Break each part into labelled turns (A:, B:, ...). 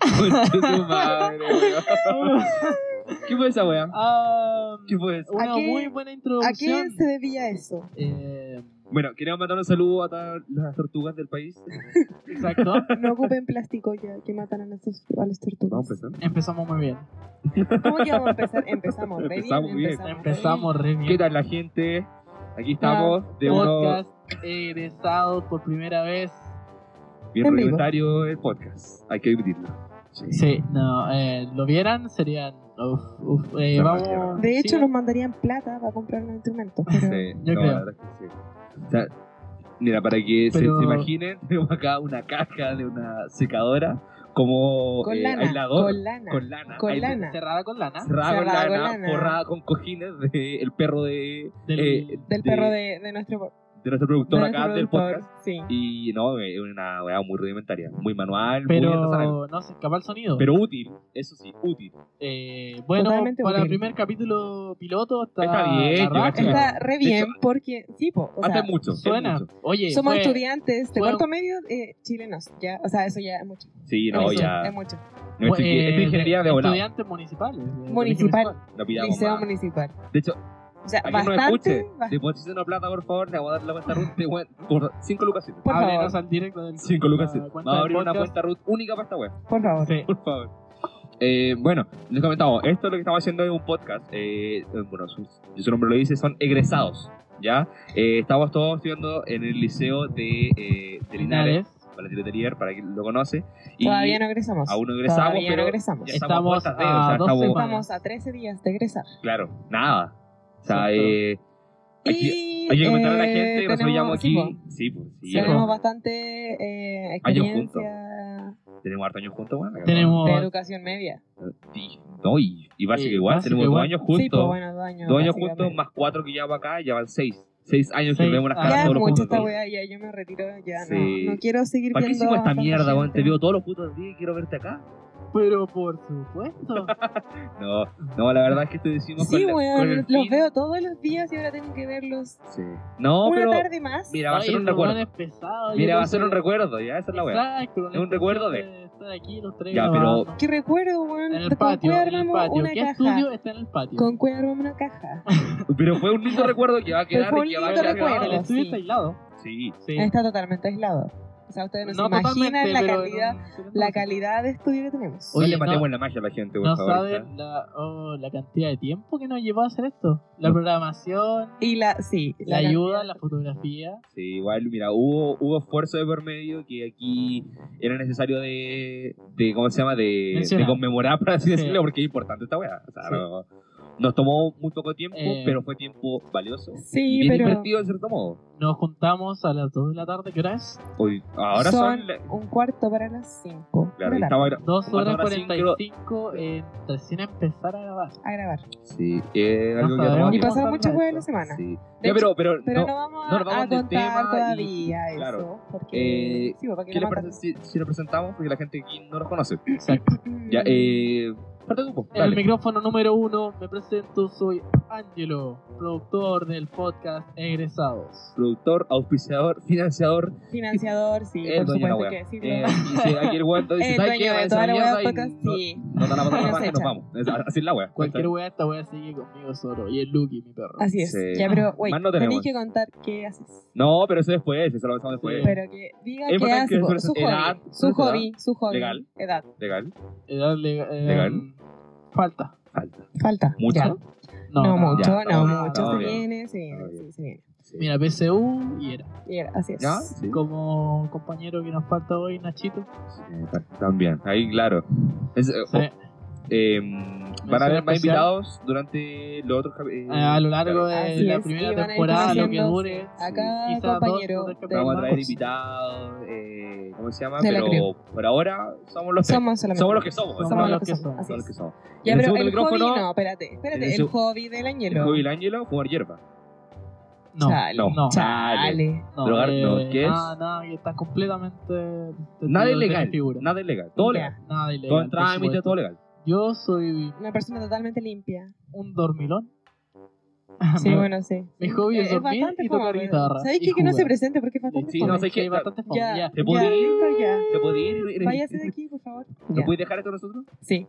A: tu madre, weón. ¿Qué fue esa weá?
B: Ah,
A: ¿Qué fue eso?
B: una
C: ¿A qué-
B: muy buena
C: ¿A qué
B: introducción.
C: se debía eso?
B: Eh,
A: Bueno, queríamos mandar un saludo a todas las tortugas del país.
B: exacto.
C: No ocupen plástico ya que matan a, nuestros, a los
A: Vamos
C: tortugas.
A: a empezar.
B: Empezamos muy bien.
C: ¿Cómo que vamos a empezar? Empezamos, re bien,
A: Empezamos bien.
C: re
B: Empezamos re bien.
A: ¿Qué tal la gente? Aquí estamos de uno
B: podcast egresado por primera vez.
A: bien
C: En vivo.
A: rudimentario el podcast. Hay que admitirlo. Sí.
B: Sí, no, eh, lo vieran serían. Uf, uf, eh,
A: No,
B: vamos.
A: no, no.
C: De hecho,
B: sí,
C: nos mandarían plata para comprar un instrumento. Pero...
A: Sí, Eh,
B: Yo
A: no,
B: creo.
A: la verdad es que sí. O sea, mira, para que se-
B: Pero-
A: se, imaginen, tenemos acá una caja de una secadora como
C: Con,
A: eh,
C: lana,
A: aislador
C: con lana,
A: con lana,
C: con
A: aisla-
C: lana.
B: cerrada con lana.
A: cerrada con
C: Cerrada con
A: lana,
C: lana.
A: forrada con cojines del perro de,
B: Del-
A: eh,
C: Del perro de, de nuestro,
A: de nuestro productor
C: de
A: acá
C: nuestro
A: del
C: productor,
A: podcast.
C: Sí.
A: Y no, es una weá muy rudimentaria, muy manual, muy artesanal,
B: Pero no se escapa el sonido.
A: pero útil, eso sí, útil.
B: Eh, bueno,
C: Totalmente
B: para el
C: útil.
B: primer capítulo piloto está,
A: Está bien,
B: la
A: yo
B: raja.
A: cacho.
C: Está re bien
A: hecho,
C: porque, sí, po, o
A: hace
C: sea,
A: mucho, hace
B: Suena.
A: mucho.
B: Oye,
C: somos
B: fue-
C: estudiantes de
B: fue-
C: cuarto medio eh, chilenos, ya, o sea, eso ya es mucho.
A: Sí, no,
C: eso, pues,
A: ya.
C: Es mucho.
A: No, esto-
B: eh,
A: esto es ingeniería de volado.
B: Estudiantes municipales. eh, de colegio
C: Municipal.
A: No pidamos
C: Liceo
A: más.
C: municipal.
A: De hecho,
C: O sea,
A: A quien nos
C: bastante,
A: escuche,
C: bas-
A: depositen una plata, por favor, le voy a dar la cuenta RUT de web por 5 lucas.
C: Por favor.
B: Ábrenos al directo del
A: 5 lucas.
B: la
C: Ah,
B: cuenta
A: Vamos a
B: del
A: abrir una
B: podcast.
A: cuenta RUT única para esta web,
C: por favor.
B: Sí.
A: por favor. Eh, bueno, les comentamos, esto es lo que estamos haciendo es un podcast. Eh, eh, bueno, su, su nombre lo dice, son egresados, ¿ya? Eh, estamos todos estudiando en el liceo de, eh, de Linares,
B: Linares.
A: Valentín Letelier, para quien lo conoce. Y
C: Todavía no egresamos.
A: aún no egresamos,
C: Todavía
A: pero
C: no egresamos.
A: ya estamos,
B: Estamos
A: puertas de,
B: a
A: o sea,
B: dos
A: estamos,
B: semanas.
C: Estamos a 13 días de egresar.
A: claro, nada. O sea,
B: Exacto.
A: eh, hay que-
C: Y,
A: Hay que comentar a la
C: eh,
A: gente que nos
C: tenemos-
A: llamo
C: sí,
A: aquí.
C: po,
A: Sí, pues sí.
B: Sí,
C: tenemos
B: po.
C: bastante eh,
A: Años juntos.
C: experiencia
A: Tenemos harto años juntos, bueno. acá,
B: Tenemos.
C: de educación media.
A: ¿no? Y, no, y, y básico
B: Y
A: igual,
B: básico
A: tenemos
B: igual.
A: dos años
C: Sí, pues
A: juntos.
C: bueno, dos años.
A: dos años
C: básicamente.
A: juntos más cuatro que ya va acá, ya van seis. Seis años que
B: Seis.
A: vemos las
B: Ah,
A: caras
C: Ya es
A: todos los
C: mucho
A: putos
C: esta
A: días.
C: weá, ya yo me retiro, ya
A: Sí.
C: no, no quiero seguir
A: ¿Para qué
C: viendo.
A: hicimos
C: a
A: esta
C: tanta
A: mierda, weón?
C: gente.
A: Te veo todos los putos días y quiero verte acá.
B: Pero por supuesto.
A: No, no, la verdad es que te decimos
C: Sí,
A: con, la- con el
C: weón, los
A: fin-
C: veo todos los días y ahora tengo que verlos
A: Sí. No,
C: una
A: pero
C: tarde más.
A: mira, va a
B: Ay,
A: ser un
B: el weón
A: recuerdo.
B: es pesado,
A: Mira,
B: yo
A: va a ser un
B: creo que-
A: recuerdo, ya, esa es la weá.
B: Exacto, con
A: Es
B: la
A: un recuerdo
B: intención Estar aquí los tres.
A: Ya, pero-
B: grabando.
C: Qué recuerdo,
B: En
C: weón.
B: el
C: ¿Con
B: patio.
C: cuál
B: En el
C: armamos
B: patio.
C: una
B: ¿Qué
C: caja?
B: estudio está en el patio?
C: ¿Con cuál armamos una caja?
A: Pero fue un lindo recuerdo que va a quedar
C: fue un
A: y que va a
C: lindo
A: quedar
C: recuerdo.
B: El
A: grabado.
B: estudio
C: sí.
B: está aislado.
A: Sí.
B: Sí.
C: Está totalmente aislado. O sea, ustedes no, se imaginan
B: totalmente,
C: la
B: pero en
C: calidad,
B: un- pero en
C: la
B: un-
C: calidad de estudio que tenemos.
A: Oye,
B: Oye,
A: le
B: no-
A: matemos la magia a la gente, por
B: No
A: favor. ¿eh?
B: saben la, oh, la cantidad de tiempo que nos llevó a hacer esto. La programación,
C: Y la, sí,
B: la, ayuda, la fotografía.
A: Sí, igual, mira, hubo, hubo esfuerzo de por medio que aquí era necesario de, de ¿cómo se llama? De, de
B: Mencionar.
A: conmemorar, para así
B: Sí.
A: decirlo, porque es importante esta weá. O sea,
B: Sí.
A: no- nos tomó muy poco tiempo,
B: Eh.
A: pero fue tiempo valioso.
C: Sí,
A: Bien
C: pero
A: invertido, en cierto modo.
B: Nos juntamos a las 2 de la tarde, ¿qué hora es?
A: Hoy, ahora son...
C: son
A: la-
C: un cuarto para las cinco.
A: claro,
C: de la tarde
A: estaba...
B: 2
A: Cuatro
B: horas
A: horas cinco.
B: 45 en recién empezar a grabar.
C: a grabar.
A: Sí, eh, algo que tomaba
B: No sabemos. vamos
C: Y
B: a
A: tiempo.
C: pasaron
B: hablar
C: muchas
B: de
C: weas
B: esto.
C: la semana.
A: Sí.
C: De
A: Ya,
C: hecho,
A: pero, pero,
C: Pero no,
A: no,
C: vamos a,
A: no nos vamos
C: a
A: del tema
C: contar
A: y-
C: todavía eso.
A: claro.
C: Porque,
A: Eh,
C: sí, porque
A: ¿Qué les
C: la
A: parece
C: mata-
A: si, si lo presentamos? Porque la gente aquí no nos conoce.
B: Exacto.
A: Ya, eh... Parte tú, po,
B: En el
A: dale.
B: micrófono número 1 me presento, soy Ángelo, productor del podcast Egresados.
A: productor, auspiciador, financiador,
C: Mm, Financiador, sí,
A: el
C: por
A: dueño de la
C: supuesto que
A: wea. Eh,
C: decirlo.
A: y si aquí el weón te dice,
C: El
A: ¿sabes
C: dueño
A: qué?
C: de
A: Va a
C: toda
A: esa
C: la wea del
A: mierda
C: podcast,
A: y no,
C: sí.
A: no te la pasamos
C: Nos
A: más y nos
C: echa.
A: vamos. Es- Así es la pues, wea.
B: Cualquier wea esta wea sigue conmigo solo. Y el Lucky, mi perro.
C: Así es.
A: Sí.
C: Ya, pero, güey,
A: Más no
C: tenéis
A: tenemos.
C: que contar qué haces.
A: No, pero eso después, eso lo pensamos
B: Sí.
A: después.
C: Pero que diga
A: Es
C: qué
A: importante
C: hace,
A: que
C: po,
A: eso-
C: su hobby,
A: edad,
C: su
A: edad,
C: hobby, su hobby,
A: legal.
C: edad,
A: Legal,
B: Eh, darle, eh,
A: Legal.
B: Falta.
A: falta.
C: falta,
A: ¿Mucho?
C: ya.
B: No,
C: No, mucho,
A: ya,
C: no,
B: no,
C: mucho,
A: no,
C: se
A: bien.
C: viene, se
A: Ah,
C: viene, sí, se viene,
A: Sí.
B: Mira, PCU y era.
C: Y era- así es.
A: ¿Ya? Sí.
B: Como compañero que nos falta hoy, Nachito.
A: Eh, ta- También, ahí claro. Es, eh,
B: Sí.
A: eh, van a haber
B: especial.
A: más invitados durante los otros cap- eh,
B: a lo largo de
C: Así
B: la
C: es, y
B: primera
C: van a ir
B: temporada, lo que
C: conociendo,
B: dure.
C: A cada
B: Quizá dos,
C: compañero
B: tres
C: del
A: Vamos a traer
C: curso.
A: invitados, eh, ¿cómo se llama?
C: De la
A: Pero por ahora somos los tres.
C: Somos solamente.
A: Somos los que somos.
B: Somos
A: somos
C: los que somos. Así
A: somos los
C: es.
A: que somos.
C: Ya,
A: En el
C: pero
A: segundo
C: el hobby,
A: micrófono-
C: no, espérate, espérate,
A: en el
C: el
A: segu-
C: hobby del
A: El
C: añelo.
A: Joby el Ángelo, jugar hierba.
B: No,
C: Chale,
A: No.
B: no.
C: chale.
B: no, eh,
A: Drogar- no, ¿qué es?
B: Nada, nada, que está completamente. te-
A: Nada
B: te-
A: ilegal.
B: te figura.
A: Nada ilegal. Todo
C: Ya.
A: legal.
B: Nada ilegal.
A: Todo
B: por
A: en trámite,
B: supuesto.
A: todo legal.
B: Yo soy
C: Una persona totalmente limpia.
B: un dormilón.
C: Sí, bueno, sí.
B: Mi hobby es dormir y tocar
C: fome.
B: guitarra
C: ¿Sabes
B: y
C: qué? Que no
B: jugar.
C: se presente porque es bastante
A: Sí,
B: Sí,
A: no,
C: fome.
A: sé
B: sí,
A: qué-
B: bastante fome,
C: Ya,
B: ya.
C: ya,
A: ¿Te puedo ir?
C: listo, ya.
A: ¿Te puedo ir? ¿Eres-
C: Váyase de aquí, por favor.
A: ¿Lo
C: Ya.
A: puedes dejar con nosotros?
C: Sí.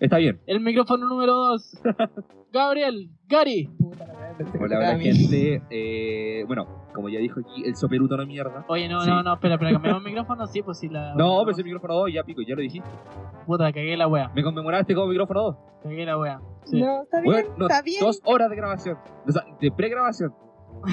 A: Está bien.
B: El micrófono número 2. Gabriel, Gary.
C: Puta la verdad, pensé que
A: Hola,
C: tocaba a
A: hola,
C: mí.
A: gente. Eh, bueno, como ya dijo aquí, el soperuto no es mierda.
B: Oye, no,
A: Sí.
B: no, no, espera, espera, cambiamos el micrófono, sí, pues sí la.
A: No, pero es el micrófono 2, ya pico, ya lo dijiste.
B: Puta, cagué la wea,
A: Me conmemoraste como micrófono 2.
B: cagué la wea. Sí.
C: No, está bien,
A: Bueno, no,
C: está bien.
A: Dos horas de grabación. O sea, de pregrabación.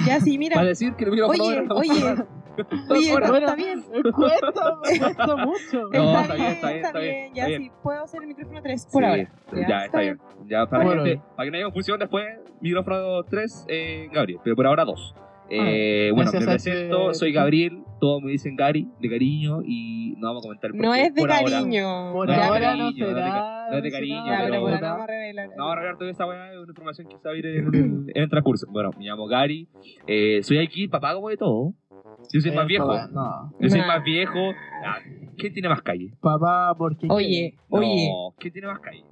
C: Ya, sí,
A: Para
C: mira.
A: decir que el micrófono
C: Oye,
A: era-
C: oye, oye,
A: Dos horas.
C: está bien.
B: eh, Cuesta, me cuesta mucho.
A: No,
C: está,
A: está
C: bien,
A: bien, está bien, está bien,
C: Ya,
A: está bien.
C: sí, puedo hacer el micrófono 3 por
A: Sí,
C: ahora.
A: Ya,
C: Ya,
A: está
C: está
A: bien. Ya para,
B: Bueno,
A: que,
B: bien.
A: para que no haya confusión después, micrófono 3, eh, Gabriel, pero por ahora 2.
C: Ah,
A: Eh, bueno, me
B: gracias a este-
A: presento, soy Gabriel, todos me dicen Gary, de cariño, y no vamos a comentar por
C: No
A: qué
C: es de
A: por ahora.
C: cariño.
B: Por
A: No es de
C: Ya,
B: ahora
A: cariño,
B: no
A: no es de
B: será.
A: ca- no es de cariño,
C: Ya, pero
A: pero-
C: bueno, no vamos a revelar.
A: No, ahora toda esta weá es una información que se va a ir en, en- en el transcurso. Bueno, me llamo Gary, eh, soy aquí, papá como de todo. Yo soy más
B: Eh,
A: viejo.
B: papá, No,
A: Yo soy
C: Nah.
A: más viejo. Ah, ¿Quién tiene más calle?
B: papá, porque.
C: Oye, oye,
A: No, ¿quién tiene más calle?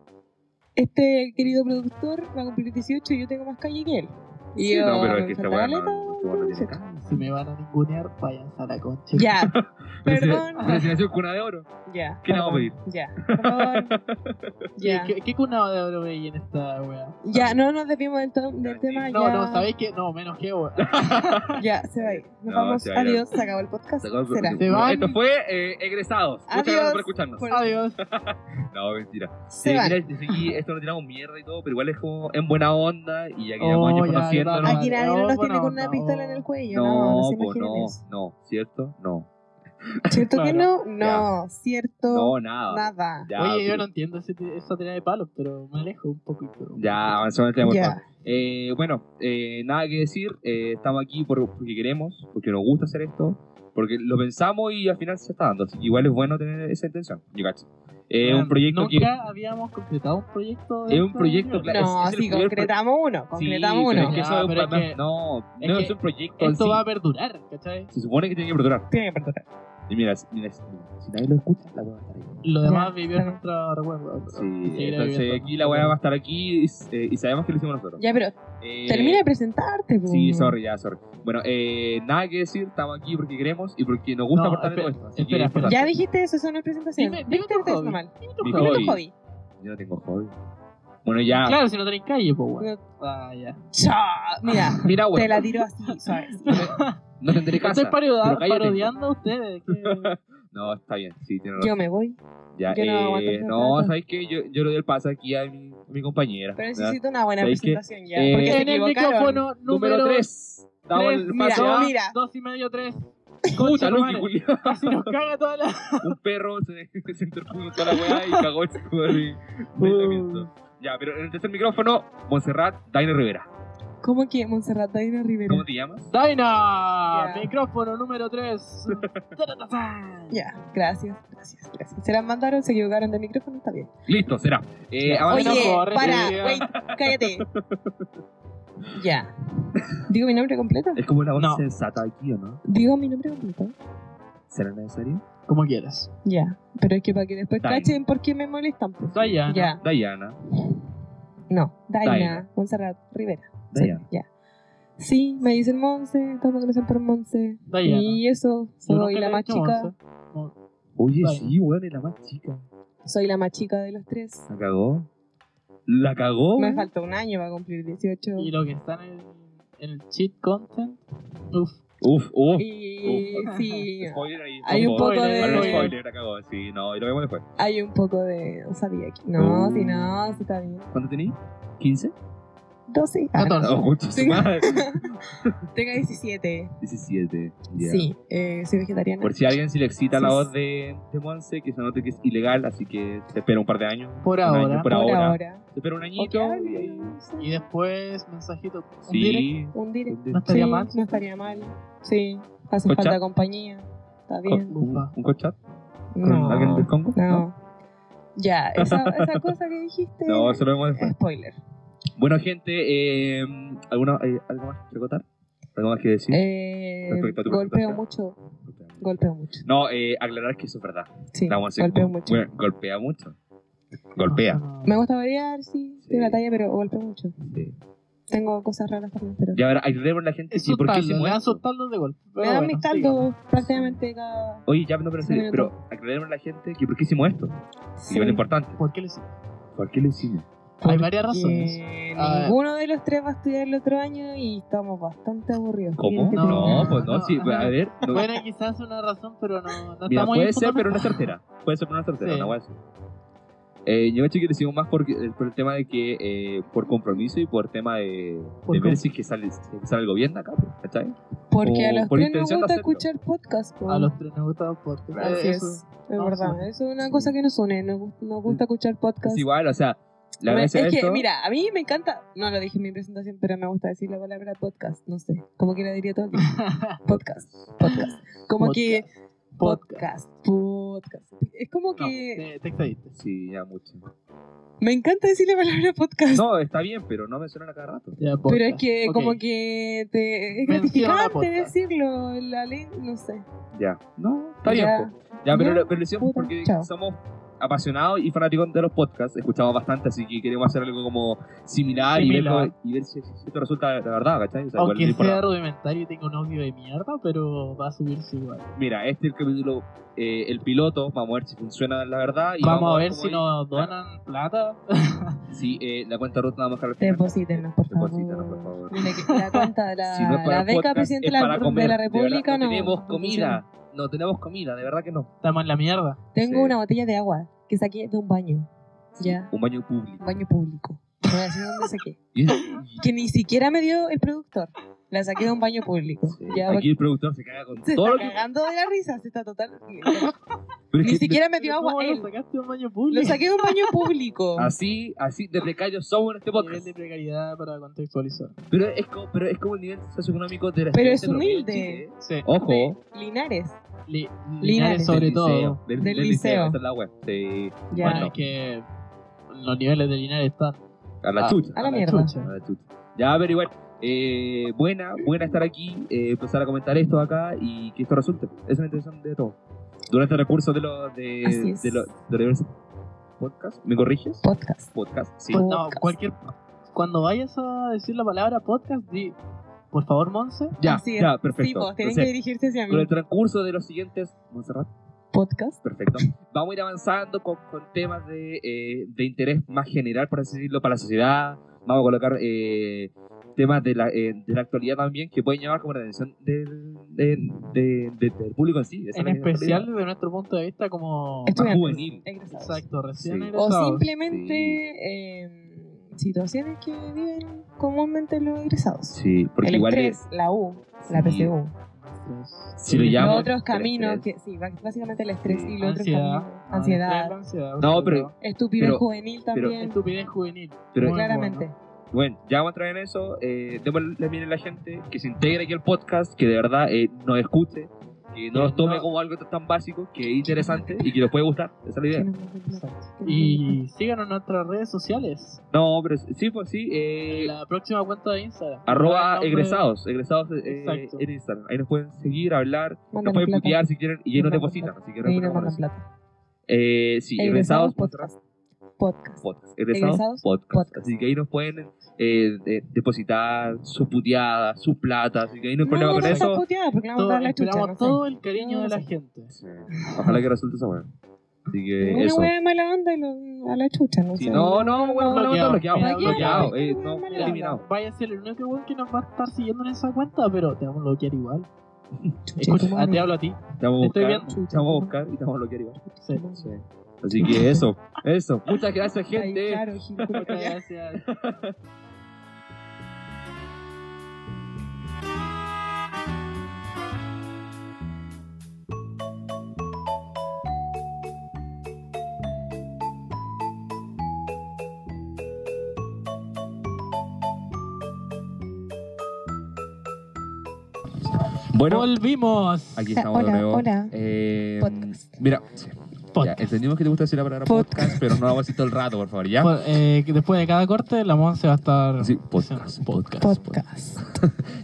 C: este querido productor va a cumplir 18 y yo tengo más calle que él. Y
A: Sí,
C: yo,
A: no, pero es
C: me
A: que esta
C: falta
A: weá no,
C: caleta,
A: esta weá no tiene calle.
B: Si me van a ningunear, vayan a la concha.
C: Ya,
A: Presentación-
C: Perdón.
A: Presentación cuna de oro.
C: ya.
A: ¿Qué le vamos a pedir?
C: Ya, por favor. ya.
B: ¿Qué, qué cunado de oro veis en esta wea?
C: Ya, no nos desviemos del, to- del tema.
B: No,
C: ya,
B: no, ¿sabéis qué? No, menos que wea.
C: Ya, se va a ir.
A: No,
C: Nos vamos.
A: se va a ir.
C: Adiós, se acabó el podcast.
A: Sacamos-
C: Será.
B: Se van.
A: Esto fue eh, Egresados. Muchas
C: Adiós.
A: gracias por escucharnos.
C: Por-
B: Adiós.
A: No, mentira.
C: Se
A: Eh,
C: van.
A: mira, sí, esto lo tiramos mierda y todo, pero igual es como en buena onda y ya que
B: Oh,
A: llevamos años
B: ya,
A: conociéndonos.
B: ya,
C: Aquí nadie
B: No,
C: nos
B: bueno,
C: tiene con una
B: no.
C: pistola en el cuello. No,
A: no,
C: no se
A: po,
C: imaginen
A: no,
C: eso.
A: no, ¿cierto? No.
C: ¿Cierto que
B: Claro.
C: no? No, cierto.
A: No, nada.
C: Nada.
A: Ya,
B: Oye, yo
A: pero-
B: no entiendo ese, esa tirada de palos, pero me alejo un poquito.
A: Ya, avanzamos en el tema, por favor.
C: Ya,
A: Eh, bueno, eh, nada que decir. eh, estamos aquí por- porque queremos, porque nos gusta hacer esto, porque lo pensamos y al final se está dando. Así que igual es bueno tener esa intención. Yo cacho. Eh,
B: Weón,
A: un proyecto que.
B: Nunca habíamos completado un proyecto. de
A: Es un
B: esta
A: proyecto,
B: manera.
A: claro.
C: no,
A: es- es el
C: sí,
A: primer
C: concretamos uno, concretamos
A: Ah, pero
C: uno.
A: es que
B: Ya,
A: eso es un
B: pero es
A: plan-
B: que-
A: no, no
B: es
A: es,
B: que
A: un proyecto. en
B: Esto
A: sí.
B: va a perdurar, ¿cachai?
A: Se supone que tiene que perdurar.
C: Tiene que perdonar.
A: Y mira, si- mira, si si nadie lo escucha, la weá va a estar ahí.
B: Lo demás vivió en
C: está
B: nuestro recuerdo.
A: Sí,
B: seguirá
A: entonces
B: viviendo.
A: aquí la weá va a estar aquí y, s- eh, y sabemos que lo hicimos nosotros.
C: Ya, pero
A: Eh,
C: termina de presentarte, po.
A: Sí, sorry, ya, sorry. Bueno, eh, nada que decir, estamos aquí porque queremos y porque nos gusta
B: No,
A: aportar en todo
B: espera,
A: esto. Así
B: espera,
A: que es
B: espera.
A: importante.
C: Ya dijiste eso, eso no es presentación.
B: Dime- dime tu
C: Viste,
B: hobby.
C: está mal.
A: Mi
C: Dime
A: hobby.
C: tu hobby.
A: Yo no tengo hobby. Bueno, ya.
B: Claro, si no tenéis calle, pues, weón. Ah, ya.
C: Chao. Mira,
A: Mira,
C: te
A: bueno,
C: la tiro así, ¿sabes?
A: no tendré casa.
B: Estoy parodia-
A: pero Eh, calle
B: parodiando a ustedes. que-
A: No, está bien, sí, tiene razón.
C: Yo me voy,
A: Ya,
C: yo no aguanto
A: eh,
C: tanto
A: no,
C: rato.
A: ¿sabes qué? Yo, yo le doy el pase aquí a mi, a mi compañera.
C: pero
A: ¿verdad?
C: necesito una buena
A: ¿Sabes qué?
C: presentación ya.
A: Eh,
C: Porque se
B: En el
C: equivocaron.
B: micrófono número
A: Número
B: 3.
A: 3. Damos
B: tres,
A: el
C: mira,
A: pase a...
C: no, mira.
B: Dos y medio, tres.
A: Puta,
B: Concha,
A: Luqui,
B: madre.
A: Julián.
B: Casi nos caga toda la.
A: un perro se, se interpuso toda la weá y cagó el escudo de, de aislamiento. Ya, pero en el tercer micrófono, Montserrat Daino Rivera.
C: ¿Cómo que Montserrat Daina Rivera?
A: ¿Cómo te llamas?
B: Daina,
C: Ya.
B: micrófono número 3.
C: Ya, gracias, gracias, gracias. Se las mandaron, se equivocaron de micrófono, está bien.
A: Listo, será. Eh,
B: Ah,
C: Oye,
A: avanzamos.
B: no, corre,
C: para,
A: Eh,
B: sí, ya.
C: wait, cállate. ya. ¿Digo mi nombre completo?
A: Es como una voz
B: No.
A: sensata aquí, ¿o no?
C: ¿Digo mi nombre completo?
A: ¿Será necesario?
B: Como quieras.
C: Ya. Pero es que para que después
A: Daina.
C: cachen por qué me molestan. pues.
B: Daina.
C: Ya,
A: Dayana.
C: no. Daina,
A: Daina.
C: Montserrat Rivera. Sí,
A: Dayana.
C: Ya. Sí, me dicen Monse, todos me conocen por Monse.
B: Daina.
C: Y eso,
B: Yo nunca
C: soy la
B: le he
C: más
B: dicho
C: chica.
B: once.
A: Oye,
B: Dayana.
A: sí, weón, es la más chica.
C: Soy la más chica de los tres.
A: ¿La cagó? ¿La cagó?
C: Me falta un año para cumplir 18.
B: Oh. ¿eh? Y lo que está en el, en el cheat content. Uf.
A: Uf, uf.
C: Y sí,
A: Spoiler ahí.
C: hay un poco
B: Spoiler,
A: Algo
C: de.
A: spoiler, la cagó. Sí, no, y lo vemos después.
C: Hay un poco de. No sabía que.
B: Oh.
C: No,
A: Uh.
C: si no, si está bien.
A: ¿Cuánto tenéis? ¿15?
C: 12. Ah, no,
B: 14.
A: Oh, concha su
C: Sí.
A: madre.
C: tengo 17.
A: 17. ya.
C: Sí, eh, soy vegetariana.
A: Por si a alguien se le excita la
C: Sí.
A: voz de, de Monse, que se note que es ilegal, así que se espera un par de años.
B: Por
A: un año,
B: ahora,
A: por,
C: Por
A: ahora.
C: ahora.
A: Se espera un
C: O que
A: añito. y
C: hable,
A: ahí-
C: no sé.
B: Y después, mensajito. un direct.
A: Sí.
C: Un directo.
B: No
A: Un,
B: estaría
C: Sí,
B: mal.
C: No estaría mal. Sí, hace
A: ¿Con
C: falta
A: chat?
C: compañía. Está bien.
A: un, un cochat con alguien del
C: No.
A: Congo.
C: no. Ya, esa, esa cosa que dijiste.
A: No, eso lo vemos después.
C: spoiler.
A: Bueno, gente, eh, ¿alguna, eh, ¿algo más que acotar? ¿Algo más que decir?
C: Eh,
A: Respecto a tu
C: golpeo
A: presentación.
C: mucho. Golpeo mucho.
A: No, eh, aclarar que eso es verdad.
C: Sí,
A: La Monse-
C: golpeo mucho.
A: Bueno, golpea mucho. Golpea.
B: No, no, no.
C: Me gusta variar, sí,
A: Sí.
C: tengo la talla, pero golpeo mucho.
A: Sí.
C: Tengo cosas raras también, pero.
A: Ya verá, ayudemos a la gente.
B: Es
A: Sí,
B: sus
A: ¿por qué
B: taldos,
A: hicimos
B: le dan
A: esto?
B: sus taldos de golpe.
C: Me
B: Pero
C: dan
B: bueno,
C: mis
B: siga.
C: caldos prácticamente cada.
A: Oye, ya no, pero,
C: Sí,
A: sí, pero aclaremos a la gente que por qué hicimos esto. Y
C: Sí.
A: es lo importante.
B: ¿Por qué le hicimos?
A: ¿Por qué lo hicimos?
B: Hay varias razones.
C: Porque
B: A ver.
C: ninguno de los tres va a estudiar el otro año y estamos bastante aburridos.
A: ¿Cómo?
C: Miren que
A: No,
C: tenemos-
A: pues no,
B: no,
A: sí,
C: ajá.
A: a ver. no-
B: Bueno, quizás una razón, pero no, no
A: Mira,
B: estamos
A: puede ser, pero no
B: no
A: es certera. Puede ser, pero no es certera,
B: Sí.
A: una hueá así. Eh, yo creo que lo hicimos más por, por el tema de que, eh, por compromiso y por tema de,
B: Por
A: de ver
B: com-
A: si es que sale, si es que sale algo bien de acá, pues, ¿cachai?
C: Porque a
A: o
C: los
A: por
C: tres nos
A: intención de
C: gusta
A: hacerlo.
C: escuchar podcast. po.
B: A los tres nos gusta los podcasts.
A: Claro.
C: Así
B: Eh,
C: es,
B: eso.
C: es
B: No,
C: verdad.
B: sí.
C: Eso es una cosa que nos une. Nos, gu- nos gusta escuchar podcast.
A: Es igual, o sea, la
C: Me-
A: gracia
C: es
A: de
C: que,
A: esto...
C: mira, a mí me encanta. No lo dije en mi presentación, pero me gusta decir la palabra podcast. No sé. Como que la diría todo. podcast. Podcast. Como que.
B: Podcast.
C: Podcast. Podcast. Es como
B: No,
A: eh.
C: que.
B: te, te excediste.
A: Sí, ya mucho.
C: Me encanta decir la palabra podcast.
A: No, está bien, pero no mencionan a cada rato.
B: Ya,
C: Pero
B: podcast.
C: es que
B: Ok.
C: como que te, es
B: Menciona
C: gratificante
B: podcast.
C: decirlo, la ley, no sé.
A: Ya. No, está bien.
C: Ya.
A: pues. Ya, pero,
C: Ya,
A: pero lo hicimos
C: puta,
A: porque
C: chao.
A: somos apasionados y fanáticos de los podcasts, escuchamos bastante, así que queremos hacer algo como similar, y ver
B: Similar.
A: cómo- Y, ver, si, si esto resulta de verdad, ¿cachai? O sea, igual
B: Aunque
A: es
B: sea
A: importante.
B: rudimentario y tenga un audio de mierda, pero va a subirse igual.
A: Mira, este es el capítulo, eh, el piloto, vamos a ver si funciona la verdad. Y
B: Vamos, a ver
A: cómo
B: si
A: es.
B: nos donan plata.
A: Si eh, la cuenta ruta vamos a dejar al final.
C: Deposítenos, por favor.
A: Deposítenos, por favor.
C: Mira que la cuenta de la,
A: Si no es para
C: la
A: el
C: beca
A: podcast,
C: presidente
A: es
C: de la-
A: para
C: de,
A: comer,
C: la
A: de verdad,
C: República, no.
A: no tenemos
C: no
A: comida, no tenemos comida, de verdad que no.
B: Estamos en la mierda.
C: funciona. Tengo
A: Sí.
C: una botella de agua que saqué de un baño, Ya.
A: Un baño
C: un
A: público.
C: baño público. No voy a decir dónde saqué.
A: Y-
C: Que ni siquiera me dio el productor. La saqué de un baño público.
A: sí,
C: Ya,
A: Aquí el productor se caga con
C: se
A: todo
C: está
A: lo que.
C: cagando de la risa, se está total.
A: pero es
C: Ni
A: que-
C: siquiera me dio agua
B: ¿Cómo
C: él.
B: lo sacaste de un baño
C: Lo
B: público?
C: saqué de un baño público.
A: Así, así de precarios somos en este
B: Nivel
A: podcast.
B: de precariedad para contextualizar.
A: Pero es como, pero es como el nivel socioeconómico de la
C: Pero es
A: gente promedio
C: humilde.
A: en Chile, ¿eh?
B: Sí.
A: Ojo.
C: Linares.
B: Li- Linares,
C: Linares.
B: sobre
A: del
B: todo.
A: liceo, del,
C: Del
A: del
C: liceo.
A: esa es la web. Sí,
C: Ya.
B: Bueno, es que los niveles de Linares están
A: a la
B: Ah,
A: chucha.
C: a la mierda.
B: chucha.
A: a la chucha. Ya, pero igual. Eh, buena, buena estar aquí, eh, empezar a comentar esto acá y que esto resulte. Esa es la intención de todo. Durante el recurso de los
C: Así
A: de,
C: es.
A: de los de la Universal Podcast, ¿me corriges?
C: Podcast.
A: Podcast, sí.
B: Pues no,
C: Podcast.
B: cualquier. Cuando vayas a decir la palabra podcast, di. Por favor, Monse.
A: ya,
C: Así es.
A: ya,
C: Sí,
A: perfecto.
C: pues, tienen que
A: Entonces,
C: dirigirse hacia
A: con
C: mí.
A: el transcurso de los siguientes, Montserrat,
C: Podcast.
A: Perfecto. Vamos a ir avanzando con, con temas de, eh, de interés más general, por así decirlo, para la sociedad. Vamos a colocar eh, temas de la, eh, de la actualidad también que pueden llamar como la atención del, de- de- de- del público en sí. Esa
B: En
A: es la
B: especial
A: actualidad.
B: desde nuestro punto de vista, como.
A: Esto-
C: Estudiantes,
A: juvenil.
C: egresados.
B: Exacto, recién
A: Sí.
C: O
B: egresados.
C: simplemente
A: Sí.
C: eh, situaciones que viven comúnmente los egresados.
A: Sí, porque
C: el
A: igual
C: estrés, la U, la
A: Sí.
C: PCU.
B: Entonces,
A: Si lo llamo-
B: sí.
C: Los
A: Digamos,
C: otros
A: el
C: caminos,
A: estrés.
C: que, sí, bá- básicamente el estrés
A: Sí.
C: y los otros
B: Ansiedad.
C: caminos.
B: Ah,
C: Ansiedad,
B: la ansiedad,
A: No,
B: sobre
A: pero-
B: todo.
C: estupidez
A: Pero-
C: juvenil
A: pero-
C: también.
B: Estupidez juvenil.
A: Pero-
B: Muy
C: claramente.
B: bueno.
A: Bueno, ya vamos a entrar en eso. Eh, démosle bien a la gente que se integre aquí al podcast, que de verdad eh, nos escuche, que no
B: Que
A: nos tome
B: no-
A: como algo tan básico, que es interesante y que nos puede gustar. Esa es la idea.
C: Que no me gusta.
B: Exacto. Y síganos en nuestras redes sociales.
A: No, pero sí, pues sí. Eh,
B: La próxima cuenta de Instagram.
A: Arroba
B: El
C: pues,
B: nombre-
A: egresados, egresados eh,
B: Exacto.
A: en Instagram. Ahí nos pueden seguir, hablar, nos
C: Mándanos
A: pueden
C: plata.
A: putear si quieren y ahí nos
C: Mandan
A: depositan.
C: plata.
A: Así que
C: Ahí nos
A: recordemos
C: mandan
A: eso.
C: plata.
A: Eh, sí, egresados,
C: Egresados, podcast. Podcast.
A: podcast. Egresados,
C: Egresados,
A: podcast.
C: podcast.
A: Así que ahí nos pueden eh, eh, depositar su puteada, su plata. Así que ahí no hay problema
C: No,
A: con
C: no
A: eso.
C: seas puteada, porque le vamos a
B: Todo,
C: dar la chucha,
B: esperamos
C: no sé.
B: todo el cariño
C: No
B: de la
C: sé.
B: gente.
A: Sí. Ojalá que resulte esa weá. Así que
C: Una
A: eso.
C: wea de mala onda y lo- a la chucha, no
A: Sí,
C: sé.
A: no, no, weón, no, no, bloqueado.
B: Bloqueado.
A: Bloqueado.
C: Bloqueado.
A: eh, No,
C: Mira,
A: eliminado.
B: Vaya a ser el único weón que nos va a estar siguiendo en esa cuenta, pero te vamos a bloquear igual.
C: Chucha,
B: Escucha,
C: tu
B: ah, te
C: madre.
B: hablo a ti.
A: Te vamos a
B: Te estoy
A: buscar.
B: viendo.
C: Chucha,
A: Te vamos a
C: tu
A: buscar y te vamos a bloquear igual.
B: Sí.
C: madre.
A: Así que eso, eso. Muchas gracias,
C: Ay,
A: gente.
C: claro, Gil, como que
B: Muchas
C: ya.
B: gracias.
A: Bueno,
B: Volvimos.
A: Aquí
C: Hola,
A: estamos de
C: Ah, hola,
A: nuevo.
C: hola.
A: Eh,
C: Podcast.
A: Mira, sí,
B: Podcast.
A: ya, entendimos que te gusta decir la palabra podcast,
C: Podcast.
A: pero no la vamos a decir todo el rato, por favor, ¿ya?
B: Por- eh, que después de cada corte, la Monse va a estar.
A: Sí, podcast,
B: Sí,
A: podcast.
C: Podcast.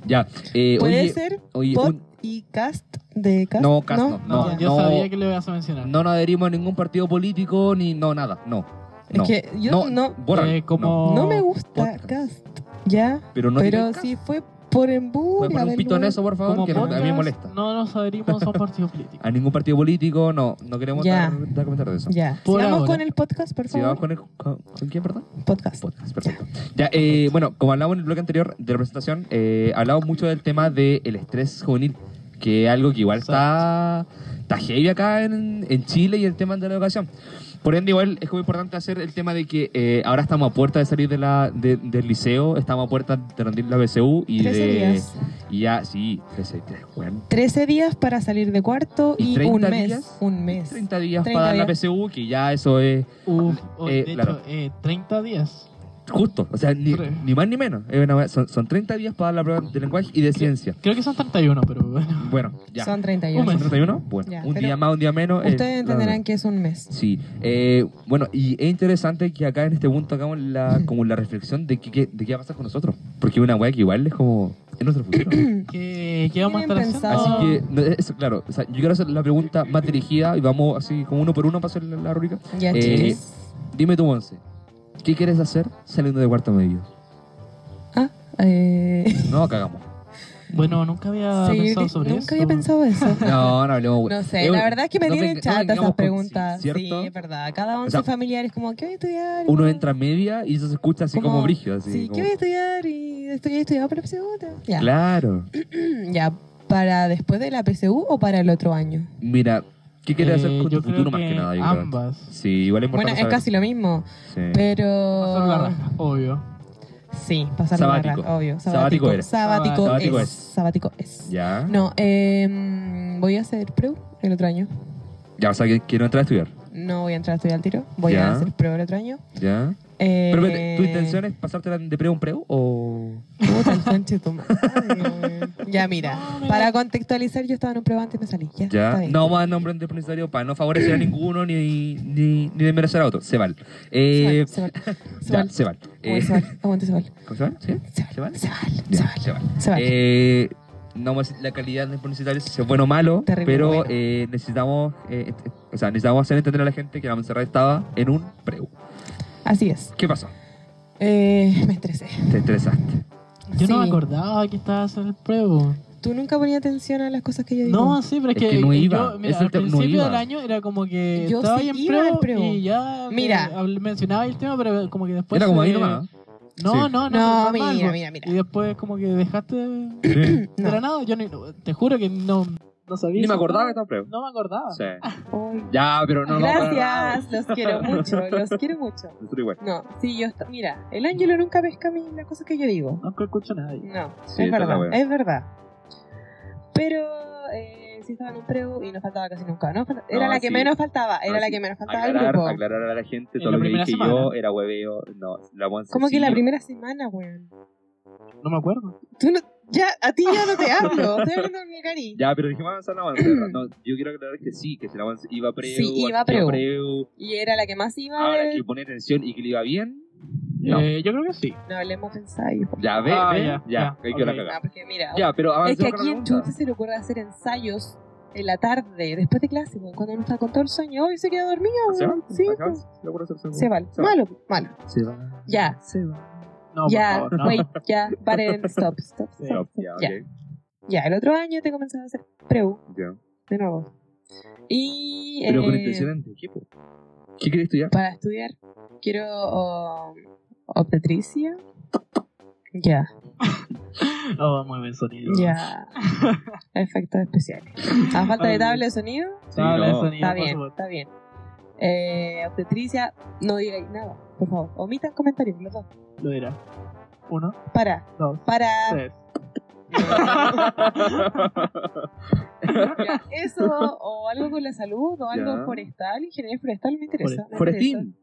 A: Ya. Eh,
C: Puede
A: oye,
C: ser
A: oye,
C: pod
A: un-
C: y cast de cast.
A: No, cast no,
B: No,
A: no,
B: yo
A: no.
B: sabía que le ibas a mencionar.
A: no nos adherimos a ningún partido político ni no, nada, no.
C: Es
A: no,
C: que yo no,
A: bórralo,
B: Eh, como.
C: no me gusta
A: podcast.
C: cast. ¿Ya?
A: Pero no
C: pero
A: directas.
C: si fue por
A: ¿Puedes
C: embuda
A: poner
C: del
A: un pito en
C: weón.
A: eso, por favor?
B: Como
A: Que no- a mí me
B: podcast,
A: molesta.
B: No nos adherimos a un partido político.
A: A ningún partido político, no. No queremos
C: Ya.
A: dar, dar comentarios de eso.
C: Ya.
B: Por
C: Sigamos
B: ahora.
C: con el podcast, por
A: Si vamos
C: favor.
A: con, el, con, ¿con quién, perdón?
C: Podcast.
A: Podcast, perfecto. Ya, eh, bueno, como hablamos en el bloque anterior de la presentación, eh, hablamos mucho del tema del estrés juvenil, que es algo que igual está, está heavy acá en, en Chile y el tema de la educación. Por ende, igual es muy importante hacer el tema de que eh, ahora estamos a puerta de salir de la, de- del liceo, estamos a puerta de rendir la BCU y
C: 13
A: de...
C: días.
A: Y ya, sí, 13 días, weón.
C: 13 días para salir de cuarto
A: ¿Y
C: y, un
A: 30
C: mes.
A: días?
C: Un mes.
A: 30 días
C: 30
A: para dar la
C: días.
A: PSU, que ya eso es
B: Uf, oh,
A: Eh,
B: de
A: claro.
B: hecho, eh, 30 días.
A: justo, o sea, ni,
B: Re.
A: ni más ni menos. Es una wea- son, son 30 días para dar la prueba de lenguaje y de ciencia.
B: Creo que son 31, pero bueno.
A: Bueno, ya.
C: Son
B: Un
C: 31.
B: mes.
A: 31? Bueno,
C: Ya,
A: un
C: pero
A: día más, un día menos. eh,
C: Ustedes entenderán
A: la-
C: que es un mes.
A: Sí, eh, bueno, y es interesante que acá en este punto hagamos la, como la reflexión de qué, qué- de qué va a pasar con nosotros. Porque una weá que igual es como. Es nuestro futuro.
B: ¿Qué, qué vamos a estar
C: Tienen
B: haciendo?
A: Así
C: pensado-
A: que, no, eso, claro, o sea, yo quiero hacer la pregunta más dirigida y vamos así, como uno por uno para hacer la, la rúbrica.
C: Ya,
A: Eh,
C: chiquis.
A: Dime tú, Once, ¿qué quieres hacer saliendo de cuarto medio?
C: Ah, eh,
A: No, cagamos.
B: Bueno, nunca
A: Ah,
B: había
C: seguir-
B: pensado sobre
C: nunca
B: eso.
C: había pensado eso.
A: No, no hablemos.
C: No sé,
A: Eh,
C: la verdad es que me
A: no
C: tienen
A: venga- no
C: chata
A: vengamos
C: esas
A: con-
C: preguntas.
A: sí,
C: Sí,
A: ¿cierto?
C: es verdad. Cada once
A: sea,
C: familiar es como, ¿qué voy a estudiar?
A: Uno entra a media y eso se escucha así como,
C: Como-
A: brígido. Así,
C: Sí,
A: como-
C: ¿qué voy a estudiar? Y estoy estudiado para PSU. Ya. Mm,
A: Claro.
C: ya, ¿para después de la PSU o para el otro año?
A: Mira, ¿qué quieres
B: Eh,
A: hacer con
B: yo
A: tu futuro
B: creo
A: más que nada? yo creo?
B: ambas.
A: Sí, igual es
C: Bueno,
A: importante.
C: es casi lo mismo,
A: saber. Sí.
C: Oh.
B: Pasar la
C: pero...
B: raja, obvio.
C: Sí, pasar la
A: Sabático.
C: barra, obvio.
A: Sabático
C: Sabático,
A: eres. Ah,
C: sabático,
A: Sabático
C: es.
A: es.
C: Sabático es.
A: Ya.
C: No, eh, voy a hacer preu el otro año.
A: Ya, o sea, que quiero entrar a estudiar.
C: No voy a entrar a estudiar al tiro. Voy
A: Ya.
C: a hacer preu el otro año.
A: Ya.
C: Eh,
A: Pero, espérate, ¿tu intención es pasártela de preu a un preu o.?
C: Puta, el conche de tu madre, weón. ya, mira.
B: No, mira.
C: Para contextualizar, yo estaba en un preu antes y me salí. Ya. está
A: Ya.
C: bien.
A: No más nombre empresario para no favorecer a ninguno ni, ni, ni desmerecer a otro. Se vale. Eh,
C: se vale, se
A: ya,
C: vale.
A: se vale. Eh,
C: Se vale. Aguante, se vale.
A: ¿Cómo se vale? ¿Sí?
C: Se
A: ¿Se vale?
C: vale. Se vale.
A: Ya,
C: Se vale.
A: se vale.
C: Se vale.
A: Eh, no vamos a decir la calidad de los publicitarios, si es bueno o malo,
C: Terrible
A: pero
C: bueno.
A: eh, necesitamos eh, ent- o sea, necesitamos hacer entender a la gente que la Monserrat estaba en un preu.
C: Así es.
A: ¿Qué pasó?
C: Eh, me estresé.
A: Te estresaste.
B: Yo no me
C: Sí.
B: acordaba que estabas en el pruebo.
C: Tú nunca ponías atención a las cosas que yo digo.
B: No, sí, pero es
A: Es
B: que,
A: que no
B: eh,
A: iba.
B: yo, mira,
A: Es el
B: al
A: te- no
B: principio
A: iba.
B: del año era como que
C: Yo
B: estaba
C: sí
B: ahí en
C: iba al
B: preo,
C: preo.
B: y ya me-
C: Mira.
B: habl- mencionaba el tema, pero como que después...
A: Era como ahí
B: eh,
A: nomás.
B: No,
A: Sí.
B: no, no.
C: No,
B: pero fue
C: mira,
B: algo.
C: mira, mira.
A: Eh.
B: Y después como que dejaste de
A: Sí.
C: No.
B: de la nada. Yo no- te juro que no, no sabía.
A: Ni me
B: eso.
A: acordaba que estaba en preu.
B: No me acordaba.
A: Sí.
C: Ay,
A: Ah. Ya, pero no, no. para nada.
C: Gracias, los quiero mucho, los quiero mucho.
A: Nosotros igual.
C: No, sí, yo. est- Mira, el Ángelo nunca pesca a mí las cosas que yo digo.
B: No escucho a nadie.
C: No,
A: Sí, esa
C: es
A: es la
C: verdad,
A: wea.
C: es verdad. Pero eh, sí estaba en un preu y no faltaba casi nunca. ¿no? Fal- Era
A: No,
C: la que
A: sí.
C: menos faltaba, era
A: No,
C: la
A: sí.
C: que menos faltaba del
A: Aclarar,
C: grupo.
A: aclarar a la gente
B: En
A: todo
B: la
A: lo que
B: primera
A: dije yo
B: semana.
A: era hueveo. No, la Monse
C: Como que
A: sí.
C: la primera semana, weón.
B: No me acuerdo.
C: Tú no, ya, a ti ya no te hablo, estoy hablando con mi cari.
A: Ya, pero dijimos avanzar la Monserrat. No, yo quiero aclarar que sí, que si la Monse iba a preu.
C: Sí, iba a
A: asistió
C: preu.
A: preu.
C: Y era la que más iba.
A: Ahora
C: del-
A: que ponía atención y que le iba bien. No.
B: Eh, yo creo que sí.
C: No hablemos de ensayo.
A: Ya, ve,
B: Ah,
A: ve, ya,
B: ya,
A: ya,
B: ya,
A: ahí quedó la
B: ok.
A: cagada.
C: No, porque mira,
A: Ya, pero
C: Ah, pues, es que
A: avancemos con
C: aquí
A: la
C: en
A: pregunta.
C: Chute se le ocurre hacer ensayos en la tarde, después de clase, weón, cuando uno está con todo el sueño. Hoy se queda dormido,
A: ¿Se va?
C: weón. Sí,
A: ¿Se va?
C: pues.
A: ¿Se va por hacer segundo?
C: se va.
A: Se va.
C: Malo, malo.
A: Se va.
C: Ya,
A: Se va.
B: No,
C: ya,
B: por favor, no.
C: wait, ya, paren, stop, stop,
B: Sí.
C: stop.
A: Ya,
C: Ya.
A: ok,
C: Ya, el otro año te comenzaba a hacer preu,
A: ya.
C: de nuevo. Y.
A: Pero con
C: eh,
B: este
A: intención de equipo. ¿Qué quieres estudiar?
C: Para estudiar, quiero. oh, obstetricia. Ya,
B: Oh, muy buen sonido.
C: ya. Efectos especiales. A falta de tabla de sonido,
A: Sí,
B: Tabla de
A: no.
B: sonido,
C: está
B: por
C: bien,
B: supuesto.
C: está bien. Eh, obstetricia, no digáis nada, por favor. Omitan comentarios, los dos.
B: Lo dirá. Uno,
C: Para,
B: dos,
C: para.
B: tres.
C: Ya, Eso, o algo con la salud, o algo
A: Ya.
C: forestal, ingeniería forestal, me interesa. me interesa.
A: ¿Forestín?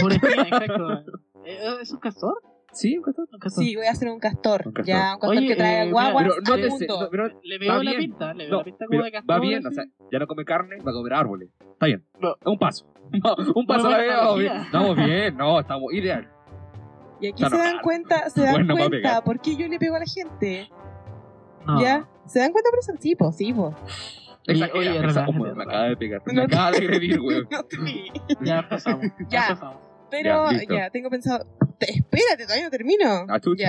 B: Por esquina, exacto. Eh, ¿Es un castor?
A: Sí, un castor.
B: Un castor.
C: Sí, voy a hacer un castor.
A: Un castor.
C: Ya, un castor
B: Oye,
C: que traiga
B: eh,
C: guaguas
A: Pero
B: mira,
A: no
C: al
A: te
B: Segundo.
A: sé,
C: mundo.
A: no, pero
B: Le veo
A: Va
B: la
A: bien.
B: pinta, le veo
A: no,
B: la pinta como
A: pero
B: de castor.
A: va bien, o
B: así.
A: sea, ya no come carne, va a comer árboles. Está bien.
B: No.
A: Es Un paso. un paso a la
B: buena
A: vez. vamos
B: analogía.
A: bien. Estamos bien, no, estamos ideal.
C: Y aquí
A: Ya
C: se
A: no.
C: dan cuenta, se dan
A: Bueno, va a
C: cuenta
A: pegar. Ah.
C: por qué yo le pego a la gente.
B: No.
C: ¿Ya? ¿Se dan cuenta por eso? Sí, po, sí, po.
B: Oye,
A: Exacto,
B: oye,
A: esa
B: relájate,
A: como me
B: relájate.
A: acaba de pegar. Me
C: No te-
A: acaba de agredir, güey.
C: No te vi.
B: Ya empezamos.
C: Ya.
B: empezamos.
C: Pero
A: Ya,
C: ya,
A: listo.
C: tengo pensado te- espérate, todavía no termino.
A: Ah, chucha.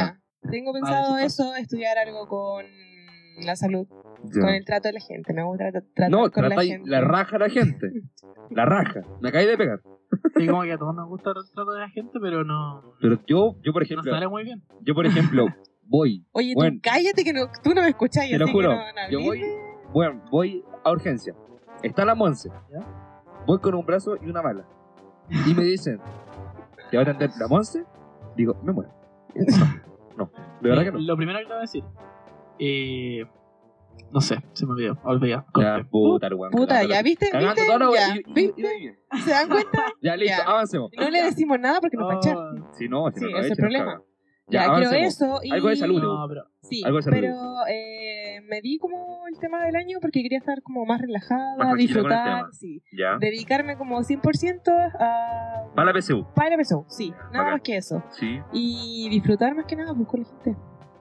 C: Ya. Tengo pensado
B: chucha.
C: eso, estudiar algo con la salud,
A: Ya.
C: con el trato de la gente. Me gusta tra- tratar
A: No,
C: con la
A: tratáis
C: gente.
A: la, raja a la gente. La raja. Me acabáis de pegar.
B: Sí, como que a todos nos gusta el trato de la gente, pero no,
A: Pero yo, yo por
B: no
A: ejemplo,
B: sale muy bien.
A: yo por ejemplo, voy,
C: Oye,
A: Bueno.
C: tú cállate que no, tú no me escuchás.
A: te lo
C: así
A: juro,
C: que no- no
A: yo
C: hables.
A: voy, bueno, voy a urgencia. Está la Monse. Voy con un brazo y una bala. Y me dicen, ¿te va a atender la Monse? Digo, me muero. No, no, de verdad que no.
B: Lo primero que te voy a decir, eh, no sé, se me olvidó, olvidé.
A: Ya, puta, el weón,
C: Puta,
A: cagando
C: ¿ya
A: la-
C: viste?
A: Cagando
C: ¿Viste?
A: toda la
C: Ya,
A: wea. y- y-
C: ¿viste?
A: y- y-
C: ¿Se dan cuenta?
A: Ya, listo,
C: Ya.
A: avancemos.
C: No le decimos nada porque nos
B: Oh.
C: va a echar.
A: Si no, si
C: Sí,
A: no, no
C: ese es el
A: echa, nos
C: problema.
A: caga.
C: Ya,
A: Ya,
C: quiero
A: avancemos.
C: eso. Y...
A: Algo de salud.
B: No, pero
C: Sí,
A: Algo de salud.
C: pero eh, me di como el tema del año porque quería estar como más relajada,
A: Más tranquila con el
C: disfrutar,
A: tema. ¿Ah?
C: sí.
A: Ya.
C: Dedicarme como 100% a...
A: Para la PSU.
C: Para PSU, sí, nada
A: Bacán.
C: más que eso.
A: Sí,
C: Y disfrutar más que nada, pues con la gente.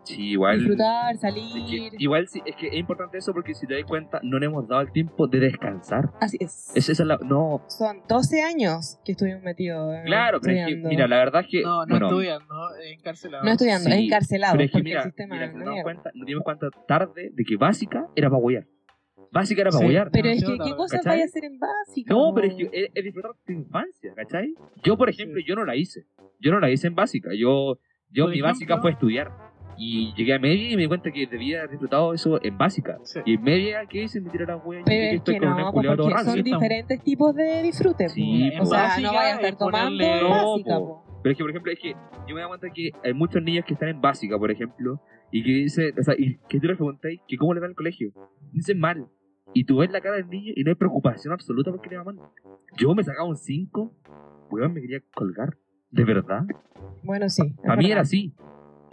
A: sí, igual.
C: Disfrutar,
A: Es que
C: salir.
A: igual sí, es que es importante eso porque si te das cuenta, no le hemos dado el tiempo de descansar.
C: Así es.
A: Es, esa es la, no,
C: Son 12 años que estuvimos metidos. eh,
A: claro, pero es que,
C: estudiando.
A: mira, la verdad es que.
B: no, no
A: Eh, bueno,
B: estudiando, eh, encarcelado.
C: No estudiando,
A: Sí,
C: encarcelados
A: pero es que
C: porque
A: mira,
C: el sistema
A: mira,
C: es
A: nos,
C: una
A: damos
C: mierda.
A: cuenta, nos dimos cuenta tarde de que básica era para huear. Básica era para
B: Sí.
A: huear.
C: Pero
B: No,
C: es
B: sí,
C: que,
B: no,
C: ¿qué
B: no,
C: cosas
A: ¿cachai?
C: vaya a hacer en básica?
A: No, pero es que es, es disfrutar tu infancia, ¿cachai? Yo, por ejemplo, yo no la hice. Yo no la hice en básica. Yo, yo
B: Por
A: mi básica
B: ejemplo-
A: fue estudiar. Y llegué a media y me di cuenta que debía haber disfrutado eso en básica.
B: Sí.
A: Y en media, ¿qué hice? Me tiró la hueá y
C: Pero
A: dije
C: es
A: estoy
C: que
A: con un
C: no, pues,
A: culiao todo
C: porque son
A: rancio.
C: diferentes tipos de disfrute.
A: Sí,
C: po.
A: po.
C: o sea,
B: Básica
C: no vaya a
B: es
C: estar tomando
B: ponerle-
A: No,
C: básica.
A: po.
C: po.
A: Pero es que, por ejemplo, es que yo me doy cuenta que hay muchos niños que están en básica, por ejemplo, y que dicen, o sea, y que tú les preguntáis que cómo le va el colegio. Dicen mal. Y tú ves la cara del niño y no hay preocupación absoluta porque le va mal. Yo me sacaba un 5, weón, me quería colgar. De verdad.
C: Bueno, sí. es
A: Para mí
C: verdad.
A: era así.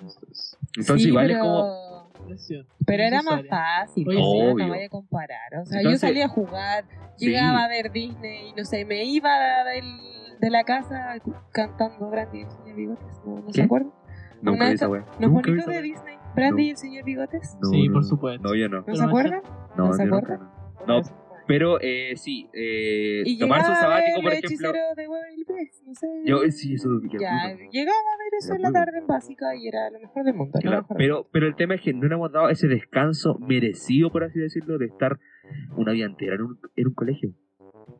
A: Entonces,
C: Sí,
A: igual
C: pero...
A: es como.
B: Presión.
C: Pero era más
B: Necesaria.
C: fácil,
B: Oye,
C: o sea,
A: Obvio.
C: no vaya a comparar. O sea,
A: Entonces-
C: yo salía a jugar,
A: Sí.
C: llegaba a ver Disney, no sé, me iba del- de la casa cu- cantando Brandy y el señor Bigotes, no, no
A: ¿Qué?
C: se acuerdan.
A: Nunca
C: Una
A: vi
C: de
A: esa
C: esas-
A: weá.
C: Los
A: Nunca vi
C: bonitos
A: esa
C: de
A: weá.
C: Disney, Brandy
A: No.
C: y el señor Bigotes,
A: No,
B: Sí,
A: no,
B: por
A: no.
B: supuesto.
A: No, yo no.
C: ¿no
B: Pero
C: se
B: no
C: acuerdan?
A: No,
C: ¿No se
A: yo nunca
C: acuerdan?
A: no. No, Pero eh, sí, eh,
C: Y
A: tomarse
C: llegaba
A: un
C: a ver
A: sabático, por
C: los
A: ejemplo.
C: hechiceros de Waverly Place, no sé.
A: Yo, eh, sí, eso lo vi que
C: Ya,
A: puta.
C: llegaba a ver eso
A: Era
C: en la
A: muy bueno.
C: tarde en básica y era lo mejor del mundo. lo
A: Claro,
C: mejor del
A: pero, pero el tema es que no le hemos dado ese descanso merecido, por así decirlo, de estar una vida entera en un, en un colegio.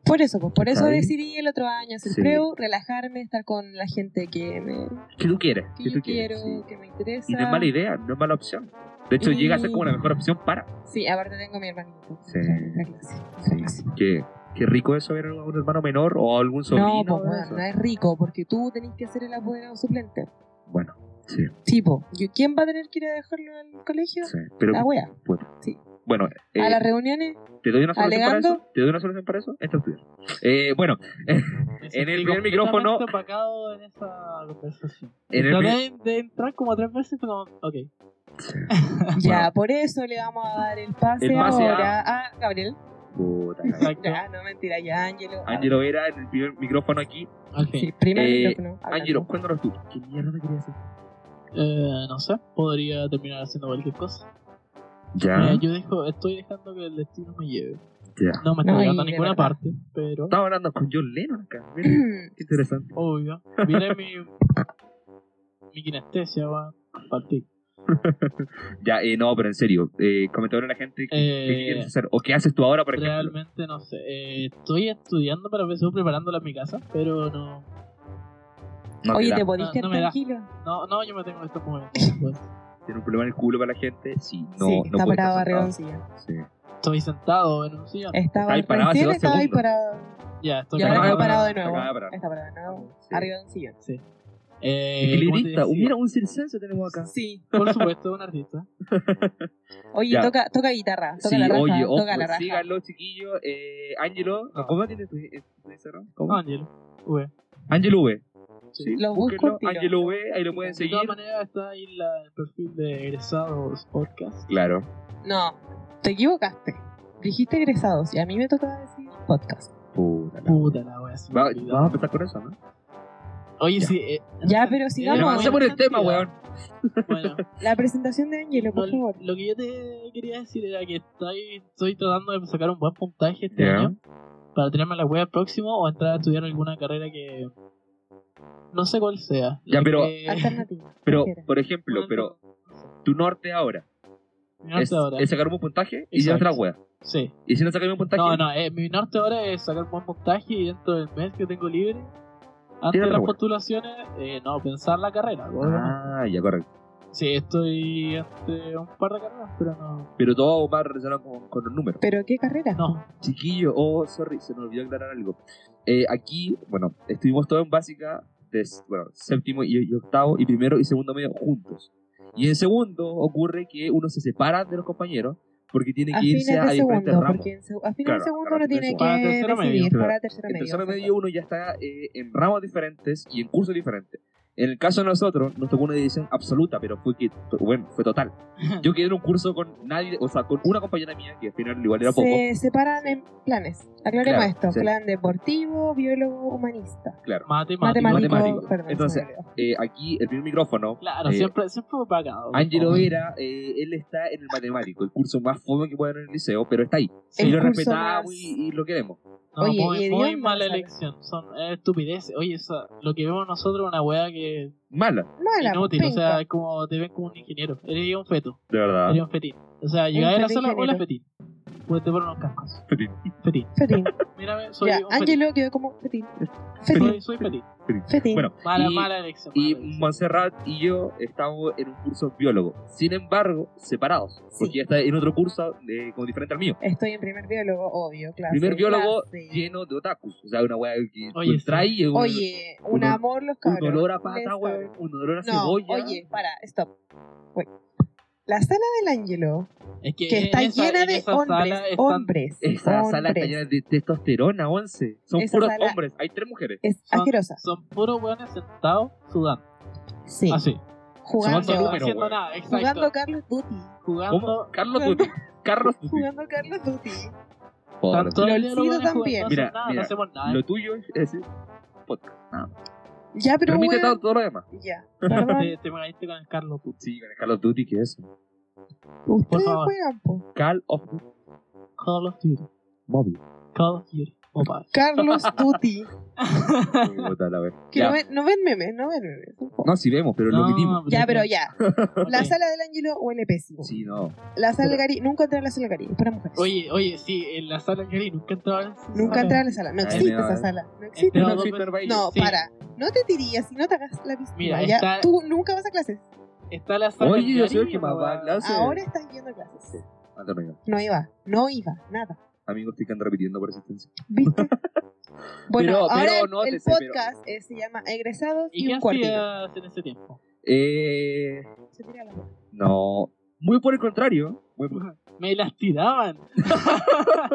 C: Por eso, pues, por eso
A: ¿Cachai?
C: decidí el otro año hacer
A: Sí.
C: preu, relajarme, estar con la gente que, me,
A: Que tú quieres,
C: que
A: que
C: yo
A: tú
C: quiero,
A: quieres. sí.
C: que me interesa.
A: Y no es mala idea, no es mala opción. De hecho,
C: Y-
A: llega a ser como la mejor opción para.
C: Sí, aparte tengo a mi hermanito.
A: Sí.
C: En la clase, en la clase.
A: Qué, qué rico eso ver a un hermano menor o algún sobrino.
C: No, pues
A: de
C: bueno,
A: eso.
C: no es rico porque tú tenés que hacer el apoderado suplente.
A: Bueno, sí,
C: Tipo, ¿yo quién va a tener que ir a dejarlo al colegio?
A: sí. Pero,
C: La wea.
A: bueno,
C: A
A: eh,
C: las reuniones,
A: ¿te doy una solución
C: alegando.
A: para eso? ¿Te doy una solución para eso? Esta es tuya. Eh, bueno,
B: Me
A: En el
B: sentí
A: primer micrófono-
B: completamente opacado en esa conversación.
A: en el... pri-
B: Traté de entrar como tres veces, pero no- ok.
C: ya, por eso le vamos a dar el pase,
A: El pase a-
C: ahora a, Gabriel.
A: Puta,
B: Exacto.
C: Ah, no, mentira, ya, Ángelo.
A: Ángelo Vera en el primer micrófono aquí.
B: Al fin.
C: Sí, primer
A: Eh,
C: micrófono. hablando.
A: Ángelo, cuéntanos tú. ¿Qué mierda querías hacer?
B: Eh, no sé, podría terminar haciendo cualquier cosa.
A: Ya,
B: Mira, yo dejo, estoy dejando que el destino me lleve.
A: ya.
B: No me está
C: No, y
B: llegando a
C: de
B: ninguna
C: verdad.
B: parte, pero
A: Estaba hablando con John Lennon acá. Mira,
C: Mm,
A: qué interesante.
B: obvio. Viene mi, mi kinestesia, va a partir.
A: Ya, eh, no, pero en serio, eh, comentador a la gente qué, qué
B: Eh,
A: quieres hacer o qué haces tú ahora, por ejemplo.
B: realmente no sé. Eh, estoy estudiando para PSU, preparándola en mi casa, pero no.
A: No te
C: Oye,
A: da.
C: ¿te podís
B: No,
C: quedar
B: no me da.
C: tranquilo?
B: No, no yo me tengo estos momentos. pues.
A: Tiene un problema en el culo para la gente. Sí, no,
C: sí,
A: no
C: está
A: puede
C: parado
A: estar
C: arriba de un
A: sentado.
C: sillón.
A: Sí.
B: Estoy sentado en un sillón.
C: Estaba
A: ahí parado hace
C: recién
A: dos
C: estaba ahí
A: segundos.
C: parado.
B: Ya, estoy
C: Y ahora
A: acaba
C: está
A: de
C: parado de
A: parar,
C: nuevo.
A: se acaba de parar.
C: Está parado de nuevo.
A: Sí.
C: Arriba de un sillón.
B: Eh, ¿cómo te
A: Equilibrista,
B: decía?
A: uh, mira, un circense tenemos acá.
C: Sí.
B: Por supuesto, un artista.
C: Oye,
A: Ya.
C: toca, toca guitarra. Toca
A: sí,
C: la raja.
A: oye, oh, pues ojo,
C: toca la raja.
A: síganlo, chiquillos. Eh, Ángelo,
B: No.
A: ¿cómo tienes tu eh, tu Instagram? ¿Cómo?
B: Ángel, V.
A: Ángelo V.
B: Sí.
C: Lo busco
A: búsquenlo,
C: al tiro.
A: Ángelo V, ahí lo pueden
B: De
A: seguir.
B: todas maneras, está ahí la- el perfil de Egresados Podcast.
A: Claro.
C: No, te equivocaste. Dijiste egresados y a mí me toca decir podcast.
A: Puta. la-
B: Puta la wea. se me
A: Va-
B: olvidó.
A: Vamos a empezar con eso, ¿no?
B: Oye,
A: Ya.
B: sí. eh,
C: Ya, pero
A: Pero
C: sigamos.
A: avancemos en el tema,
B: cantidad.
A: weón.
B: Bueno,
C: La presentación de Angelo, por
B: lo,
C: favor.
B: lo que yo te quería decir era que estoy, estoy tratando de sacar un buen puntaje este
A: Ya.
B: año para tirarme a la wea próximo o entrar a estudiar alguna carrera que No sé cuál sea.
A: Ya,
B: La
A: pero-
B: que-
C: Alternativa.
A: Pero,
C: Cualquiera.
A: por ejemplo, pero tu norte ahora
B: Mi norte
A: es,
B: ahora.
A: es sacar un puntaje y llevarte
B: Exacto.
A: la wea.
B: Sí.
A: Y si no sacas un puntaje,
B: No, no, eh, mi norte ahora es sacar buen montaje y dentro del mes que tengo libre, antes
A: Tira la
B: de las
A: buena.
B: postulaciones, eh, no, pensar la carrera. obviamente.
A: Ah, ya, correcto.
B: Sí, estoy ante un par de carreras, pero no.
A: Pero todo va relacionado con, con los números.
C: ¿Pero qué carrera?
B: No,
A: Chiquillo, oh, sorry, se me olvidó aclarar algo. Eh, aquí, bueno, estuvimos todos en básica, des- bueno, séptimo y, y octavo, y primero y segundo medio juntos. Y en segundo ocurre que uno se separa de los compañeros porque tiene
C: A
A: que
C: fines
A: irse a
C: de
A: diferentes
C: segundo,
A: ramos.
C: porque en seg- a fines
A: Claro,
C: de segundo
A: para
C: uno
A: tercero
C: tiene que
B: medio. Para tercero medio,
C: decidir
A: claro.
C: para tercero
A: En
C: medio.
A: tercero
C: exacto.
A: medio uno ya está eh, en ramos diferentes y en cursos diferentes. En el caso de nosotros, nos tocó una decisión absoluta, pero fue que, to- bueno, fue total. Yo quedé en un curso con nadie, o sea, con una compañera mía, que al final igual era poco,
C: Se separan en planes. Aclaremos
A: Claro,
C: esto.
A: sí.
C: Plan deportivo, biólogo, humanista.
A: claro.
B: matemáticas.
C: Matemático.
A: Matemático.
C: Perdón,
A: Entonces,
C: se me olvidó.
A: Eh, aquí, el primer micrófono,
B: Claro,
A: Eh,
B: siempre, siempre fue
C: Oh.
B: pagado.
A: Ángelo Vera, eh, él está en el matemático, el curso más fome que puede haber en el liceo, pero está ahí.
B: Sí,
A: y lo
C: curso
A: respetamos
C: más-
A: y, y lo queremos.
B: No,
C: Oye,
B: muy,
C: y
B: muy
C: idiomas,
B: mala
C: ¿sabes?
B: elección. Son es estupideces. Oye, esa- lo que vemos nosotros es una weá que es
A: Mala,
C: Mala,
B: inútil. O
C: penca.
B: sea, es como te ven como un ingeniero. Eres un feto.
A: de verdad.
B: Eres un fetín. O sea, llegar a la
C: feto
B: sala,
C: ingeniero.
B: hola fetín. Pues te ponen unos cascos.
A: Fetín.
B: Fetín.
C: Fetín.
B: Mírame, soy
C: Ya,
B: un fetín.
C: Ángelo quedó como fetín.
B: Soy,
C: Fetín.
B: soy fetín.
C: Fetín.
A: Bueno,
B: Mala,
A: y-
B: mala elección.
A: y
B: mala elección.
A: Montserrat y yo estamos en un curso biólogo. Sin embargo, separados,
C: Sí.
A: porque ella está en otro curso eh, como diferente al mío.
C: Estoy en primer biólogo, obvio, claro.
A: Primer biólogo
C: clase.
A: lleno de otakus, o sea, una weá que
B: Oye,
A: tú traes y un,
C: Oye, un,
A: un ol-
C: amor los
A: un
C: cabros.
A: olor a
C: Les
A: pata,
C: doy.
A: weón, un olor a
C: No,
A: cebolla.
C: oye, para, stop. Wait. La sala del Ángelo,
B: Es
C: que
A: Eh,
C: está
B: en esa-
C: llena
B: en
C: de
B: esa sala
C: hombres,
B: están-
C: hombres,
A: Esa sala está
C: hombres.
A: llena de testosterona, 11. Son
C: Esa
A: puros
C: sala-
A: hombres, hay tres mujeres.
C: Es
B: Son-
C: asquerosa.
B: Son puros weones sentados sudando.
C: Sí,
A: Ah,
B: Así.
A: Jugando
B: No
C: jugando,
A: son números,
B: haciendo
A: weón.
B: nada. Exacto.
C: jugando Carlos Duty.
A: ¿Cómo?
B: Jugando.
A: Carlos
C: jugando-
A: Duty. Carlos Duty.
C: Jugando Carlos Duty.
A: Pobre.
B: Tanto el día
C: Lolcito
B: los weones jugando,
C: también.
B: no hacen
A: Mira,
B: nada,
A: mira,
B: No hacemos nada.
A: Lo tuyo es ese podcast. nada más.
C: Ya, pero
A: Permite
C: weón,
A: todo, todo lo demás.
C: Ya,
B: Te,
C: perdón.
B: te mangaste con el Carlos Puch.
A: Sí, Carlos Duty, ¿qué es? eso?
C: Ustedes
B: favor.
C: juegan, po.
A: Call of Duty
B: Call of Duty.
A: Mobile.
B: Call of Duty. Mobile.
C: Carlos Duty.
A: Puta la wea.
C: Que
A: Ya.
C: no, ven, no ven memes, no ven memes.
A: No, sí vemos, pero lo omitimos.
B: pues,
C: Ya, pero ya.
B: Ok.
C: La sala del Ángelo huele pésimo.
A: Sí, no.
C: La sala del Gary, nunca entré a la sala del Gary, es para mujeres.
B: Oye, oye, sí, en la sala Gary nunca entraba en esa
C: nunca
B: sala.
C: entré a la sala, no
A: Ahí
C: existe
A: me va.
C: esa sala, no existe.
B: Pero
A: No
B: dos
A: existe
B: veces-
A: el baile.
C: No,
B: Sí.
C: para. No te tirías si no te hagas la víctima.
B: Mira,
C: ya,
B: está-
C: Tú nunca vas a clases.
B: Está la sala
A: Oye, yo
B: Gary,
A: soy el que más va
B: weón.
A: a clase.
C: ah, Ahora estás yendo a clases.
A: Ah, no, no, no.
C: No iba, no iba, nada.
A: Amigos, te andan repitiendo por existencia.
C: ¿Viste? bueno,
A: Pero-
C: ahora
A: pero
C: el-
A: no,
C: el,
A: te sé, pero-
C: podcast eh, se llama Egresados
B: ¿Y
C: y,
B: qué
C: un cuartillo.
B: hacías en ese tiempo?
A: Eh.
C: Se tira la boca.
A: No. Muy por el contrario. Muy por...
B: Me las tiraban.
A: Puta.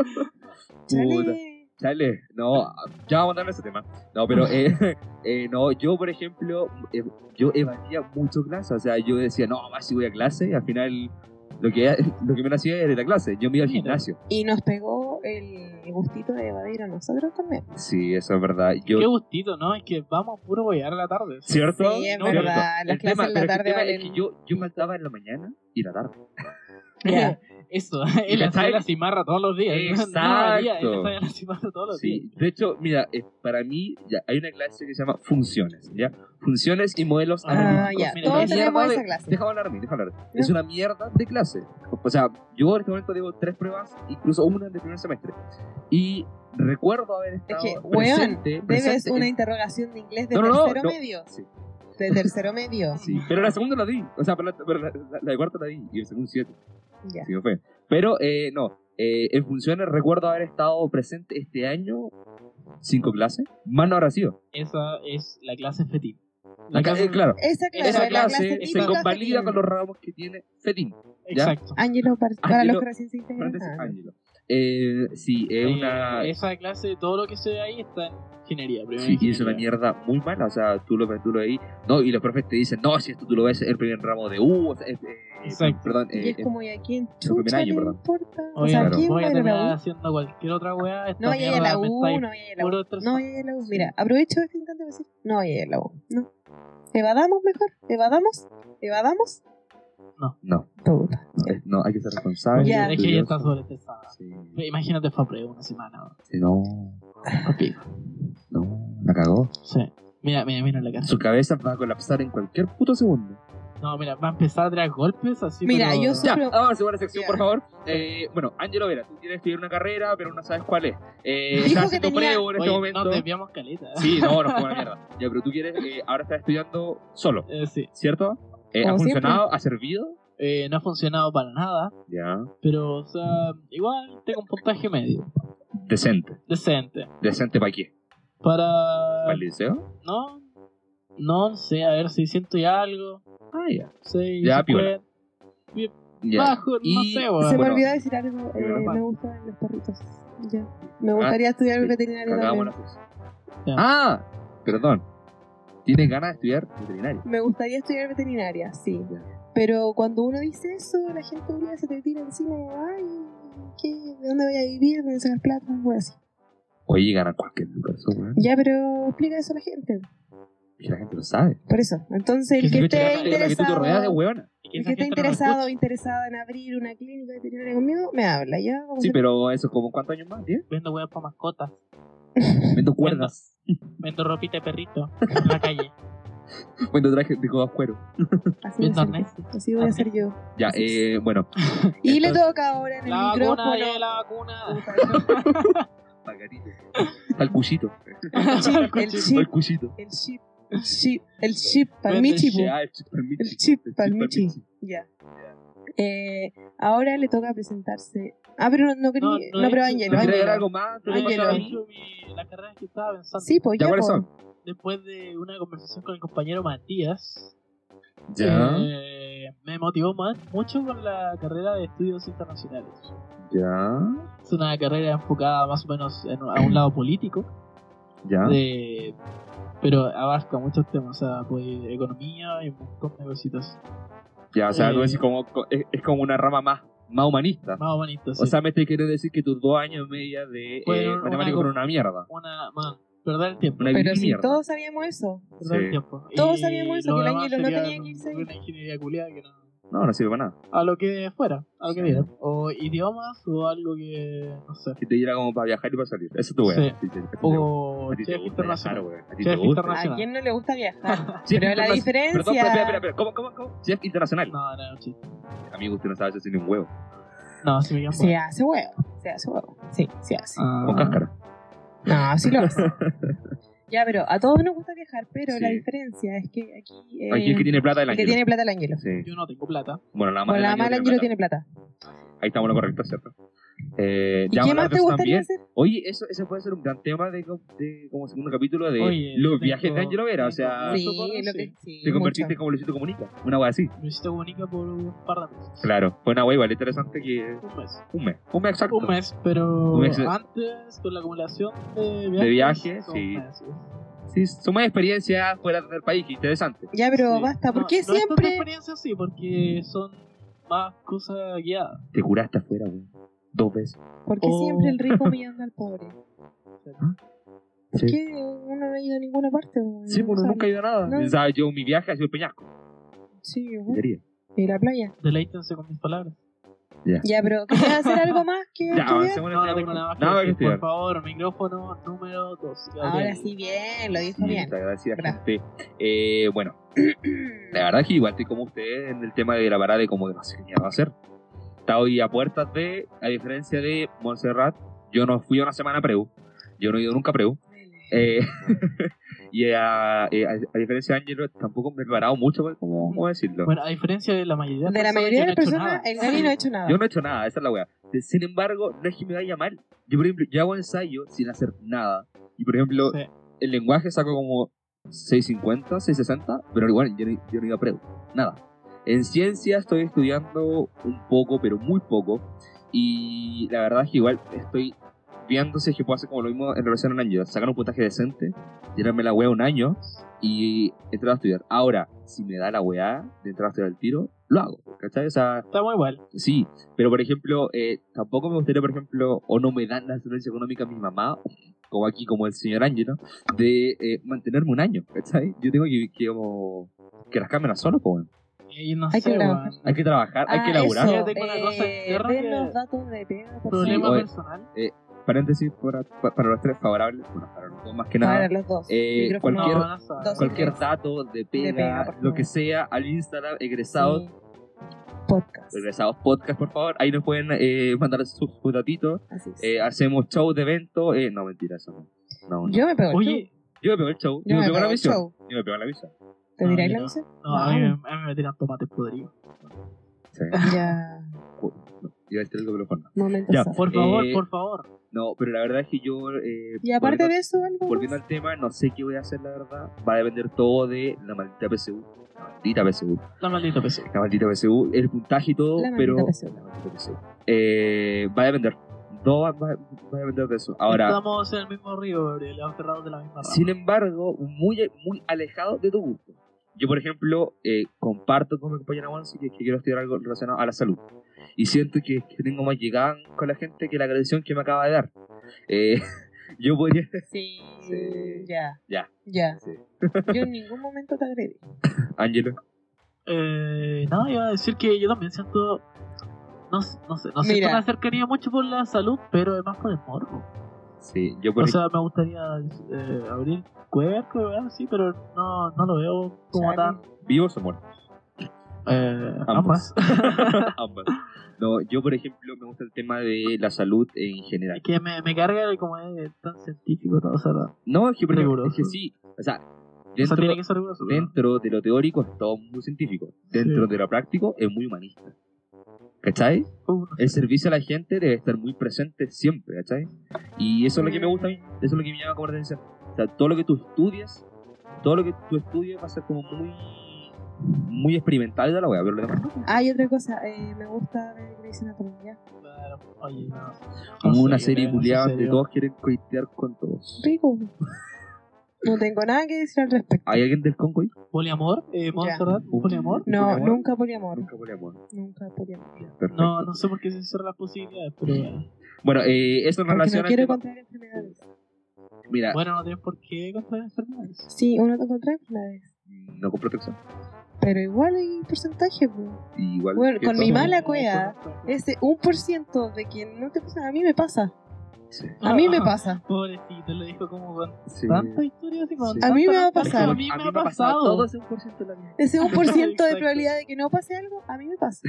C: Chale.
A: Chale, no, ya vamos a darle ese tema. No, pero eh, eh, no, yo por ejemplo, eh, yo evadía mucho clase, o sea, yo decía, no, más si voy a clase, y al final lo que, lo que me nacía era ir a clase, yo me iba al
B: Mira.
A: gimnasio.
C: Y nos pegó el gustito de evadir a nosotros también.
A: Sí, eso es verdad.
B: Qué
A: Yo,
B: gustito, ¿no? Es que vamos a puro boyar a la tarde.
A: ¿Cierto?
C: Sí, es
A: No,
C: verdad,
A: cierto.
C: las
A: El tema-
C: clases
A: pero es
C: en la
A: que el
C: tarde
A: tema es
C: valen-
A: que yo, yo faltaba en la mañana y en la tarde.
C: Ya.
B: Eso, él hacía
A: ¿Cachai?
B: la cimarra todos los días. No,
A: Exacto.
B: No, valía, él hacía la cimarra todos los días.
A: Sí, de hecho, mira, eh, para mí ya, hay una clase que se llama funciones, ¿ya? Funciones y modelos
B: Ah,
C: Ah,
A: analíticos.
C: ya.
B: mira,
C: Todos
B: mierda
C: tenemos
A: de-
C: esa clase.
A: Déjame hablar, déjame hablar. Es una mierda de clase. O sea, yo en este momento llevo tres pruebas, incluso una del primer semestre. Y recuerdo haber
C: Es
A: estado
C: que,
A: presente,
C: weón, debes
A: presente
C: una
A: en-
C: interrogación de inglés de
A: No, no, no,
C: tercero
A: no.
C: medio.
A: Sí,
C: De tercero medio.
A: sí. Pero la segunda la di. O sea, pero la, pero la- la- la de cuarta la di. Y el segundo siete.
C: Ya.
A: Así que fue. Pero, eh, no. eh, en funciones recuerdo haber estado presente este año cinco clases. Más no habrá sido.
B: Esa es la clase fetín. La
A: Acá,
B: clase-
A: eh, claro.
C: Esa clase,
A: Esa
C: la clase
A: clase se
C: típica
A: convalida
C: femenina.
A: con los ramos que tiene Fetín. ¿ya?
B: Exacto.
C: Ángelo, para, para
A: Ángelo,
C: los que recién se integran.
A: Paréntesis,
C: Ah,
A: Ángelo. Eh, sí, es una...
B: Eh, esa clase, todo lo que se ve ahí está en ingeniería. primero
A: Sí, y es una
B: ingeniería.
A: mierda muy mala, o sea, tú lo ves, tú lo ahí, no, y los profes te dicen, no, si esto tú lo ves el primer ramo de U, o sea, es- eh,
B: Exacto.
A: perdón, eh,
C: Y es
A: eh,
C: como, ¿y a quién
A: primer
C: chucha le
A: año, perdón.
C: importa? O
B: Oye,
C: sea,
A: Claro.
C: ¿quién
B: voy
C: va
B: a
C: a ir a
B: terminar
C: la U?
B: haciendo cualquier otra weá. esta
C: No vaya a ir a la
B: mierda me
C: U,
B: está ahí
C: no vaya a ir a la U.
B: puro estresando.
C: No vaya a la U. Mira, aprovecho este instante para decir, no vaya a ir a la U. No. Evadamos mejor. Evadamos. Evadamos.
A: no,
C: Puta.
A: no, es- no, hay que ser responsable.
C: Ya.
B: Es que ella está sobrepesada.
A: Sí,
B: Imagínate fue pre una semana.
A: sí, no,
B: papi.
A: no, la cagó.
B: Sí. Mira, mira, mira la cara.
A: Su cabeza va a colapsar en cualquier puto segundo.
B: No, mira, va a empezar a tirar golpes así.
C: Mira,
B: pero-
C: yo
A: Ya,
C: Pero-
A: avance por la sección,
C: Ya.
A: por favor. Eh, bueno, Ángelo Vera, tú quieres estudiar una carrera, pero no sabes cuál es. Eh,
C: Dijo
A: estás
C: que
A: haciendo
C: tenía-
A: preu en este
B: Oye,
A: momento.
B: Nos desviamos caleta.
A: Sí, no, no fue una mierda. Ya, pero tú quieres, eh, ahora estás estudiando solo,
B: Eh, sí.
A: ¿cierto? Eh, ¿Ha
C: Como siempre.
A: funcionado? ¿Ha servido?
B: Eh, no ha funcionado para nada,
A: Ya.
B: pero, o sea, igual tengo un puntaje medio,
A: Decente.
B: decente.
A: Decente para qué.
B: Para.
A: ¿Para el liceo?
B: No, no sé, a ver, 600 y algo.
A: Ah, ya.
B: seis,
A: Ya,
B: se puede-
A: Ya.
B: Bajo, Ah, no
A: Y-
B: sé, weón.
C: Se me
A: Ah, bueno.
C: olvidó decir algo. eh,
A: Bueno. Ah,
C: me gustan los perritos. Ya. Me gustaría estudiar
A: sí,
C: veterinario
A: Acabamos la
C: también.
A: sección.
B: Ya.
A: Ah, perdón. ¿Tienes ganas de estudiar veterinario?
C: Me gustaría estudiar veterinaria, sí. Pero cuando uno dice eso, la gente un día se te tira encima. Ay, ¿qué? ¿De dónde voy a vivir? ¿De dónde sacar plata? Algo así.
A: Oye, ganas cualquier cosa, weón.
C: Ya, pero explica eso a la gente.
A: Que la gente lo sabe.
C: Por eso. Entonces, el que esté
A: De la que tú te rodeas de
C: interesado.
A: huevona.
B: Y
C: El
B: esa
C: que
B: gente
C: esté
B: no lo
C: interesado o
B: escucha.
C: interesada en abrir una clínica veterinaria conmigo, me habla, ¿ya? Vamos a
A: Sí,
C: hacer-
A: pero eso, ¿como cuántos años más? ¿10?
B: Vendo weas para mascotas.
A: Vendo cuerdas.
B: Vendo ropita de perrito en la calle.
A: Vendo traje de codo cuero.
C: Así voy a
B: Vendo
C: hacer
B: arnés.
C: yo. Así voy a hacer yo.
A: Ya,
C: Así
A: eh, bueno.
C: Y le
A: Entonces-
C: toca ahora en el
B: La vacuna,
C: micrófono.
B: eh, la vacuna.
A: Margarito. Al cuchito.
C: El
A: Al
C: chip,
A: cuchito.
C: el chip, el chip, el chip, para
B: Vende
C: mi chipu.
A: Ya, el chip palmichi.
C: El chip pa'l
A: pa'l
C: michi. Ya. Eh, ahora le toca presentarse. Ah, pero no, no quería.
B: No,
C: No,
B: no he
C: pero
B: hecho-
C: Ángelo,
B: ¿No
A: ¿Quieres agregar
C: Ángelo.
A: algo más?
B: No
A: ¿Te
B: he
A: pasa?
C: Ángelo.
B: hecho mi- la carrera que estaba pensando.
C: Sí, pues
A: ¿Ya
C: ya.
A: cuáles
C: po.
A: son?
B: Después de una conversación con el compañero Matías,
A: Ya,
B: eh, me motivó más, mucho con la carrera de estudios internacionales.
A: ya,
B: Es una carrera enfocada más o menos en- a un lado político,
A: ya.
B: de- pero abarca muchos temas, o sea, pues, economía y un montón de cositas
A: Ya, o sea,
B: eh,
A: tú decís como, co- es, es como una rama más, más humanista.
B: más bonitas.
A: O
B: sí.
A: sea, me te quiere decir que tus dos años y media de eh,
B: Fueron una
A: matemáticas
B: co-
A: fueron una mierda.
B: una, más, perder el tiempo.
A: Una
C: Pero si
A: mierda.
C: todos sabíamos eso.
B: Perder el tiempo.
C: Todos
B: Y
C: sabíamos eso,
B: lo
C: que el
B: demás
C: Ángelo no
B: sería
C: tenía que irse ahí.
B: Una ingeniería culiada que no.
A: No, no sirve para nada.
B: A lo que fuera, a lo que
A: Sí.
B: diera. O idiomas o algo que. No sé.
A: Que te diera como para viajar y para salir. Eso es tu wea.
B: Sí.
A: Sí, sí, sí.
B: O
A: A ti te
B: chef
A: gusta viajar,
B: internacional.
A: wea. A ti
B: Chef
A: te gusta.
B: internacional.
C: ¿A quién no le gusta viajar?
A: Chef
C: Pero la
A: internacional.
C: diferencia.
A: Perdón, espera, espera, espera. ¿Cómo, cómo, cómo? Chef internacional.
B: No, no, chiste.
A: Amigo, usted no sabe hacer ni un huevo.
B: No, se me llama.
C: Se hace huevo. Se hace huevo. ah, Sí, se hace.
B: Ah,
A: Con cáscara.
C: No, sí lo hace. ya, pero a todos nos gusta viajar, pero la
A: Sí.
C: diferencia es que aquí. eh,
A: Aquí el que tiene plata del
C: el que
A: ángel.
C: tiene plata el Ángelo.
A: Sí.
B: Ah, Yo no tengo plata.
A: Bueno, la
C: Bueno,
A: mala
C: la mala
A: del
C: Ángelo
A: ángel
C: tiene plata.
A: Ahí estamos en lo correcto, ¿cierto? Eh,
C: ¿Y
A: ya
C: qué
A: vamos a
C: más
A: hablar de
C: te
A: eso
C: gustaría
A: también.
C: hacer?
A: Oye, eso, eso puede ser un gran tema de, co- de como segundo capítulo de
B: Oye,
A: los
B: tengo-
A: viajes de Angelo Vera. O sea,
B: Ah,
C: Sí,
B: eso conoce.
C: lo que sí.
A: te convertiste
C: mucho.
A: como Luisito Comunica. Una wea así.
B: Me hiciste comunica por un par de meses.
A: Claro, fue una wea igual interesante que
B: Un mes.
A: un mes. Un mes exacto.
B: Un mes, pero
A: Un mes. eh.
B: antes, con la acumulación de viajes.
A: De viajes,
B: son
A: sí.
B: meses.
A: Sí, suma experiencia fuera del país, que interesante.
C: Ya, pero
B: Sí.
C: basta, ¿por
B: No,
C: qué
B: no es tanta
C: siempre?
B: experiencia sí, porque son más cosas guiadas.
A: Te curaste afuera, weón. Dos veces.
C: ¿Por qué
B: Oh.
C: siempre el rico pillando al pobre? ¿Por
A: Sí.
C: qué uno no ha ido a ninguna parte? weón?
A: Sí, bueno,
C: O sea,
A: nunca he ido a nada.
C: no.
A: O sea, yo mi viaje ha sido el peñasco.
C: Sí, weón.
A: Quería.
C: y la playa.
B: Deleítense con mis palabras.
C: Ya, pero ¿querías hacer algo más que
A: Ya,
C: estudiar?
A: avancemos en el
B: No, no
A: tema,
B: tengo
A: weón.
B: nada más que
A: Nada
B: decir.
A: estudiar.
B: Por favor, micrófono número 2.
C: Ahora sí, bien, lo dijo
A: Sí,
C: bien.
A: muchas gracias,
C: Gracias.
A: gente. Eh, bueno, la verdad es que igual estoy como ustedes en el tema de la parada de como de no sé qué mierda hacer. Está hoy a puertas de, a diferencia de Montserrat, yo no fui a una semana a Preu. Yo no he ido nunca a Preu. Eh, y a, eh, a, a diferencia de Angelo, tampoco me he preparado mucho, pues, ¿cómo, cómo decirlo?
B: Bueno, a diferencia de la mayoría
C: De la
B: personas,
C: mayoría
B: yo no
C: de las
B: he hecho
C: personas,
A: eh,
B: nada.
C: el Gaby no ha hecho nada.
A: Yo no he hecho nada, esa es la wea. Sin embargo, no es que me vaya mal. Yo, por ejemplo, yo hago ensayo sin hacer nada. Y, por ejemplo,
B: Sí.
A: el lenguaje saco como 650, 660, pero igual yo no, yo no iba a preu, nada. En ciencia estoy estudiando un poco, pero muy poco, y la verdad es que igual estoy viendo si es que puedo hacer como lo mismo en relación a un año, sacar un puntaje decente, tirarme la wea un año y entrar a estudiar. Ahora, si me da la wea de entrar a estudiar el tiro, lo hago, ¿cachai? O sea,
B: Está muy igual.
A: sí, pero por ejemplo, eh, tampoco me gustaría, por ejemplo, o no me dan la asistencia económica a mi mamá, como aquí, como el señor Ángelo, de eh, mantenerme un año, ¿cachai? Yo tengo que, que como, que las cámaras solo, pues, weón.
B: Y no
C: Hay
B: sé,
C: que
B: weón.
C: trabajar.
A: hay que trabajar, hay
C: Ah,
A: que laburar.
C: Eso,
B: Yo tengo una cosa
C: eh,
B: en tierra
C: ver
B: que-
C: los datos de pega, por
B: Problema
A: oye.
B: personal.
A: paréntesis para, para los tres favorables, bueno, para los dos más que nada.
C: Para los dos.
A: eh,
C: Micrófono
A: cualquier-
B: No, no sabe.
C: Dos
A: Cualquier
C: tres.
A: dato de pega,
C: pega, por
A: lo que
C: favor.
A: sea, al Instagram, egresados,
C: Podcast.
A: egresados podcast, por favor. Ahí nos pueden eh, mandar sus, sus datitos.
C: Así es.
A: Eh, hacemos show de evento. Eh, no, mentira, eso no. No, no. Yo,
C: yo me pego el show.
B: Oye,
A: me pego el show. Yo,
C: Yo
A: me
C: me
A: pego la
C: pego el
A: misión.
C: show.
A: Yo me pego la misión.
C: ¿Te
B: No,
C: tiráis
B: yo
C: la
B: no.
C: misión?
B: no, a mí, me- a mí me tiran tomates podridos.
A: Sí.
C: Ya.
A: Iba a decir algo, pero bueno.
C: Momento.
A: Ya,
C: sad.
B: Por favor,
A: Eh,
B: por favor.
A: No, pero la verdad es que yo. Eh,
C: Y aparte
A: volviendo-
C: de eso, algo.
A: Volviendo
C: más?
A: al tema, no sé qué voy a hacer, la verdad. Va a depender todo de la maldita PSU. La maldita PSU.
B: La maldita PC.
A: La maldita PSU, el puntaje y todo,
C: La maldita
A: pero.
C: PSU.
A: La maldita PSU. Eh, va a depender. No va, va- va a depender de eso. Ahora,
B: Estamos en el mismo río, Gabriel, aferrados de la misma rama.
A: sin embargo, muy, muy alejado de tu gusto. Yo, por ejemplo, eh, comparto con mi compañera Monsi que, que quiero estudiar algo relacionado a la salud. Y siento que, que tengo más llegada con la gente que la agresión que me acaba de dar. Eh, yo podría.
C: Sí,
A: Sí.
C: ya.
A: Ya.
C: Ya.
A: Sí.
C: Yo en ningún momento te agredí.
A: Ángelo.
B: Eh, no, iba a decir que yo también siento. No, s- no sé, no siento
C: Mira.
B: una cercanía mucho por la salud, pero es más por el morbo.
A: Sí, yo por
B: O sea, me gustaría eh, abrir cuerpo, ¿verdad? sí, pero no, no lo veo como
C: Chale.
B: tan.
A: ¿Vivos o muertos?
B: Eh,
A: Ambos.
B: ambas.
A: Ambas. No, yo, por ejemplo, me gusta el tema de la salud en general.
B: que me, me carga de como es tan científico, ¿no? o sea, no.
A: No, es que, por ejemplo, es
B: Riguroso.
A: que sí. O sea,
B: O sea,
A: dentro,
B: tiene que ser riguroso. pero-
A: dentro de lo teórico es todo muy científico. Dentro
B: Sí.
A: de lo práctico es muy humanista. ¿Cachai?
B: Uh, no sé.
A: El servicio a la gente debe estar muy presente siempre, ¿cachai? Y eso es lo que me gusta a mí. Eso es lo que me llama como la atención. O sea, todo lo que tú estudias, todo lo que tú estudias va a ser como muy muy experimental de la wea, pero lo demás no.
C: Ah, y otra cosa, eh, me gusta ver Grey's Anatomy. ya.
B: Claro, oye, no.
A: Como una
B: sé, eh,
A: serie
B: no sé,
A: culiada donde
B: serio.
A: todos quieren coitear con todos.
C: Rico. No tengo nada que decir al respecto.
A: ¿Hay alguien del Congo ahí?
B: ¿Poliamor? Eh, ¿Montserrat?
A: Uh,
B: ¿Poliamor?
C: No,
A: ¿poliamor?
C: nunca poliamor.
A: Nunca poliamor.
C: Nunca poliamor.
A: Ya, perfecto.
B: No, no sé por qué se cierran las posibilidades, pero. eh,
A: Bueno, eh, eso en
C: Porque
A: relación
C: no
A: al
C: quiero
A: tema-
C: contraer enfermedades.
A: Mira,
B: Bueno, no tienes por qué contraer enfermedades.
C: Sí, uno te contrae enfermedades.
A: no con protección.
C: Pero igual hay porcentaje, pues.
A: Igual
C: Bueno,
A: que
C: con
A: todo.
C: mi mala cueva, Ese 1% de quien no te pasa, a mí me pasa.
A: Sí,
C: A mí me
B: Ah.
C: pasa.
B: Pobrecito, lo dijo como con
A: sí.
B: tanta historia así como.
A: Sí.
B: tanta
C: A mí me va a
B: locura,
C: pasar.
B: A mí me ha pasado.
A: Todo ese 1% de la vida.
C: Ese 1% de
B: Exacto.
C: probabilidad de que no pase algo, a mí me pasa.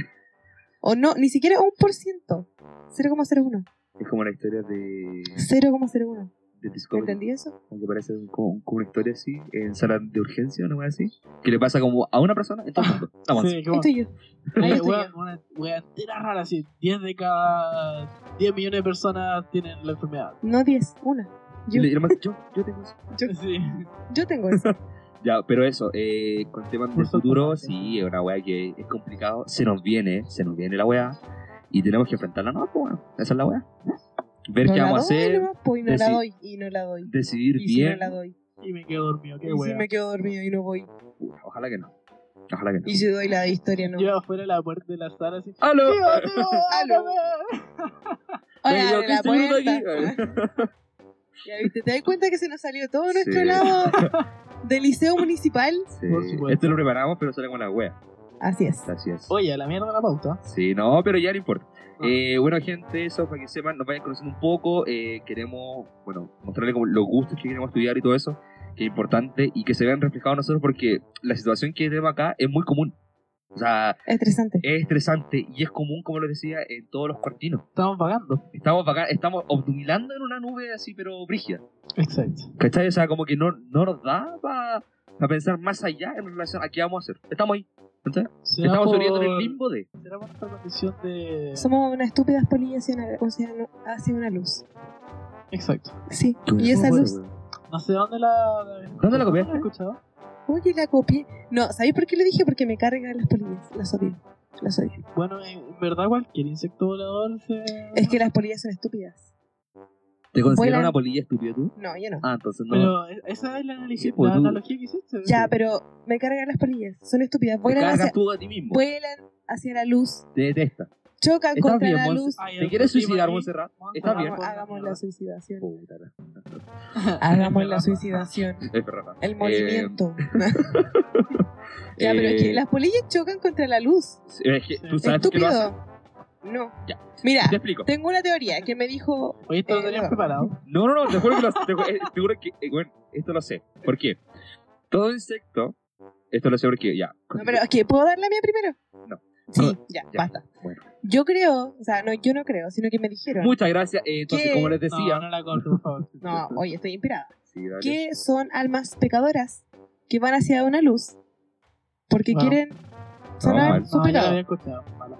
C: O no, ni siquiera 1%. 0,01.
A: Es como la historia de,
C: 0,01.
A: de
C: ¿Me
A: Discovery.
C: entendí eso?
A: Aunque parece un- como, como una historia así, en sala de urgencia, no voy a decir. Que le pasa como a una persona en
C: Ah,
A: todo el mundo. Vamos.
B: Sí, como.
C: Estoy yo. Ahí
B: eh,
C: estoy
B: weón, una wea entera rara así. 10 de cada 10 millones de personas tienen la enfermedad.
C: No 10, una.
A: Y
C: Yo,
A: le- y le manda, Yo, yo tengo eso.
C: Yo-
B: Sí.
C: yo tengo eso.
A: Ya, pero eso, eh, con temas del
B: Justo
A: futuro,
B: como-
A: sí, es una weá que es complicado. Se nos viene, se nos viene la weá. Y tenemos que enfrentarla, ¿no? Pues bueno, esa es la weá. Ver
C: No
A: qué
C: la
A: vamos a
C: doy
A: hacer,
C: nomás, po, y no la
A: deci-
C: doy, y no la doy.
A: decidir
C: Y si no
A: bien.
C: la doy.
B: Y me quedo dormido, qué
C: Y si
B: wea.
C: me quedo dormido y no voy.
A: Puta, Ojalá que no. Ojalá que no.
C: Y si doy la de historia, no.
B: Yo afuera de la puerta de la sala así.
A: ¡Aló!
B: ¡Tío, tío!
C: Aló.
B: ábreme!
C: Hola,
A: Vengo,
C: abre la
A: ¿qué estoy
C: puerta.
A: haciendo
C: Ya viste, ¿te das cuenta que se nos salió todo nuestro
A: Sí.
C: lado del liceo municipal?
A: Sí,
B: Por supuesto.
A: Esto lo preparamos, pero sale con la wea.
C: Así es.
A: Así es.
B: Oye, a la mierda la pauta.
A: Sí, no, pero ya no importa.
B: Ah.
A: Eh, bueno, gente, eso para que sepan, nos vayan conociendo un poco. eh, queremos, bueno, mostrarles como los gustos que queremos estudiar y todo eso, que es importante y que se vean reflejados en nosotros porque la situación que tenemos acá es muy común. O sea,
C: Estresante.
A: es estresante y es común, como les decía, en todos los cuartinos.
B: Estamos pagando.
A: Estamos acá, estamos obnubilando en una nube así, pero brígida.
B: Exacto.
A: ¿Cachai? O sea, como que no, no nos da para pensar más allá en relación a qué vamos a hacer. Estamos ahí. ¿cachai?
B: ¿Será
A: Estamos
B: por-
A: subiendo en el limbo de.
B: Será por nuestra condición de.
C: Somos unas estúpidas polillas hacia una, o sea, no- hacia una luz.
B: Exacto.
C: Sí. Y esa luz,
B: No sé dónde la.
A: ¿Dónde la copiaste?
B: ¿Has escuchado?
C: ¿cómo que la copié? No, ¿sabéis por qué le dije? Porque me cargan las polillas. Las odio. Las odio.
B: Bueno, en verdad cualquier insecto volador se...
C: Es que las polillas son estúpidas.
A: ¿Te consideras
C: Vuelan.
A: una polilla estúpida tú?
C: No, yo no.
A: Ah, entonces no.
B: Pero e- esa es la, analogía-
A: Sí, pues,
B: la
A: tú-
B: analogía que hiciste.
C: Ya, pero me cargan las polillas. Son estúpidas.
A: te
C: Vuelan
A: cargas
C: hacia,
A: tú a ti mismo.
C: vuelan hacia la luz.
A: Te detesta.
C: Chocan
A: Estás
C: contra
A: bien,
C: la
A: Monse.
C: luz.
B: Ay,
A: ¿Te
B: el
A: quieres
B: cultivo
A: suicidar,
B: ahí.
A: Monserrat?
B: Monse,
A: Está bien.
C: Hagamos, hagamos la suicidación.
A: Puta la-
C: Hagamos la suicidación.
A: Es verdad.
C: El
A: Eh,
C: movimiento. ya, pero es
A: eh,
C: que las polillas chocan contra la luz.
A: es que tú sabes que lo haces.
C: Estúpido. No.
A: Ya.
C: Mira,
A: Te explico.
C: tengo una teoría que me dijo.
B: Oye, esto lo
C: Eh,
B: tenías
C: no.
B: preparado.
A: No, no, no, te juro que lo, te ju- eh, te juro que, eh, bueno, esto lo sé. ¿Por qué? Todo insecto, esto lo sé porque ya.
C: No, pero es que, ¿puedo dar la mía primero?
A: No.
C: Sí, ya,
A: Ya,
C: basta.
A: bueno.
C: Yo creo, o sea, no, yo no creo, sino que me dijeron.
A: Muchas gracias. eh, entonces,
C: ¿Qué?
A: como les
B: No,
A: decía.
B: no la corto, por favor.
C: No, oye, estoy inspirada.
A: Sí, dale.
C: Que son almas pecadoras que van hacia una luz porque
B: Wow.
C: quieren sanar
A: mal.
C: su
B: No, ya la
C: pecado.
B: había escuchado. Mala.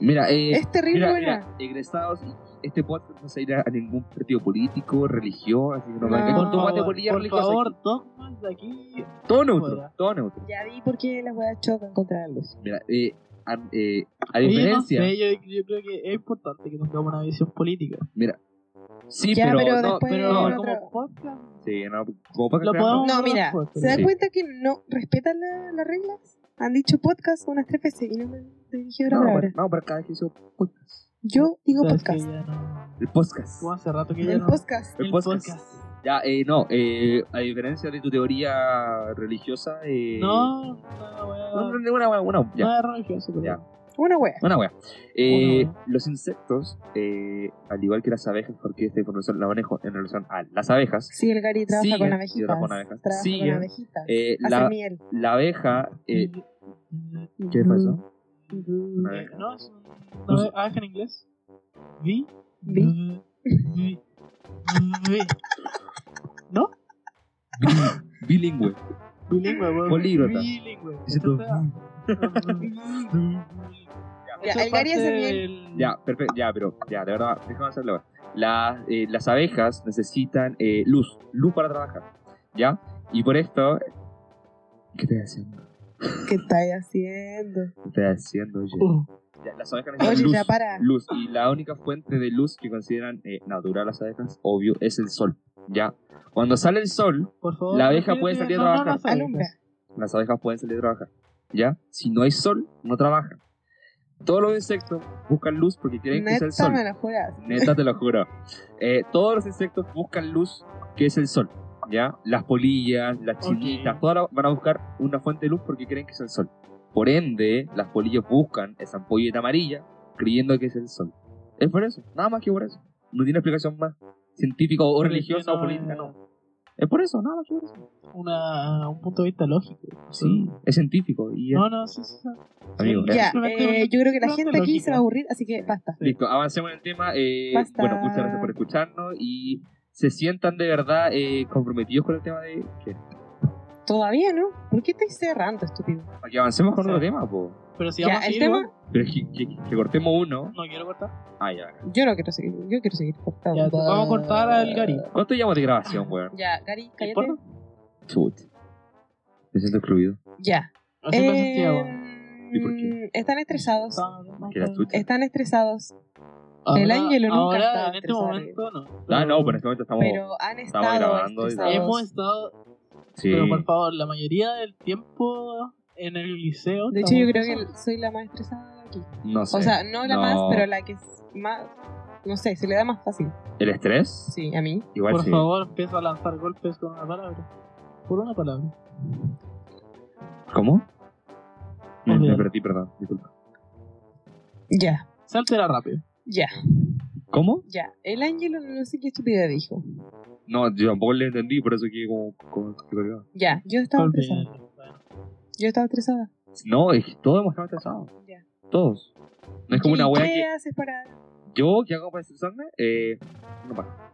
A: Mira, eh,
C: es terrible,
A: mira,
C: buena.
A: mira, egresados, este podcast no se irá a ningún partido político, religión, así que no, me
C: No.
A: vengan con tu
B: Por
A: guate
B: favor,
A: polilla
B: por
A: religiosa
B: favor,
A: aquí.
B: dogmas de aquí.
A: Todo neutro,
B: Fuera.
A: todo neutro.
C: Ya vi por qué las weas chocan contra la luz.
A: Mira, eh, a, eh, a
B: Oye,
A: diferencia.
B: no sé, yo, yo creo que es importante que tengamos una visión política.
A: Sí,
C: Ya,
A: pero,
C: pero
A: no,
C: después-
B: Pero
A: no,
C: lo
B: como
C: otro-
B: podcast,
A: sí, no, como para
B: lo
A: crear,
B: podemos.
A: no.
C: No, mira, ¿Se dan
A: Sí.
C: cuenta que no respetan la- las reglas? Han dicho podcast unas tres veces y no me dirigió la
A: No,
C: palabra.
A: para, no, para cada que hizo podcast.
C: Yo digo
B: Que
C: podcast.
B: ya no...
A: El podcast.
B: Como hace rato que ya
C: El
B: no.
C: podcast.
A: El podcast. Ya, eh, no, eh, a diferencia de tu teoría religiosa, eh,
B: No, no,
A: no,
B: weón.
A: no, una wea, una, ya,
B: No es religioso, pero.
A: Ya.
C: Una wea.
A: una wea. Eh,
B: Una
A: Los insectos, eh, al igual que las abejas, porque esta información la manejo en relación a las abejas,
C: Sí, el Gary trabaja
A: Sigue,
C: con
A: yo
C: abejitas.
A: trabajo con abejas.
C: Trabaja
A: Sigue.
C: con abejitas.
A: eh,
C: Hace
A: la,
C: miel.
A: la abeja, eh, ¿qué
C: Mm.
A: pasó?
B: Mm, eh, No, es una
A: No sé.
B: ave- abeja en inglés. Vi.
C: Vi.
B: Vi. Vi. ¿No?
A: Bi- Bilingüe.
B: Bilingüe, weón.
A: Políglota.
B: Bilingüe.
A: Siento-
C: Ya, el Gary hace
B: bien.
A: Ya, perfecto, ya, pero, ya, de verdad, déjame hacerlo. ahora. Las, eh, las abejas necesitan eh, luz, luz para trabajar, ¿ya? Y por esto... ¿Qué estoy haciendo?
C: ¿Qué estáis haciendo?
A: ¿Qué estoy haciendo, oye?
B: Uh,
A: Ya, Las abejas
C: Oye,
A: necesitan luz.
C: ya para.
A: luz y la única fuente de luz que consideran eh, natural las abejas, obvio, es el sol. Ya, cuando sale el sol,
B: Por favor,
A: La abeja
B: prefiero
A: puede
B: que-
A: salir a
B: no, no,
A: trabajar.
B: las abejas.
C: Alumbra.
A: las abejas pueden salir a trabajar. Ya, si no hay sol, no trabajan. Todos los insectos buscan luz porque quieren que sea el
C: Neta
A: sol.
C: me la juegas.
A: Neta, te lo juro. Eh, todos los insectos buscan luz que es el sol. Ya, las polillas, las
B: Ok.
A: chinitas, todas la- van a buscar una fuente de luz porque creen que es el sol. Por ende, las polillas buscan esa ampolleta amarilla creyendo que es el sol. Es por eso, nada más que por eso. No tiene explicación más científica o religiosa o política, no. Es por eso, nada más que por eso.
B: Una, un punto de vista lógico.
A: Sí, es científico y es-
B: No, no, sí, sí. sí.
A: Amigo,
B: Sí,
C: Ya,
B: simplemente
C: eh,
B: una-
C: yo creo que la
B: una
C: gente aquí se
B: lógica.
C: va a aburrir, así que basta.
A: Listo, avancemos en el tema. eh,
C: Basta.
A: bueno, muchas gracias por escucharnos y se sientan de verdad eh, comprometidos con el tema de que,
C: Todavía, ¿no? ¿Por qué estáis cerrando, estúpido?
A: para que avancemos con
B: Sí.
A: otro tema, po.
B: Pero si
C: Ya,
B: vamos a
C: el
B: seguir,
C: tema-
B: weón,
A: Pero es que, que- que cortemos uno.
B: no quiero cortar.
A: Ah, ya.
C: Yo no quiero seguir, yo quiero seguir cortando.
B: Ya, vamos a cortar al Gary.
A: ¿Cuánto llevamos de grabación, weón?
C: Ya, Gary,
B: ¿Te
C: cállate.
B: importa?
A: Chut. Me siento excluido.
C: Ya.
B: Así me
C: Eh,
B: sentía, weón.
A: ¿Y por qué?
C: Están estresados.
A: Que la chucha.
C: Están estresados,
B: Ahora-
C: El Ángelo nunca
B: ahora,
C: estaba
B: en este
C: estresado.
B: momento no.
A: Ah, no, pero en este momento estamos.
C: pero han
A: estamos
C: estado
A: grabando y
C: estresados.
B: hemos estado,
A: sí.
B: pero por favor, la mayoría del tiempo en el liceo.
C: De hecho, yo
B: estamos
C: creo que
B: estresados.
C: soy la más estresada de aquí.
A: No sé.
C: O sea, no la más,
A: No.
C: pero la que es más... No sé, se le da más fácil.
A: ¿El estrés?
C: Sí, a mí.
A: Igual
B: por
A: sí.
B: favor, empieza a lanzar golpes con una palabra. Por una palabra.
A: ¿Cómo? Me, me
B: Olvídalo.
A: perdí, perdón. Disculpa.
C: Ya,
B: Se altera rápido.
C: ya,
A: ¿Cómo?
C: ya. El ángel no sé qué estupidez dijo.
A: No, yo tampoco le entendí, por eso que como. como- como-
C: Ya, yo estaba estresada.
B: Olvídalo. Bueno,
C: Yo estaba estresada.
A: No, es que todos hemos estado estresados.
C: Ya.
A: Todos. No es como una wea
C: ¿Qué
A: que.
C: haces para...?
A: Yo, ¿qué hago para estresarme? Eh, una paja.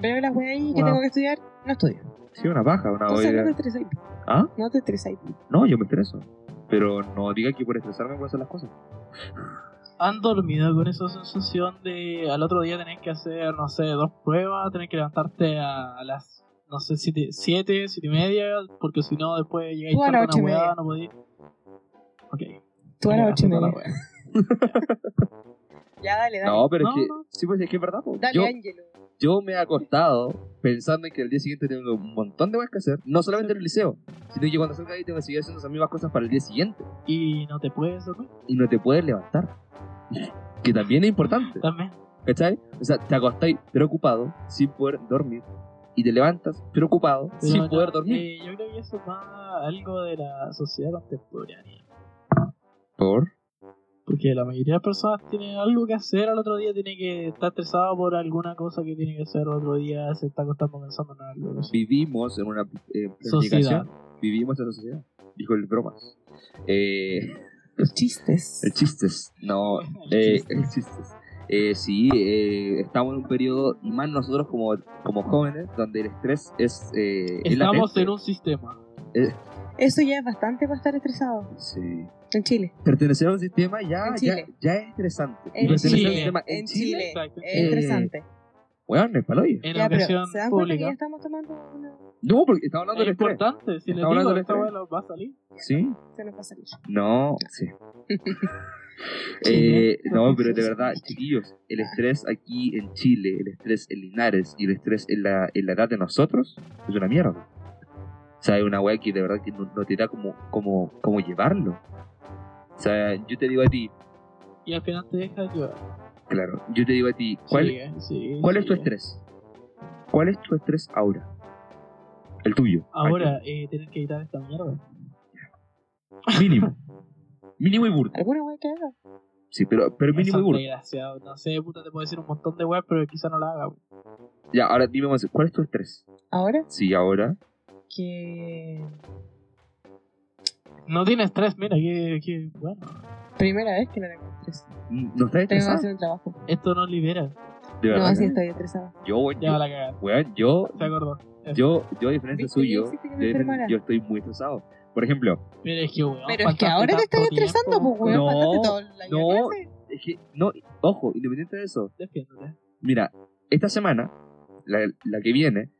C: Veo las weas ahí que
B: Wow.
C: tengo que estudiar. No estudio.
A: Sí, una paja, una
C: Entonces no te
A: wea.
C: estresáis.
A: ¿Ah?
C: No te estresáis.
A: No, yo me estreso. Pero no diga que por estresarme puedo hacer las cosas.
B: ¿Han dormido con esa sensación de al otro día tenés que hacer, no sé, dos pruebas, tenés que levantarte a, a las, no sé, siete, siete, siete y media, porque si no después llegáis
C: Tú a
B: tarde
C: las
B: a una
C: ocho y
B: weá,
C: media.
B: no podéis. Ok.
C: Tú a las
B: Ya,
C: ocho y
B: toda la
C: media.
B: weá.
C: Ya, dale, dale.
A: No, pero
B: No,
A: es que.
B: no.
A: Sí, pues es que es verdad. pues.
C: dale,
A: Yo,
C: Ángelo.
A: yo me he acostado pensando en que el día siguiente tengo un montón de cosas que hacer. No solamente en el liceo, sino que cuando salga de ahí tengo que seguir haciendo esas mismas cosas para el día siguiente.
B: Y no te puedes dormir.
A: Y no te puedes levantar. Que también es importante.
B: También.
A: ¿Cachai? O sea, te acostáis preocupado sin poder dormir. Y te levantas preocupado
B: Pero
A: sin
B: no,
A: poder dormir.
B: eh, yo creo que eso es más algo de la sociedad contemporánea.
A: ¿Por?
B: Porque la mayoría de las personas tienen algo que hacer al otro día, tiene que estar estresado por alguna cosa que tiene que hacer al otro día, se está acostando pensando en algo. no sé.
A: Vivimos en una eh,
B: Sociedad.
A: planificación. Vivimos en la sociedad. Dijo el bromas. Eh,
C: Los chistes.
A: el chistes. No, eh, el chistes. Eh, sí, eh, estamos en un periodo, y más nosotros como, como jóvenes, donde el estrés es. Eh, es
B: Estamos
A: latente.
B: en un sistema.
C: Eso ya es bastante para estar estresado
A: Sí.
C: en Chile.
A: Pertenecer a un sistema ya,
C: En
A: ya,
C: Chile.
A: ya es interesante.
C: En
A: Pertenecer a un
B: Chile.
A: sistema en
C: En
A: Chile.
C: Chile
B: Exacto.
C: es estresante.
A: Weón, es paloyo.
B: En
C: Ya, pero
B: educación
C: ¿se dan cuenta que ya
B: pública.
C: estamos tomando una...
A: No, porque estamos hablando
B: Es
A: del estrés.
B: importante, si les
A: Este, Está hablando este.
B: digo
A: del
B: esta
A: estrés.
B: weá lo va a salir.
A: Sí.
C: Se nos va a salir.
A: No, sí.
C: Chile,
A: Eh, no,
C: porque
A: pero de
C: somos
A: verdad,
C: muchos.
A: chiquillos, el estrés aquí en Chile, el estrés en Linares y el estrés en la, en la edad de nosotros es una mierda. O sea, es una weá que de verdad que no, no te da como, como, como llevarlo. O sea, yo te digo a ti,
B: Y al final te deja llorar.
A: claro, yo te digo a ti, ¿cuál,
B: Sigue, sigue,
A: ¿cuál es tu
B: sigue.
A: estrés? ¿Cuál es tu estrés ahora? El tuyo.
B: Ahora, eh, tienes que editar esta mierda.
A: Aquí. Mínimo. mínimo y burdo.
C: ¿Alguna wea que haga?
A: Sí, pero, pero mínimo y
B: Eso es
A: burdo.
B: desgraciado. No sé, puta, te puedo decir un montón de weas, pero quizá no la haga.
A: Ya, ahora dime más, ¿cuál es tu estrés?
C: Ahora
A: Sí, ahora.
C: que...
B: No tiene estrés, mira, que, que bueno.
C: Primera vez que no tengo estrés.
A: ¿No estás
C: Tengo que
A: estresado?
C: hacer un trabajo.
B: Esto no libera.
A: De
C: No,
A: verdad.
C: así estoy estresada.
A: Yo, weón,
B: Ya
A: yo,
B: la cagada.
A: weón, yo,
B: Se acordó.
A: yo, yo, a diferencia
C: ¿Viste? Ya
A: suyo,
C: hiciste que
A: yo,
C: me enfermara.
A: yo estoy muy estresado. Por ejemplo,
B: Pero es que, weón.
C: Pero es que
B: faltaste
C: ahora te estás
B: tanto
C: estresando,
B: tiempo.
C: pues, weón.
A: No,
C: faltaste todo el año
A: no.
C: de clase.
A: es que, no, ojo, independiente de eso,
B: Defiéndete.
A: mira, esta semana, la, la que viene,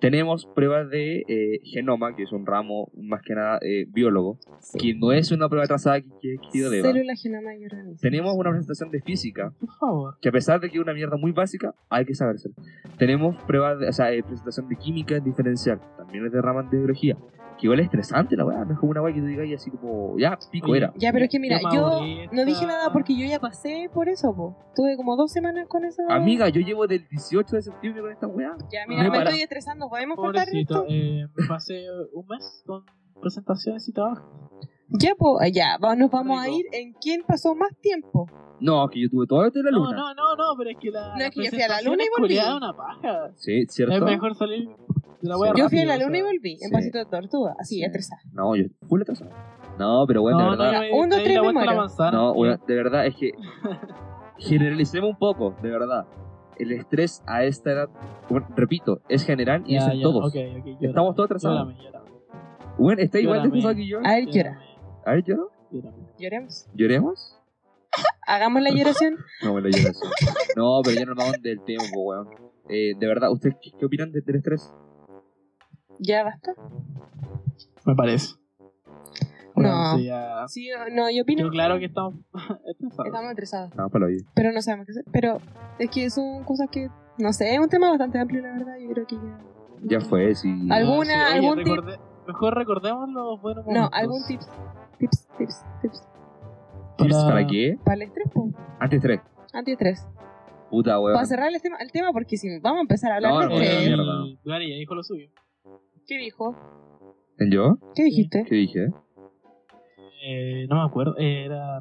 A: tenemos pruebas de eh, genoma, que es un ramo más que nada eh, biólogo,
C: Sí.
A: que no es una prueba trazada que, que, que yo deba.
C: Célula, genoma y organismo.
A: Tenemos una presentación de física,
B: Por favor.
A: que a pesar de que es una mierda muy básica, hay que saberse. Tenemos pruebas, de, o sea, eh, presentación de química diferencial, también es de rama de biología, que igual es estresante la weá, no es como una weá que te diga y así como, ya, pico
B: Oye,
A: era.
C: Ya, pero es que mira,
B: Yo me
C: yo
B: aburrí esta-
C: no dije nada porque yo ya pasé por eso, po. Tuve como dos semanas con eso.
A: Amiga, yo llevo del 18 de septiembre con esta weá.
C: Ya, mira,
B: Me
C: me,
A: para-
C: estoy estresando, ¿podemos cortar
B: Pobrecito,
C: esto?
B: eh, me pasé un mes con presentaciones y trabajo.
C: Ya, pues, ya, va- nos vamos a
B: Rico.
C: ir en quién pasó más tiempo.
A: No, que yo tuve todo desde la
B: No,
A: luna.
B: no, no, no, pero es que la.
C: No, es que yo fui a la luna y volví.
B: presentación es culiada una paja.
A: Sí, ¿cierto?
B: Es mejor salir de la wea
A: Sí.
C: Yo fui a
B: rápido,
C: la
B: o sea.
C: luna y volví,
A: sí.
C: en pasito de tortuga, así,
A: Sí.
C: estresada.
A: No, yo full atrasado. No, pero bueno,
B: No,
A: de
B: no,
A: verdad.
B: no,
C: Un, dos,
B: me
C: tres,
B: di la
C: me
B: vuelta a la
C: muero.
B: manzana.
A: No, weón, de verdad, es que generalicemos un poco, de verdad. El estrés a esta edad, bueno, repito, es general y
B: Ya,
A: es en
B: ya,
A: todos.
B: ok, ok, llórame,
A: Estamos todos atrasados.
B: llórame, llórame,
A: Bueno, está igual de
B: Llórame.
A: estresado que yo.
C: A ver, llora,
A: A ver, lloro.
B: llórame.
C: lloremos.
A: ¿Lloremos?
C: Hagamos la lloración.
A: No, me lo lloro eso. No, pero ya no vamos del tema, po, weón. Eh, de verdad, ¿ustedes qué, qué opinan de- del estrés?
C: ¿Ya basta?
B: Me parece.
C: No.
B: sí,
A: Ah.
B: ya-
C: Sí, o- no, yo opino.
B: Yo claro que estamos estresados.
C: Estamos estresados,
A: No, para lo oído.
C: pero no sabemos qué hacer. Pero es que son cosas que, no sé, es un tema bastante amplio, la verdad. Yo creo que ya.
A: Ya fue, sí.
C: Al- ¿Alguna-
B: oye,
C: algún tip?
B: recorde- Mejor recordemos los buenos
C: No,
B: momentos.
C: algún tips. Tips, tips, tips.
A: ¿Tips
B: para-
A: para qué?
C: Para el estrés, po.
A: Antiestrés.
C: Antiestrés.
A: Ah. Puta, weón.
C: Para cerrar el tema, el tema, porque si vamos a empezar a hablar
A: No,
C: de
A: no,
B: Eh,
A: no,
C: estrés.
A: mierda.
B: Gary ya dijo lo suyo.
C: ¿Qué dijo?
A: ¿En yo?
C: ¿Qué dijiste?
A: ¿Qué dije?
B: Eh, no me acuerdo. eh, era.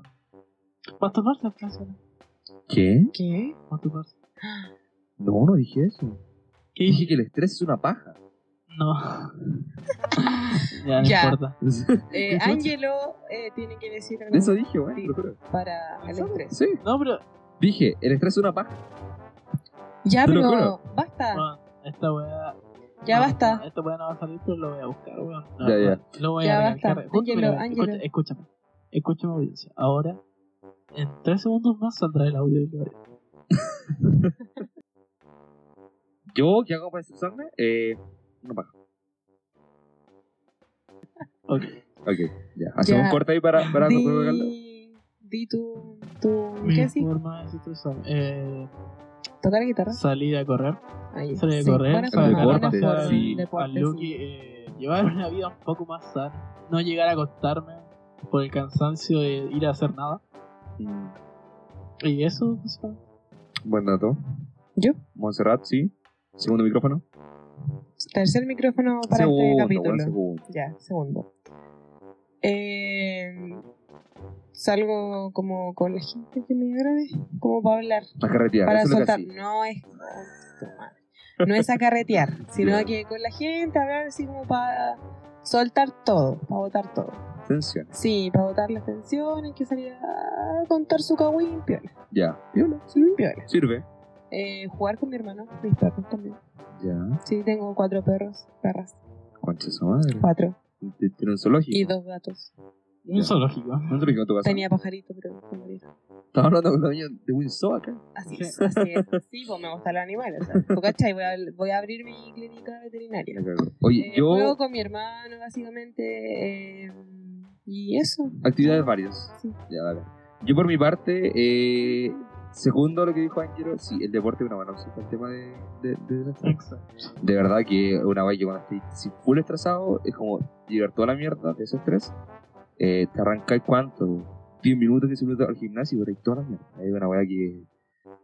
B: Masturbarse, Francisco,
A: ¿Qué?
C: ¿Qué?
B: masturbarse.
A: No, no dije eso.
B: ¿Qué
A: Dije
B: dije?
A: que el estrés es una paja.
B: No. ya, no
C: Ya.
B: importa.
C: Eh,
A: Chucha.
C: Angelo eh, tiene que decir algo
A: Eso dije, weón. te lo juro.
C: para el estrés.
A: Sí.
B: No, pero.
A: Dije, el estrés es una paja.
C: Ya,
A: Te lo
C: pero basta.
B: bueno, Ah, esta weá.
C: Ah. Ya
B: no,
C: basta.
B: no, Esta weá no va a salir, pero lo voy a buscar, weón. No,
A: Ya,
B: no,
A: ya.
B: Lo voy
C: Ya
B: a
C: basta.
B: recalcar. Justo,
C: Ángelo,
B: mira, escucha-
C: Ángelo.
B: Escúchame. Escúchame, audiencia. Ahora, en tres segundos más saldrá el audio del Gabriel.
A: ¿Yo qué hago para estresarme? Eh, una paja.
B: Ok.
A: Ok, ya. Hacemos
C: Ya.
A: un corte ahí para, para no provocarlo.
C: Di, di tu, tu ¿qué
B: Mi
C: así?
B: forma de estresarme, eh,
C: Tocar guitarra.
B: salir a correr.
C: Ahí.
B: Salir a
C: sí,
B: correr.
C: buena
A: salir
B: sacar
A: a
C: forma, buena
A: deporte,
C: forma,
B: pasear
A: sí.
C: deporte,
B: al
C: sí.
B: Lucky, eh, llevar una vida un poco más sana. No llegar a acostarme por el cansancio de ir a hacer nada.
A: Mm,
B: Y eso, pues,
A: Buen dato.
C: ¿Yo?
A: Montserrat, sí. Segundo micrófono.
C: Tercer micrófono para
A: segundo,
C: este
A: weón,
C: capítulo.
A: segundo.
C: Ya, segundo. Eh, salgo como con la gente que me agrade, como para hablar,
A: Para carretear,
C: para
A: eso es lo que
C: soltar.
A: hacía.
C: No es. oh, tu madre. No es a carretear, sino que con la gente hablar así como para soltar todo, para botar todo.
A: Tensiones.
C: Sí, para botar las tensiones, que salir a contar su cagüín, piola.
A: Ya.
C: Piola, sí, piola.
A: Sirve.
C: Eh, jugar con mi hermano, mis perros también.
A: Ya.
C: Sí, tengo cuatro perros, perras,
A: Concha su madre.
C: cuatro.
A: T- Tiene un zoológico.
C: Mm. Y dos gatos.
B: Un zoológico.
A: Un zoológico en tu casa.
C: Tenía pajarito, pero se murieron.
A: Estaba hablando con la niña de Winsor acá.
C: Así
B: Sí.
C: es, así es. Sí, pues me gustan los animales. o sea, ¿tú cachai? Voy a, voy a abrir mi clínica veterinaria.
A: La cagó. Oye,
C: Eh,
A: yo.
C: Juego con mi hermano, básicamente. eh, y eso.
A: Actividades varias.
C: Sí.
A: Ya, dale. Yo por mi parte, eh, segundo lo que dijo Ángelo, sí, el deporte es una buena opción para el tema de, de, de la salud.
B: Exacto.
A: De verdad que una vez yo cuando estoy si full estresado, es como llegar toda la mierda de ese estrés. Eh, te arrancáis cuánto, 10 minutos, 15 minutos al gimnasio, pero hay toda la mierda. Es una weá que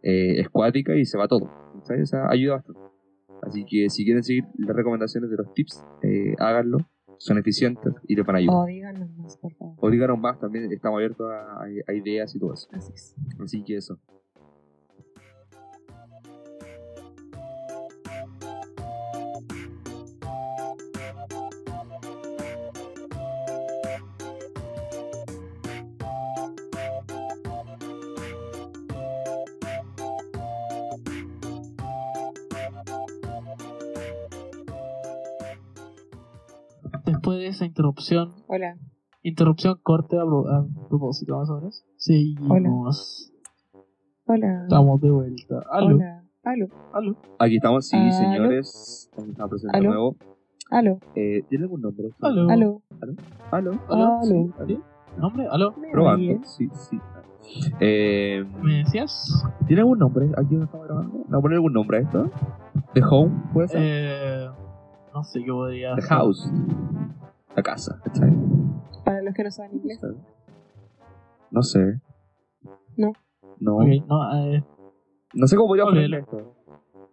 A: eh, es cuática y se va todo. ¿sabes? O sea, ayuda bastante. Así que si quieren seguir las recomendaciones de los tips, eh, háganlo. Son eficientes y les van a ayudar.
C: Oh, díganos más, por favor.
A: O díganos más, también estamos abiertos a, a- a ideas y todo eso.
C: Así es.
A: Así que eso.
B: Después de esa interrupción
C: Hola.
B: Interrupción corte a, pro- a propósito, más o menos. Seguimos.
C: Hola.
B: Estamos de vuelta. Aló,
C: Hola. Aló.
B: aló.
A: Aquí estamos, sí,
C: ¿Aló?
A: señores. Estamos presentes de
C: ¿Aló?
A: nuevo.
C: Aló.
A: Eh, ¿Tiene algún nombre? esto?
B: ¿Aló?
C: Aló.
A: ¿Aló?
B: Aló.
A: ¿Sí?
C: Aló.
A: ¿Aló?
B: ¿Sí? ¿Nombre? Aló.
A: Probando, sí, sí. Eh,
B: ¿Me decías?
A: ¿Tiene algún nombre? Aquí lo estamos grabando. ¿Le voy a poner algún nombre a esto? ¿The Home? ¿Puede ser?
B: Eh, no sé qué podría
A: The
B: ser.
A: House. La casa. ¿cachai?
C: Para los que no saben inglés.
A: No sé.
C: No.
A: No.
B: Ok, no, eh,
A: No sé cómo podría
B: Ok,
A: ponerle esto.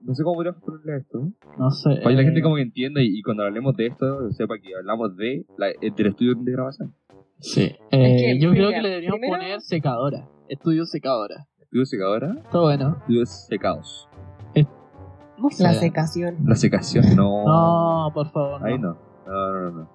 A: No sé cómo podría ponerle esto.
B: no sé.
A: Para que la
B: eh,
A: gente como que entienda y, y cuando hablemos de esto, sepa que hablamos de la, eh, del estudio de grabación.
B: Sí. Eh,
C: Es que,
B: yo creo
C: mira,
B: que le deberíamos
C: primero-
B: poner secadora. Estudio secadora.
A: Estudio secadora,
B: Está bueno.
A: estudio secados.
B: No sé.
C: La secación.
A: La secación, no.
B: No, por favor.
A: Oh. Ahí
B: no.
A: no. No, no, no. no.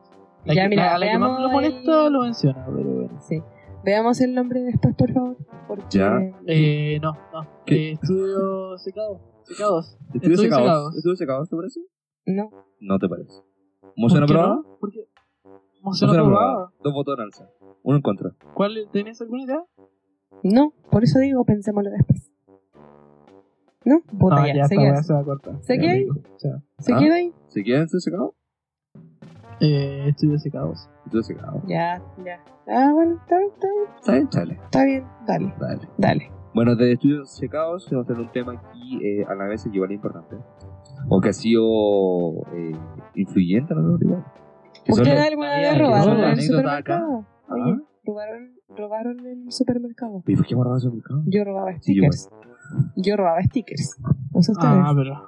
B: La,
C: Ya,
B: que, ah,
C: mira,
B: la- la que más
C: veamos
B: lo molesta
C: el-
B: lo menciona, pero bueno.
C: Sí. Veamos el nombre después, por favor. Porque
A: Ya.
B: Eh, no, no.
A: ¿Qué?
B: Eh, estudio secado. Secados.
A: Estudio,
B: Estudio
A: secados.
B: secados.
A: Estudio secados, ¿te parece?
C: no.
A: este No te parece. ¿Moción
B: ¿Por qué
A: aprobada?
B: no? ¿Por qué? ¿Moción
A: Moción
B: aprobada?
A: aprobada. Dos votos en alza. Uno en contra.
B: ¿Cuál? ¿Tenés alguna idea?
C: No, por eso digo, pensémoslo después. ¿No?
B: No,
C: Puta, ya,
B: Ah, ya
C: se
B: esta
C: queda.
B: weá se va a cortar.
C: ¿Se
B: Ya,
C: queda ahí?
B: digo, ya.
C: ¿Se
A: Ah.
C: queda ahí?
A: ¿Se quedan estudio secado?
B: Eh, estudio secados.
A: Estudio secado.
C: Ya, ya. Ah, bueno, está bien, está bien,
A: Está bien, chale.
C: está bien. Dale,
A: Dale.
C: dale.
A: Bueno, de estudios secados vamos a tener un tema aquí eh, a la vez igual importante. O que ha sido eh, influyente a la menor igual. Que son
C: ¿Ustedes
A: los-
C: alguna
B: Daniel,
C: vez
B: que
C: robaron
B: son
C: en
B: las
C: el
A: anécdotas acá.
C: supermercado? Oye,
A: ¿Ah?
C: robaron, robaron en el supermercado.
A: ¿Y por qué guardaba eso en el mercado?
C: Yo robaba
A: Sí, igual.
C: stickers. Yo robaba stickers. No sé ustedes.
B: Ah, pero.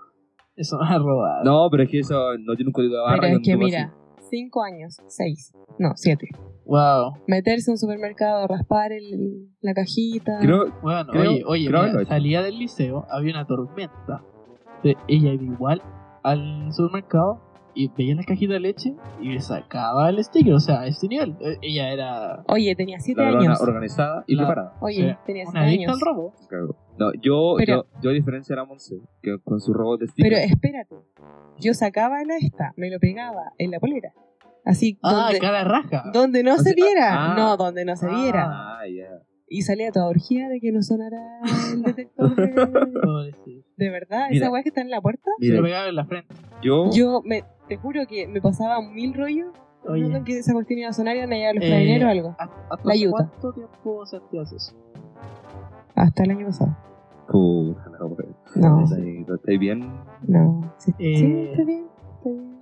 B: Eso me ha robado.
A: No, pero es que eso no tiene un código de barra.
C: pero es
A: no
C: que
A: toma
C: mira, cinco años, seis, no, siete.
B: Wow.
C: Meterse a un supermercado, raspar el, la cajita.
A: así. Creo,
B: Bueno,
A: Creo-
B: oye, oye,
A: creo
B: mira,
A: lo he hecho.
B: salía del liceo, había una tormenta. Entonces, Ella iba igual al supermercado y veía la cajita de leche y le sacaba el sticker. O sea, a ese nivel. Eh, Ella era.
C: Oye, tenía siete
A: la ladrona
C: años.
A: organizada y
B: La-
A: preparada.
C: Oye,
B: Sí.
C: tenía siete
B: Una adicta
C: años.
B: al robo.
A: Cago. No, yo,
C: Pero-
A: yo, yo a diferencia de la Monse, que con su robot de
C: Pero
A: stickers.
C: espérate, yo sacaba la esta, me lo pegaba en la polera. Así,
B: Ah,
C: donde,
B: cara raja.
C: donde no
A: O sea,
C: se viera.
A: ah,
C: no, donde no se viera.
A: Ah, ya.
C: Y salía toda orgía de que no sonara el detector de...
B: Pobrecito.
C: de verdad,
A: Mira.
C: esa weá que está en la puerta.
B: Se lo
A: Mira,
B: pegaba en la frente.
A: yo,
C: Yo me, te juro que me pasaba mil rollos.
B: Oye.
C: pensando que esa cuestión iba a sonar y iban a llegar los
B: Eh,
C: carabineros o algo.
B: ¿Hasta
C: La
B: hace
C: ayuda.
B: ¿Cuánto tiempo sentías eso?
C: Hasta el año pasado.
A: Puta, no, güey.
C: No,
A: Esa anécdota, ¿Estáis bien?
C: no. Sí,
B: Eh.
C: sí, está bien. Está bien.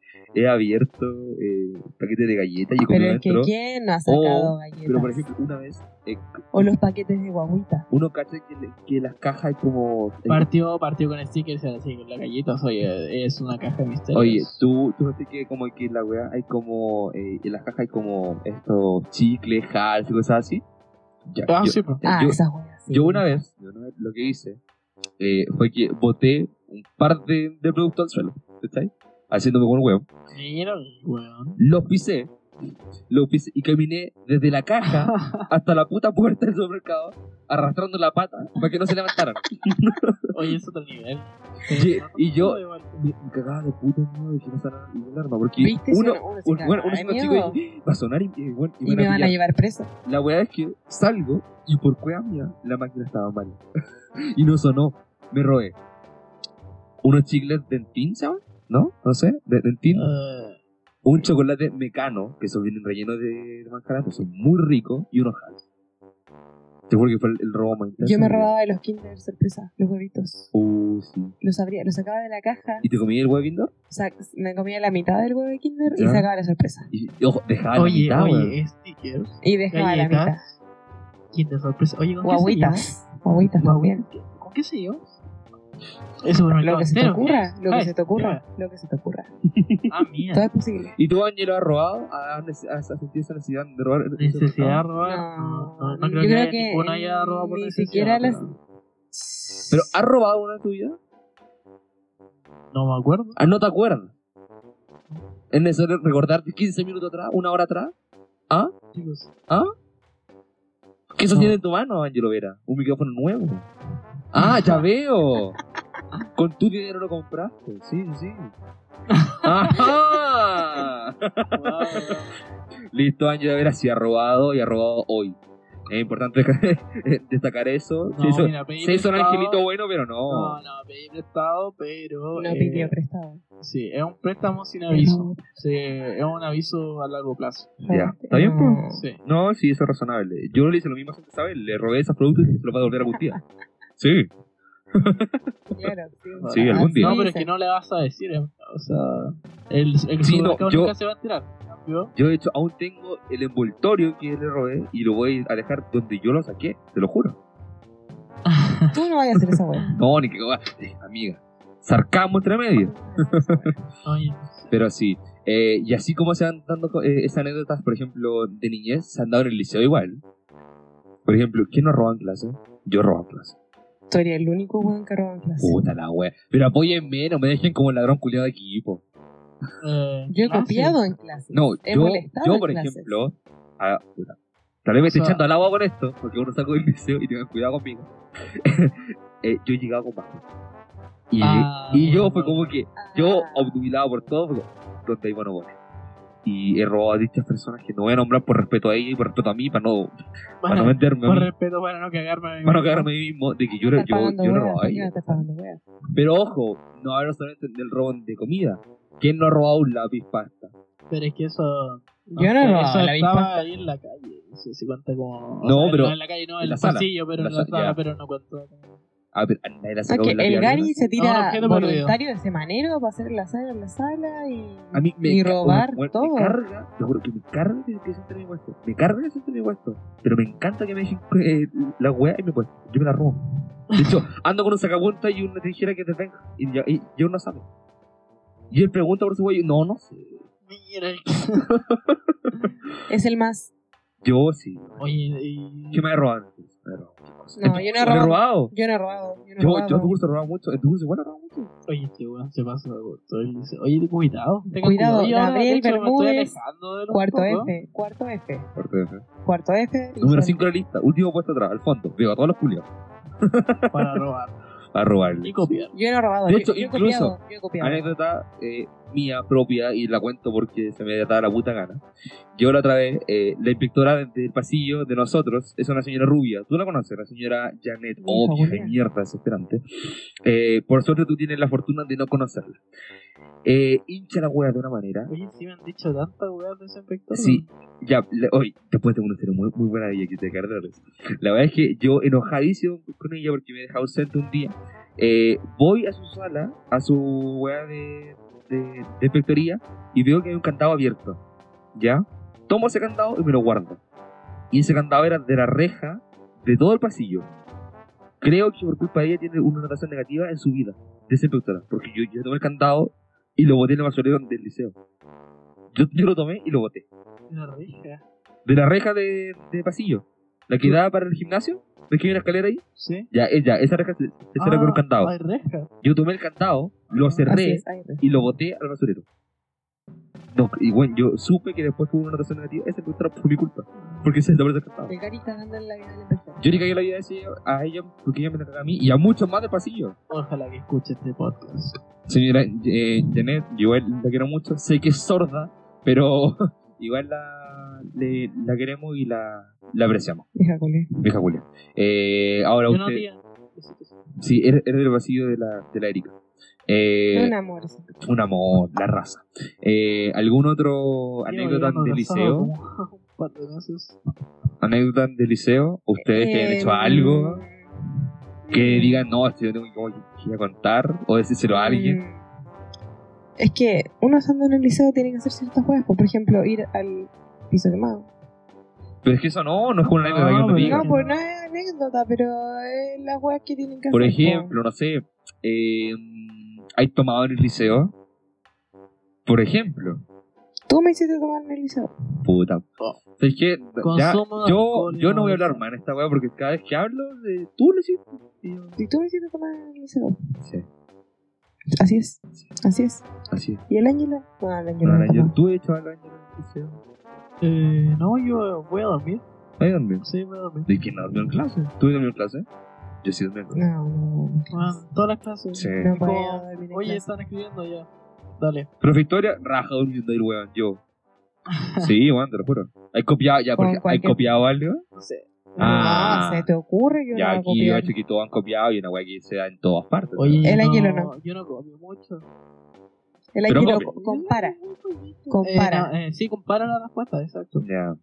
A: he abierto eh, paquetes de galletas y he comido
C: Pero es que
A: dentro.
C: ¿quién no ha sacado
A: Oh,
C: galletas?
A: Pero por ejemplo, una vez, eh,
C: o los paquetes de guaguita.
A: uno cacha que, le- que las cajas es como...
B: Partió, partió con stickers y ahora sí con las galletas. Oye, es una caja de misterios.
A: Oye, tú, tú sabes que como que en la weá hay como, eh, en las cajas hay como estos chicles, jals y cosas así. Ya,
B: Ah,
A: yo,
B: sí, po.
C: Ah,
A: yo-
C: esas weas. sí.
A: yo una vez, yo una vez lo que hice eh, fue que boté un par de, de productos al suelo, ¿cachai? Haciéndome con un huevo.
B: Mira, weón.
A: Los pisé, los pisé y caminé desde la caja hasta la puta puerta del supermercado arrastrando la pata para que no se levantaran.
B: Oye, es otro nivel.
A: Y- y yo-
B: Igual.
A: me, me cagaba de puta miedo de que no sonara ninguna alarma porque
C: ¿Viste?
A: uno,
C: Suena- uno se
A: un-
C: caga
A: bueno, uno
C: de
A: siendo chico
C: miedo.
A: y, va a sonar y, y, bueno, y
C: Y me van a
A: pillar.
C: llevar preso.
A: La weá es que salgo y por cueva mía la máquina estaba mal. y no sonó. Me robé unos chicles dentín, ¿sabes? ¿No? No sé, de dentín.
C: Ah.
A: Ah,
B: Eh,
A: Un chocolate mecano, que esos vienen rellenos de, de manjarate, son muy ricos, y unos hash. Te juro que fue el, el robo más intenso.
C: Yo me
A: de mi vida.
C: robaba de los Kinder sorpresa, los huevitos.
A: Uh, sí.
C: Los abría, los sacaba de la caja.
A: ¿Y te comí el huevindo?
C: O sea, me comía la mitad del huevo de Kinder y
A: Ya.
C: sacaba la sorpresa.
A: Y, y ojo, dejaba la
B: oye,
A: mitad,
B: oye,
A: weón.
B: stickers.
C: Y dejaba la mitad.
B: Galletas. Kinder sorpresa. Oye, ¿con
C: Guaguitas.
B: qué
C: Guaguitas
B: se lleva?
C: también.
B: Guaguitas. ¿Con qué se lleva? Es supermercado
C: Lo que se te
B: entero.
C: ocurra, lo que
B: Ay,
C: se te ocurra, lo que se te ocurra.
B: Ah, mía.
C: Todo es posible.
A: ¿Y tú, Ángel, lo has robado? ¿Has has- has sentido esa necesidad de robar?
B: Necesidad de
A: Ah,
B: robar.
C: No,
B: No, no, no creo
C: yo
B: que,
C: creo
B: haya
C: que
B: ninguno haya robado por
C: ni
B: necesidad,
C: siquiera las-
B: pero-
A: ¿Pero ah, has robado una tuya?
B: No me acuerdo.
A: Ah, no te acuerdas. Es necesario recordarte 15 minutos atrás, una hora atrás. ¿Ah?
B: Chicos,
A: ¿Qué eso
B: No.
A: tiene en tu mano, Angelo Vera? Un micrófono nuevo. Ah, ya veo. Con tu dinero lo compraste. Sí, sí, sí. Ajá. Listo, Angelo Vera sí ha robado y ha robado hoy. Es importante destacar eso.
B: No,
A: se hizo,
B: mira, pedí
A: se hizo un
B: prestado.
A: angelito bueno, pero no.
B: No, no, pedí prestado, pero.
C: No
B: eh,
C: pidió prestado.
B: Sí, es un préstamo sin aviso.
C: No,
B: Sí, es un aviso a largo plazo.
A: Ya. ¿Está bien, pues?
C: no.
B: Sí.
A: No, sí, eso es razonable. Yo le hice lo mismo a Santa Isabel, le robé esos productos y se los va a devolver algún día. Sí,
C: Claro, sí.
A: Sí,
C: Ah,
A: algún día.
B: No, pero es
C: sí.
B: que no le vas a decir. eh, O sea, el, el
A: Sí, no,
B: supermercado
A: yo-
B: nunca se va a tirar. ¿Cambio?
A: yo de hecho aún tengo el envoltorio que le robé y lo voy a dejar donde yo lo saqué, te lo juro.
C: Tú no vayas a hacer esa wea.
A: No, ni que eh, amiga. Sarcasmo entre medio.
B: Oye, no sé.
A: Pero sí. eh, y así como se van dando co- eh, esas anécdotas, por ejemplo, de niñez, se han dado en el liceo igual. Por ejemplo, ¿quién no roba en clase? Yo robo en clase.
C: Tú eres el único weón que roba en clase.
A: Puta la wea. Pero apóyenme, no me dejen como el ladrón culiado de equipo.
B: Eh,
C: Yo he
B: clase.
C: copiado en clase.
A: No,
C: He
A: yo,
C: molestado
A: yo
C: en
A: por
C: clases.
A: ejemplo, ah, puta. tal vez me estoy
B: O sea-
A: echando al agua con esto, porque uno saco del liceo y tengan cuidado conmigo. Eh, yo llegaba con bajo. Y,
B: Ah,
A: y yo
B: bueno.
A: fue como que,
C: Ah,
A: yo obnubilado por todo, fue como, donde hay bueno, Y he robado a dichas personas que no voy a nombrar por respeto a ellos y por respeto a mí, para no, para no
B: Bueno,
A: meterme, a
B: por
A: mí,
B: respeto, para no cagarme. a mí
A: para no
B: mismo.
A: cagarme a mí mismo de que yo,
C: estás
A: yo,
C: pagando
A: yo no
C: weas,
A: robaba a
C: ¿por qué
A: ellos.
C: no estás pagando weas?
A: Pero ojo, no hablo solamente del robo de comida. ¿Quién no ha robado un lápiz pasta?
B: Pero es que eso.
C: Yo no
B: sé,
C: robaba
B: Eso
C: la
B: estaba
C: avispa.
B: ahí en la calle. No sé si cuenta como. o
A: No,
B: sea,
A: pero-
B: En la calle, no,
A: en
B: en
A: la
B: el
A: sala.
B: pasillo, pero
A: En la
B: en la
A: sala,
B: sala,
A: ya.
B: pero no cuenta.
A: A ver, Ah, a nadie le ha
C: No, es
A: sacado
C: Ah, que
A: un lápiz
C: el
A: a alguien.
C: Gary se
B: No,
C: tira
B: objeto
C: voluntario de semanero para hacer el asado en la sala y,
A: A mí me
C: y
A: ca-
C: robar
A: bueno, bueno,
C: todo.
A: Me carga, te juro que me carga que, que se entre mi puesto. Me carga que se entre mi puesto. Pero me encanta que me dejen eh, la weá y me puesto. Yo me la robo. De hecho, ando con un sacapunta y una tijera que te tenga. Y, ya- y yo no sabe. Y él pregunta por su weá. y yo, No, no sé.
B: Mira, el-
C: Es el más.
A: Yo sí.
B: oye, y-
A: ¿Qué me he robado? antes? Me he robado. ¿Qué cosa?
C: No, yo no he
A: ¿Me
C: robado.
A: robado?
C: Yo no he robado. Yo no he
A: Yo,
C: robado.
A: yo en tu curso robaba mucho. En tu curso igual robaba mucho.
B: oye, este weón se pasa por todo el liceo. Oye, cuidado. tengan
C: Cuidado,
B: Oye, ahora, de
C: Gabriel
B: hecho, me estoy
C: Bermúdez,
B: alejando de los
C: Cuarto
B: pocos.
C: F, cuarto F,
A: Parte de-
C: cuarto F.
A: Número
C: y
A: 5 de la lista. Último puesto atrás, al fondo. Veo a todos los culiados.
B: Para robar
A: A robarle.
B: y copiar.
C: Yo no he robado.
A: De
C: yo-
A: hecho,
C: yo, he
A: incluso,
C: copiado, yo he copiado.
A: anécdota eh, mía propia y la cuento porque se me da la puta gana. Yo la otra vez, eh, la inspectora de- del pasillo de nosotros es una señora rubia. Tú la conoces, la señora Janet.
C: Mi
A: Oh, vieja de
C: favorita.
A: mierda, desesperante. Eh, por suerte tú tienes la fortuna de no conocerla. Eh, hincha la hueá de una manera.
B: Oye, sí me han dicho tantas weas de ese inspector.
A: Sí. Ya, le- hoy, después tengo una historia muy, muy buena de ella que te caerá de la risa. La verdad es que yo, enojadísimo con ella porque me dejó ausente un día, eh, voy a su sala, a su weá de, de, de inspectoría y veo que hay un candado abierto. ¿Ya? Tomo ese candado y me lo guardo. Y ese candado era de la reja de todo el pasillo. Creo que por culpa de ella tiene una notación negativa en su vida de ser inspectora. Porque yo, yo tomé el candado y lo boté en el basurero del liceo. Yo, yo lo tomé y lo boté.
B: Una reja.
A: De la reja de, de pasillo. La que daba para el gimnasio. ¿Ves que hay una escalera ahí?
B: ¿Sí?
A: Ya, ella, esa reja se, se cierra con un candado.
B: Ah, Hay reja.
A: Yo tomé el candado, lo
C: Ah, Así
A: cerré
C: es, ahí.
A: y lo boté al basurero. No, y bueno, yo supe que después tuvo una notación negativa. Esa fue otra por mi culpa. Porque se desapareció el candado.
C: El Gary cagando en la vida del empresario.
A: Yo le cagué la vida de ese- a ella porque ella me la cagó a mí y a muchos más de pasillo.
B: Ojalá que escuche este podcast.
A: Señora eh, Janet, yo igual la quiero mucho. Sé que es sorda, pero igual la, le- la queremos y la, la apreciamos.
C: Deja cole.
A: Vieja Julia. Eh, ahora
B: Yo
A: usted.
B: no, tía. Besitos.
A: Sí, eres eres del pasillo de la, de la Erika. Eh,
C: Un amor. sí.
A: un amor, la raza. Eh, ¿Algún otro
B: Llevo
A: anécdota
B: llegando
A: de
B: abrazado
A: liceo?
B: como Un par de meses.
A: ¿Anécdota de liceo? ¿Ustedes que hayan
C: Eh,
A: hecho algo
C: mm,
A: que digan, no, esto yo tengo que, como que- que contar? ¿O decírselo a alguien?
C: mm, Es que uno estando en el liceo tiene que hacer ciertas cosas. Por ejemplo, ir al piso quemado.
A: Pero es que eso no, no es como una anécdota
B: No,
A: que uno
B: pero-
A: diga.
C: No, pues no es anécdota, pero es las weas que tienen que
A: Por
C: hacer. pues. po.
A: ejemplo, no sé, eh, hay tomado en el liceo. Por ejemplo,
C: Tú me hiciste tomar en el liceo.
A: puta. ¿Sabes qué? Ya,
B: Consumo de
A: yo,
B: alcohol y
A: yo no voy a
B: drogas.
A: hablar más en esta weá porque cada vez que hablo, de, tú lo hiciste. Y yo,
C: Y tú me hiciste tomar en el liceo.
A: Sí,
C: Así es. Así es.
A: así es.
C: ¿Y el Ángelo? No, el Ángelo.
A: Ahora,
C: no
A: yo,
C: toma.
A: tú he hecho algo en el liceo.
B: Eh, no, yo voy a dormir.
A: ¿Ahí dónde?
B: Sí, voy a dormir.
A: ¿De quién no durmió en clase? ¿Tú dormido en clase? Yo sí dormí en clase.
C: No, no, no.
B: Bueno, Ah, todas las clases.
A: Sí.
C: No
B: Tipo,
C: podía dormir en
B: Oye,
C: clase.
B: están escribiendo ya. Dale.
A: Profe Victoria, raja durmiendo el weón, yo. Sí, weón, te lo juro. ¿Hay copiado, ya, por
C: Con
A: ejemplo, ¿hay
C: cualquier-
A: copiado algo?
B: No sé.
A: Ah.
C: No, se te ocurre que
A: Ya,
C: una
A: aquí yo
C: copia.
A: he hecho que todos han copiado y una weá que se da en todas partes.
B: Oye,
C: El
B: yo
C: Ángelo
B: Yo no comio mucho.
C: El
A: Pero
C: Ángelo
A: copia.
C: co- compara.
B: Eh,
C: Compara.
B: no, eh, sí, compara la respuesta, exacto.
A: Ya.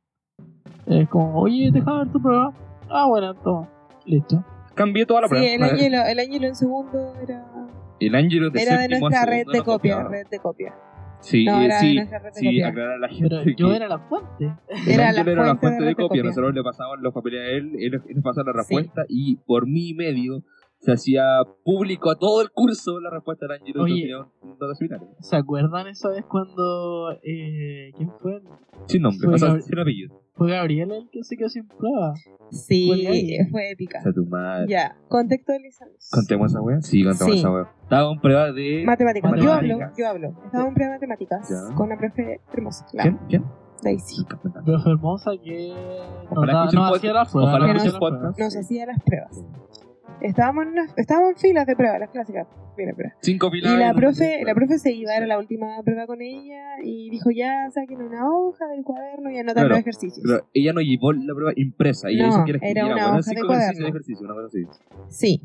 B: Es como, oye, deja ver tu prueba. Ah, bueno, toma. Listo.
A: Cambié toda la
C: Sí, el
A: prueba.
C: Ángelo, el Ángelo en segundo era,
A: El Ángelo de
C: era de
A: séptimo a
C: nuestra red
A: segundo
C: de
A: no
C: copia,
A: copiaba.
C: red de copia.
A: Sí,
C: No,
A: eh,
C: era de
A: sí,
C: nuestra red de
A: sí,
C: copia.
A: aclarar a la gente
B: Pero
A: que
B: yo era la fuente.
A: el
C: Era
A: Ángel
C: la
A: era la
C: fuente
A: fuente de
C: de red de
A: copia.
C: copia.
A: Nosotros le pasábamos los papeles a él, él él nos pasaba la
C: Sí.
A: respuesta y por mi medio se hacía público a todo el curso la respuesta del Ángelo.
B: Oye.
A: Oye. Notas finales.
B: ¿Se acuerdan esa vez cuando. Eh, ¿Quién fue?
A: Sin nombre,
B: Fue
A: o sea,
B: Gabri-
A: sin apellido.
B: Fue Gabriel el que se quedó sin prueba.
C: Sí, eh,
B: Fue
C: fue épica.
A: O sea, tu madre.
C: Ya, contextualizamos.
A: ¿Contemos esa wea? Sí, contemos
C: Sí.
A: esa wea. Estaba en prueba de.
C: Matemáticas. Yo hablo,
A: Matemáticas.
C: yo hablo. Estaba en prueba de matemáticas
A: Ya.
C: con una profe hermosa, la
A: ¿Quién? ¿Quién?
C: Daisy.
B: Pero fue hermosa que. Nos,
A: Ojalá
B: da-
A: escuche el
B: nos hacía la
A: podcast.
B: prueba.
A: Ojalá
B: nos
C: escuche
A: el
B: hacía la prueba.
A: podcast.
C: Nos hacía las pruebas. Estábamos en, una- estábamos en filas de pruebas, las clásicas. Mira, prueba.
A: Cinco
C: Y
A: pilares.
C: la profe, la profe se iba, era la última prueba con ella, y dijo, ya saquen una hoja del cuaderno y anotan
A: Claro,
C: los ejercicios.
A: Pero ella no llevó la prueba impresa. Ella
C: No,
A: hizo que
C: era
A: escribiera,
C: una
A: bueno,
C: hoja de
A: cinco ejercicios
C: cuaderno.
A: de ejercicio, una cosa así.
C: Sí.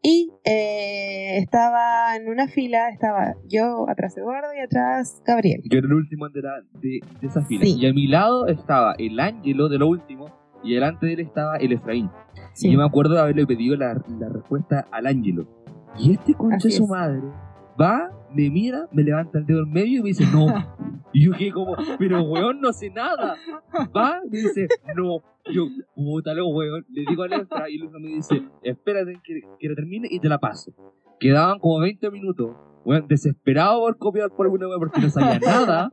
C: Y eh, estaba en una fila, estaba yo atrás Eduardo y atrás Gabriel.
A: Yo era el último de, la, de, de esa fila.
C: Sí.
A: Y a mi lado estaba el Ángelo de lo último. Y delante de él estaba el Efraín. Y
C: Sí.
A: yo me acuerdo de haberle pedido la, la respuesta al Ángelo. Y este concha
C: Así
A: de su
C: es.
A: madre va, me mira, me levanta el dedo en medio y me dice no. Y yo quedé como, pero weón, no sé nada. Va, me dice no. Yo, puta, lo weón. Le digo a Efra y Efra me dice, espérate que, que la termine y te la paso. Quedaban como 20 minutos. Weón, desesperado por copiar por alguna weón porque no sabía nada.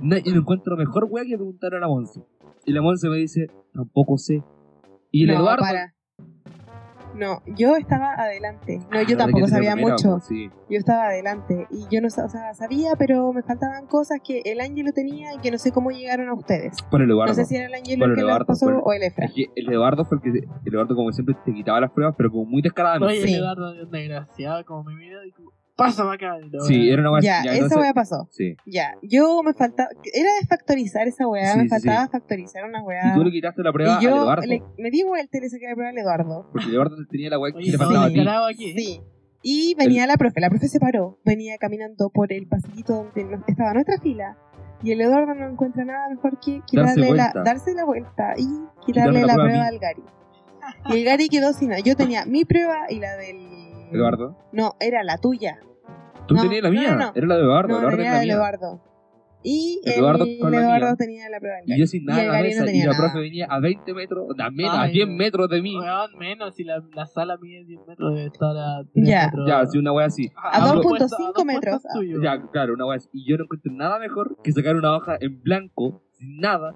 A: Na- y lo encuentro mejor weón que preguntar a la Monse. Y la Monse me dice, tampoco sé. Y el
C: no,
A: Eduardo Ah,
C: para. No, yo estaba adelante. No,
A: Ah,
C: yo
A: la verdad
C: tampoco
A: que tenía
C: sabía
A: primera,
C: mucho.
A: pues, sí.
C: Yo estaba adelante. Y yo no sa- o sea, sabía, pero me faltaban cosas que el ángel tenía y que no sé cómo llegaron a ustedes.
A: Por el Eduardo.
C: No sé si era el ángel
A: Bueno,
C: el que
A: Eduardo,
C: lo pasó
A: bueno.
C: o el Efra.
A: Es que el Eduardo fue el que el Eduardo como siempre te quitaba las pruebas, pero como muy descaradamente.
B: Oye,
C: Sí.
B: Eduardo, desgraciado, como me mira, digo, pásame acá. y la
A: Sí,
B: weá.
A: era una wea
C: Ya,
A: así,
C: esa
A: entonces-
C: weá pasó.
A: Sí.
C: Ya, yo me faltaba. Era de factorizar esa weá,
A: Sí,
C: me
A: sí,
C: faltaba factorizar una weá.
A: Y tú le quitaste la prueba
C: Ah. Y
A: al
C: yo
A: Eduardo,
C: le- me di vuelta y le saqué la prueba al Eduardo.
A: porque el Eduardo tenía la wea que le
B: Oye, no,
A: faltaba a ti.
B: descarado aquí.
C: Sí. Y venía la profe, la profe se paró, venía caminando por el pasillito donde nos- estaba nuestra fila. Y el Eduardo no encuentra nada mejor que
A: Darse
C: quitarle la,
A: vuelta.
C: darse la vuelta y
A: Quitarle
C: quitarle
A: la
C: la
A: prueba a
C: prueba
A: mí.
C: al Gary. Y el Gary quedó sin nada. Yo tenía mi prueba y la del.
A: Eduardo.
C: No, era la tuya.
A: Tú
C: No,
A: tenías la
C: no,
A: mía,
C: no, no.
A: era la de Eduardo,
C: No,
A: Eduardo
C: tenía
A: era la
C: el
A: mía.
C: Eduardo. Y el
A: Eduardo
C: Eduardo,
A: con la mía.
C: tenía la prueba del
A: Y yo sin nada
C: el
A: en la
C: Gary
A: mesa,
C: no
A: y
C: tenía
A: la
C: nada.
A: profe venía a 20 metros, a, menos, a
B: Ay,
A: 10
B: no.
A: metros de mí.
B: Weón, menos, si la, la sala mide 10 metros, debe estar a 3
C: Ya.
B: metros.
A: Ya, así una wea así.
C: A
A: Hablo-
C: 2.5 metros.
A: Ya, claro, una wea así. Y yo no encuentro nada mejor que sacar una hoja en blanco, sin nada.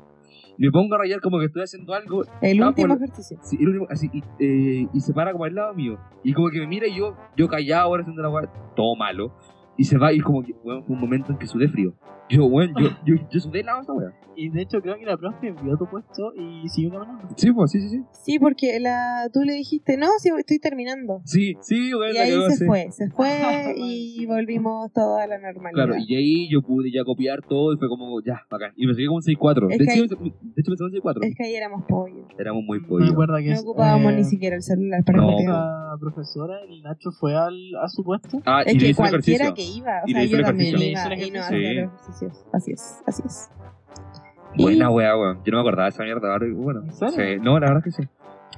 A: Me pongo a rayar como que estoy haciendo algo.
C: El
A: Ah,
C: último
A: por-
C: ejercicio.
A: sí, el único- así, y, eh, y se para como al lado mío. Y como que me mira y yo, yo callado ahora haciendo la wea, todo malo. Y se va y como que, weón, fue un momento en que sudé frío. Yo, weón, yo, yo, yo sudé la esa wea.
B: Y de hecho, creo que la profe vio tu puesto y siguió caminando.
A: Sí, pues, sí, sí, sí.
C: Sí, porque la, tú le dijiste, no, sí, estoy terminando.
A: Sí, sí, weón,
C: Y
A: la
C: ahí
A: cagó, sí. Ah,
C: se fue, se fue y volvimos todo a la normalidad.
A: Claro, y ahí yo pude ya copiar todo y fue como, ya, bacán. Y me saqué como un 6-4.
C: Es
A: De
C: que
A: hecho,
C: ahí-
A: de hecho, me saqué un 6-4.
C: Es que ahí éramos pollo.
A: Éramos muy
B: Me
A: pollos.
B: acuerdo que
C: No
B: es,
C: ocupábamos
B: eh,
C: ni siquiera el celular para
A: Ah. no.
C: copiar.
B: La profesora, el Nacho fue al, a su puesto.
A: Ah, y
C: Es
A: le
C: que
A: hice el
C: cualquiera
A: ejercicio.
C: que iba, o
A: Y le
C: sea,
A: hizo el
C: yo también
B: ejercicio.
C: iba
B: Le hizo el
C: y no
B: ejercicio.
C: hacía
A: Sí.
C: los ejercicios. Así es, así es. Y-
A: Buena wea, weón. Yo no me acordaba de esa mierda. ahora- Bueno,
B: ¿En serio?
A: sí. No, la verdad es que sí.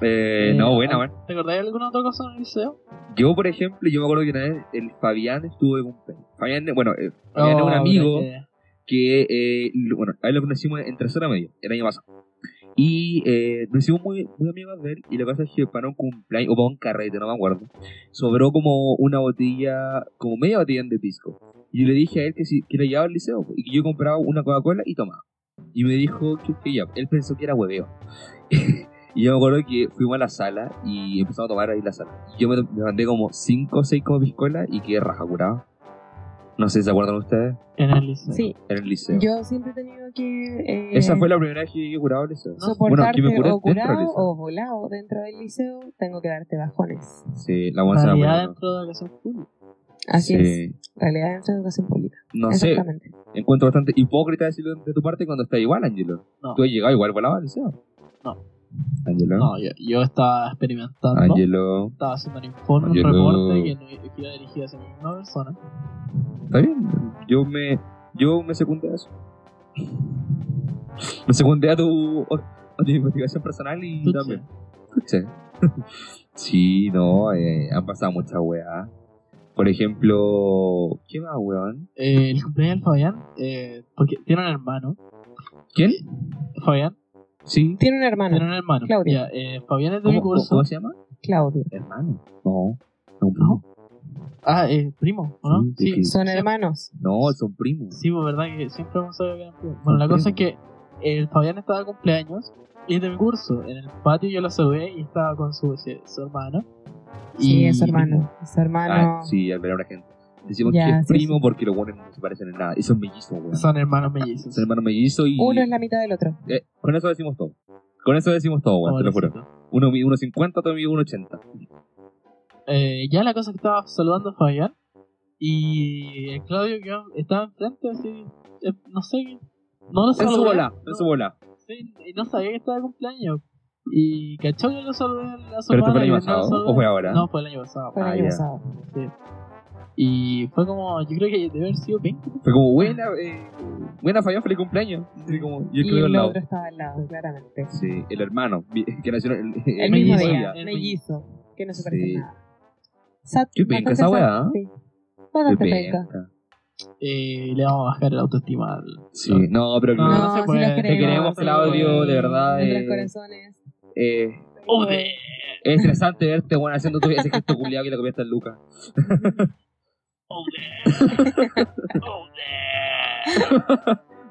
A: Eh,
B: Eh,
A: no, buena,
B: ah,
A: weón.
B: ¿Te acordás de alguna otra cosa en el liceo?
A: Yo, por ejemplo, yo me acuerdo que una vez el Fabián estuvo de cumpleaños. Fabián, bueno, eh, Fabián es
B: Oh,
A: un
B: habrá
A: amigo.
B: que-
A: que, eh, lo- bueno, a él lo conocimos en tercera media, el año pasado. Y eh, nos hicimos muy, muy amigos de él, y la cosa es que para un cumpleaños, o para un carrete, no me acuerdo, sobró como una botella, como media botella de pisco. Y yo le dije a él que si que la llevaba al liceo, y que yo compraba una Coca-Cola y tomaba. Y me dijo que, que ya, él pensó que era hueveo. y yo me acuerdo que fuimos a la sala y empezamos a tomar ahí en la sala. Y yo me, me mandé como 5 o 6 como piscola y quedé raja curado. No sé si se acuerdan ustedes,
B: En el liceo.
C: Sí,
A: en el liceo.
C: yo siempre he tenido que eh,
A: Esa fue la primera vez que llegué curado al liceo. Bueno,
C: soportarte
A: que me curé
C: o
A: dentro del liceo.
C: curado o volado dentro del liceo. Tengo que darte bajones.
A: Sí, la buena se la
B: Realidad
A: pone, ¿no?
B: dentro de la educación pública.
C: Así es,
A: Sí.
C: realidad dentro de educación pública.
A: No sé,
C: Exactamente.
A: encuentro bastante hipócrita decirlo de tu parte cuando está igual, Angelo.
B: No.
A: Tú has llegado igual volado al liceo.
B: No.
A: Angelo.
B: No, yo, yo estaba experimentando.
A: Angelo.
B: Estaba haciendo un informe, un
A: Yo no-
B: reporte que, no- que iba dirigido hacia mi misma persona.
A: Está bien. Yo me, yo me secundé a eso. Me secundé a tu, a tu investigación personal y
B: Tú
A: también. Sí. sí, no, eh, han pasado muchas weas. Por ejemplo, ¿qué más, weón?
B: Eh, el cumpleaños del Fabián, eh, porque tiene un hermano.
A: ¿Quién?
B: Fabián
A: Sí.
C: Tiene un hermano,
B: tiene un hermano.
C: Claudio.
B: Ya, eh, Fabián es de mi
A: ¿Cómo,
B: curso.
A: cómo se llama?
C: Claudio.
A: Hermano. No. No,
B: No. Ah, eh, primo, ¿o ¿no?
A: Sí, sí.
C: Son hermanos.
A: No, son primos.
B: Sí, pues verdad que siempre hemos sabido que eran primos. Bueno, la cosa es que el Fabián estaba de cumpleaños y es de mi curso. En el patio yo lo saludé y estaba con su, su hermano.
C: Sí,
B: Y-
C: es hermano. Es hermano.
A: Ah, sí, al ver a la gente. Decimos
C: Ya,
A: que es
C: sí,
A: primo porque los buenos no se parecen en nada. Y son mellizos, weón. Son
B: Son hermanos mellizos.
A: hermanos mellizos y.
C: Uno es la mitad del otro.
A: eh, con eso decimos todo. Con eso decimos todo, weón, te lo juro.
B: Pobrecito.
A: Uno mide 1,50, otro mide 1,80.
B: Eh, ya la cosa es que estaba saludando a Fabián y el Claudio que estaba enfrente, así, eh, no sé, no lo
A: En su
B: saludé.
A: bola, en
B: no,
A: su bola.
B: sí, y no sabía que estaba de cumpleaños. Y cachó que lo saludé a su
A: ¿Pero esto fue el año
B: hermana, que no lo
A: pasado
B: saludé.
A: o fue ahora?
B: No, fue el año pasado.
C: Fue el
A: Ah,
C: año
A: ya.
C: pasado.
B: Y fue como, yo creo que debe haber sido 20.
A: Fue como, buena, eh, buena fallón, feliz cumpleaños. Y como, yo
C: Y
A: creo al
C: el
A: lado.
C: otro estaba al lado, claramente.
A: Sí, el hermano, vi- que nació el,
C: El,
A: el
C: mismo
B: mellizo.
C: día,
B: El
C: mellizo, que no se parece
A: Sí.
C: en nada. Sat,
A: Qué penca
C: bastante
A: esa
C: sat,
A: weá, ¿eh?
C: Sí, bastante
A: Qué
C: penca.
A: penca.
B: Eh, le vamos a bajar el autoestima al.
A: Sí, no, pero
B: No,
A: que-
B: no se
C: sí
B: puede.
C: los
B: Te
A: Te queremos,
C: queremos,
A: Claudio, de verdad.
C: Nuestros
A: eh,
C: corazones.
A: eh,
B: ¡Ude!
A: es estresante verte, bueno, haciendo tu, ese gesto culiado que le copiaste al Lucas.
B: ¡Ude!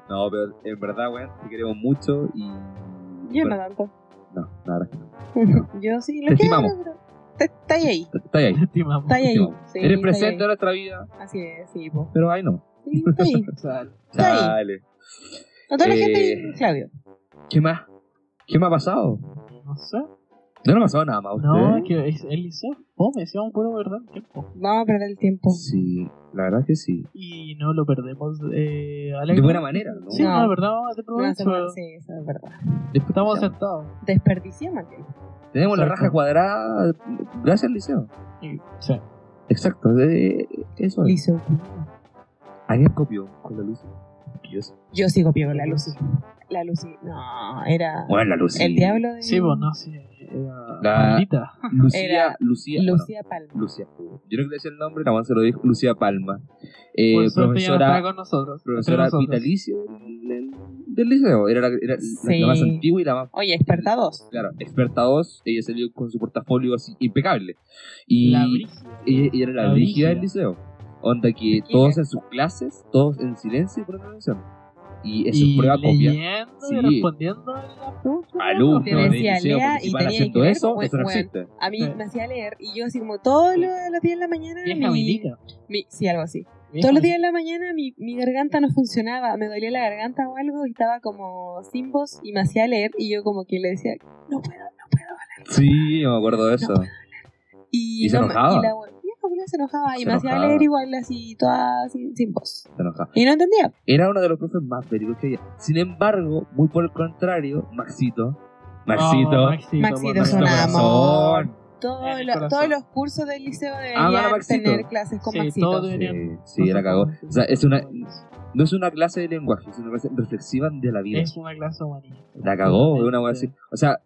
A: No, pero en verdad, weón, te queremos mucho y.
C: Yo
A: bueno,
C: no tanto.
A: no. la verdad es que no,
C: Yo sí,
A: Te
C: lo quiero.
A: estimamos.
C: pero Te, está ahí,
A: Está ahí.
B: Estimamos.
C: está ahí.
A: estimamos.
C: Sí,
A: Eres
C: está
A: presente de
C: ahí.
A: nuestra vida,
C: Así es, sí, po.
A: pero ahí no.
C: Sí, está ahí.
B: O sea,
C: Está ahí.
A: Chale.
C: Con toda la gente
A: Eh,
C: y Claudio.
A: ¿Qué más? ¿Qué me ha pasado?
B: no sé.
A: No le ha pasado nada más a usted.
B: No, es que es- oh, el liceo fome, decíamos puro verdad. qué fome.
C: Vamos a perder el tiempo.
A: Sí, la verdad es que sí.
B: y no lo perdemos eh,
A: De
B: alegre.
A: buena manera, ¿no?
B: Sí,
C: No.
B: no, la verdad, vamos a hacer
C: No, se puede-
B: provecho.
C: sí, eso es verdad.
B: Estamos sentados.
C: Desperdiciamos el tiempo.
A: Tenemos la
B: Exacto.
A: raja cuadrada gracias al liceo.
B: Y- sí.
A: Exacto, de- eso es.
C: Liso.
A: ¿Alguien copió con la luz? Yo sí.
C: Yo sigo pie con la Lucy. La Lucy, no, era
A: Bueno, la luz. sí.
C: el diablo de...
B: Sí, pues no, sí. era
A: La-
B: maldita.
A: Lucía,
C: Era
A: Lucía, bueno,
C: Lucía Palma.
A: Lucía. Yo creo que es el nombre, la más se lo dijo Lucía Palma. Eh,
B: Por suerte ya no está
A: profesora
B: con nosotros.
A: profesora
B: entre nosotros.
A: vitalicia del, del liceo. Era, la, era la-
C: Sí.
A: la más antigua y la más
C: Oye, experta 2.
A: Claro, experta 2, ella salió con su portafolio así impecable. Y
B: La
A: ella,
B: brígida.
A: ella era la,
B: La brígida.
A: brígida del liceo. Onda que
C: Brígida.
A: todos en sus clases, todos en silencio y poniendo atención. Y eso
B: y
A: es prueba copia.
B: leyendo y
A: Sí.
B: respondiendo a las preguntas.
A: Alumnos
C: Te
A: del
C: decía,
A: liceo
C: lea y
A: municipal
C: tenía
A: haciendo
C: que ver,
A: eso,
C: we-
A: eso no
C: weón.
A: existe.
C: A mí
B: Sí.
C: me hacía leer y yo así como todos los, los días en la mañana...
B: Vieja
C: mi-
B: milica.
C: mi- sí, algo así.
B: vieja
C: Todos los
B: milica.
C: días en la mañana mi, mi garganta no funcionaba, me dolía la garganta o algo y estaba como sin voz y me hacía leer y yo como que le decía, no puedo, no puedo.
A: Sí, yo me acuerdo de eso.
C: Y,
A: ¿Y se
C: no me-
A: enojaba?
C: Y la we- y la abuela se enojaba y
A: Se
C: me hacía
A: enojaba.
C: leer igual así, toda sin, sin voz.
A: Se enojaba.
C: Y no entendía.
A: Era uno de los profes más pericos que había. Sin embargo, muy por el contrario, Maxito, Maxito,
B: Oh, Maxito,
C: Maxito
B: por
C: es
A: Maxito
B: favor.
C: un amo.
A: Corazón.
C: Todo
B: En el
C: lo-
B: corazón.
C: todos los cursos del liceo
A: Amar a
C: deberían
A: Ah, Maxito.
C: tener clases con
B: Sí,
C: Maxito.
B: todo
A: Sí,
B: Deberían-
A: sí, la cagó.
B: Entonces,
A: O sea, es una,
B: es-
A: No es una clase de lenguaje, es una clase reflexiva de la vida.
B: Es una clase humanista.
A: La cagó, es una wea así. O sea,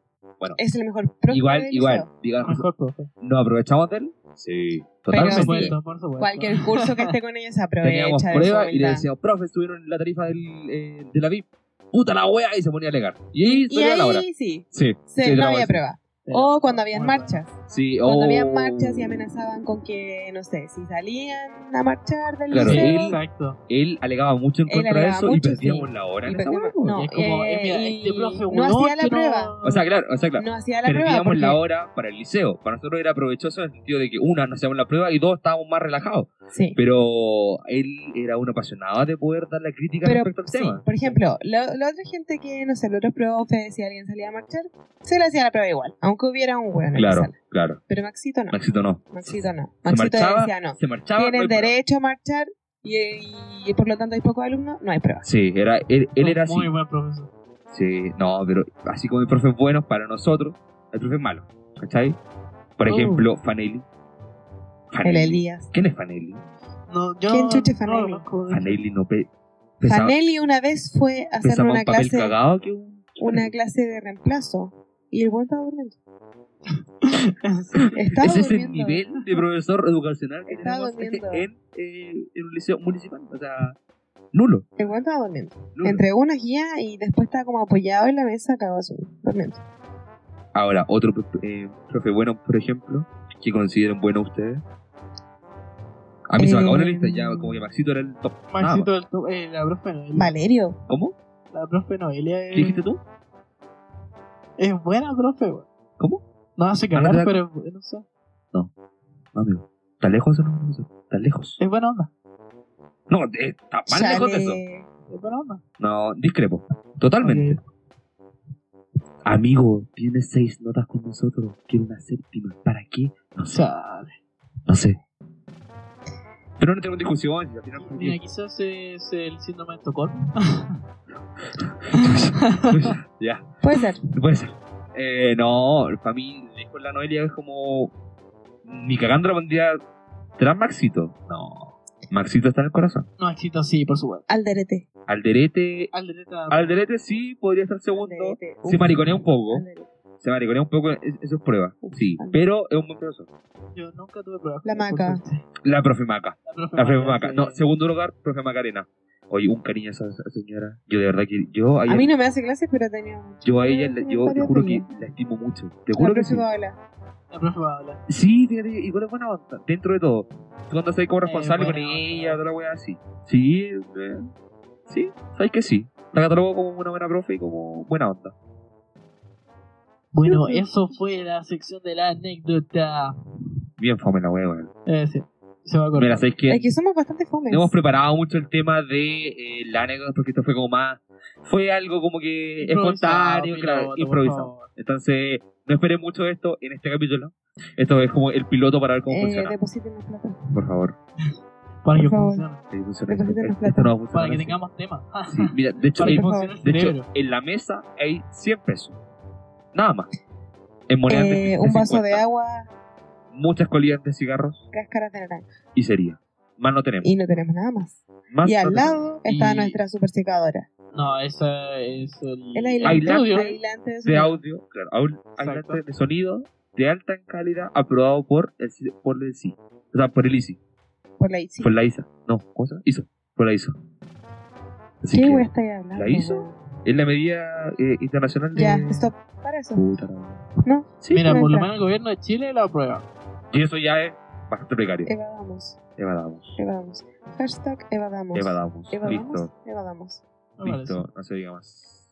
C: Es el mejor profe
A: igual,
C: del
A: igual.
C: liceo.
A: Digamos,
B: Mejor profe.
A: ¿No aprovechamos de él? Sí,
B: Por
C: Pero-
A: totalmente.
B: supuesto, por supuesto.
C: Cualquier curso que esté con ellos aprovecha
A: Teníamos
C: de su
A: prueba y le
C: humildad.
A: decíamos, profe, estuvieron la tarifa del, eh, de la VIP. ¡Puta la wea! Y se ponía a alegar. Y ahí
C: Y
A: salía la hora.
C: ahí sí,
A: Sí,
C: se-
A: sí,
C: no
A: era
C: había
A: así.
C: prueba. O cuando habían
B: Bueno,
C: marchas.
A: Sí,
C: Cuando
A: oh.
C: habían marchas y amenazaban con que, no sé, si salían a marchar del
A: Claro,
C: liceo...
A: él-
B: Exacto.
A: Él alegaba mucho en
C: Él
A: contra de
C: alegaba
A: eso
C: mucho,
A: y perdíamos la hora.
C: y
A: en esa
C: perdíamos-
A: wea.
C: no,
B: es como,
C: eh,
B: eh, mira, este
C: y
B: profe
C: no
B: weón,
C: hacía
B: que
C: la
B: no-
C: prueba.
A: O sea, claro, o sea, claro.
C: No hacía la prueba
A: Perdíamos
C: porque...
A: la hora para el liceo. Para nosotros era provechoso en el sentido de que, una, no hacíamos la prueba y dos, estábamos más relajados.
C: Sí.
A: Pero él era un apasionado de poder dar la crítica
C: Pero,
A: respecto al
C: sí,
A: tema.
C: por ejemplo, lo- la otra gente que, no sé, los otros profes, si alguien salía a marchar, se le hacía la prueba igual, aunque hubiera un hueón en la
A: Claro,
C: sala.
A: claro.
C: Pero Maxito no,
A: Maxito no.
C: Maxito no.
A: Se
C: Maxito
A: marchaba, Pues,
C: decía no.
A: se marchaba. no
C: Tienen
A: hay prueba.
C: derecho a marchar y, y- y por lo tanto hay pocos alumnos, no hay pruebas.
A: Sí, era, él, él era así.
B: Muy buen profesor.
A: Sí, no, pero así como hay profes buenos para nosotros, hay profes malos. ¿Cachai? Por
B: Oh.
A: ejemplo, Fanelli.
C: El
A: Fanelli.
C: Elías.
A: ¿Quién es Fanelli?
B: No, yo
C: ¿Quién chucha
B: no lo
C: Fanelli?
B: conozco, de hecho.
A: Fanelli no pe- pesaba,
C: Fanelli una vez fue a hacer
A: pesaba
C: una
A: un papel
C: clase,
A: cagado que un.
C: una clase de reemplazo y el buen estaba durmiendo. Estaba
A: Ese es el
C: durmiendo.
A: nivel de profesor educacional que tenemos
C: Estaba
A: este
C: durmiendo.
A: en, eh, en un liceo municipal. O sea, nulo.
C: El buen estaba durmiendo.
A: nulo.
C: Entre una guía y después estaba como apoyado en la mesa, cagó su durmiendo.
A: Mm. Ahora, otro eh, profe bueno, por ejemplo, que consideren bueno ustedes. A mí se me acabó la
C: Eh,
A: lista, ya como que Maxito era el top.
B: Maxito del Top- eh, la profe Noelia.
C: Valerio.
A: ¿Cómo?
B: La profe Noelia
A: ¿Qué
C: Em.
B: es,
A: dijiste tú?
B: es buena, profe. weón.
A: ¿Cómo?
B: No hace
A: Ah, no
B: cagar,
A: te da-
B: pero es bu- no sé.
A: No, amigo. Ah, ¿Está lejos eso? No, ¿Está lejos?
B: Es buena onda.
A: No, eh, está más lejos de eso.
C: Chale.
B: Es buena onda.
A: No, discrepo. Totalmente. Amigo, tiene seis notas con nosotros. Quiere una séptima. ¿Para qué? No
B: O
A: sé.
B: sea,
A: No sé. Pero no tengo discusión. al final fue
B: mira, quizás es el síndrome de Estocolmo.
A: bien. Pues, ya.
C: Puede ser.
A: No puede ser. Eh, no, para mí, lejos la Noelia es como. Ni cagando la bandera tras Maxito. No. Maxito está en el corazón.
B: No, Maxito sí, por supuesto.
C: Alderete.
A: Alderete.
B: Aldereta.
A: Alderete sí podría estar segundo.
C: Alderete.
A: Se
C: Uf.
A: mariconea un poco.
C: Alderete.
A: Se mariconea un poco. es- Eso es prueba. Sí.
C: Alderete.
A: Pero es un buen profesor.
B: Yo nunca tuve pruebas.
C: La Maca.
A: La profe Maca.
B: La profe,
A: La profe
B: Maca,
A: Maca. No,
B: sí.
A: segundo lugar, profe Macarena. Oye, un cariño a esa esa señora. Yo de verdad que. Yo a
C: A
A: ella.
C: mí no me hace clases, pero tenía mucho.
A: Yo a ella,
C: tenía
A: le- yo te
C: varias
A: juro
C: de
A: que
C: ella.
A: la estimo mucho. Te
C: La
A: juro que sí.
C: próxima ola.
B: La profe Paola.
A: Sí, fíjate, igual es buena onda, dentro de todo. Tú cuando ahí
C: Eh,
A: como responsable
B: buena
A: con
B: onda.
A: ella, toda la weá así. Sí, eh, sí, sabes que sí. La catalogo como una buena profe y como buena onda.
B: Bueno, eso fue la sección de la anécdota.
A: Bien fome la weá, weón.
B: Eh, sí, se va a cortar.
A: Mira, sabes que
C: Es que somos bastante fomes.
A: no hemos preparado mucho el tema de eh, la anécdota porque esto fue como más. Fue algo como que espontáneo, claro, improvisado. Entonces, no esperé mucho de esto en este capítulo. Esto es como el piloto para ver cómo
C: eh,
A: funciona.
C: depositen la plata.
A: Por favor,
B: Para que
C: Por favor.
B: funcione.
A: que funcione.
C: Depositen las
A: Esto no va a funcionar
B: Para que
A: así.
B: tengamos tema. Ah,
A: Sí, mira, de hecho,
B: para que
A: el-
C: por
B: funcione el
A: De
B: cerebro.
A: hecho, en la mesa hay 100 pesos. Nada más. En monedas de
C: Eh,
A: 50,
C: un vaso de
A: 50,
C: agua,
A: Muchas colillas de cigarros
C: cáscaras de naranja.
A: y sería. Más no tenemos.
C: Y no tenemos nada más.
A: Más
C: Y
A: no
C: al
A: tenemos.
C: lado está
B: Y-
C: nuestra super secadora.
B: No, esa es el,
C: El
A: Ailante.
C: aislante, aislante de
A: de
C: sonido.
A: audio, claro, aul-
B: Exacto.
A: aislante de sonido de alta en calidad aprobado por el, C- por el ICI. O sea, por el ICI,
C: por la ICI.
A: por la ISA. No, ¿cómo se llama? ISO, por la ISO. Así
C: ¿Qué
A: que
C: voy a estar hablando?
A: ¿La ISO? es la medida eh, internacional de...
C: Ya, stop. Para eso.
A: Puta la madre.
C: No,
A: Sí,
B: Mira,
C: no
B: por lo
C: entra.
B: menos el gobierno de Chile la aprueba.
A: y eso ya es bastante precario.
C: Eh, evadamos.
A: Evadamos.
C: Evadamos. Hashtag evadamos.
A: Evadamos.
C: pues, Evadamos.
A: Listo,
C: Evadamos.
B: Me parece.
A: listo, no se diga más.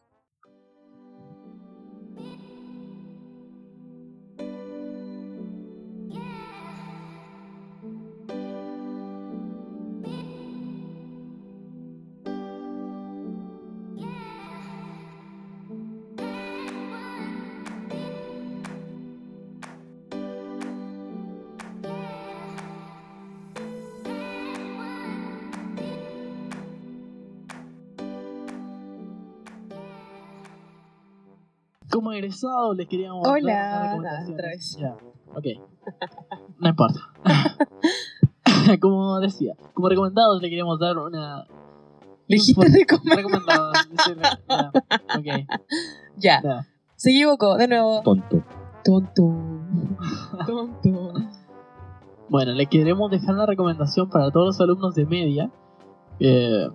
B: Como egresado les queríamos
C: Hola,
B: dar unas
C: nah, otra
B: recomendaciones.
C: vez.
B: Ya, ok. No importa. como decía, como recomendados le queríamos dar una
C: Dijiste
B: info- recomendados.
C: recomendado.
B: dice la- ya, ok,
C: Ya.
B: ya.
C: Se equivocó. De nuevo.
A: Tonto.
C: Tonto. Tonto.
B: Bueno, le queremos dejar una recomendación para todos los alumnos de media eh,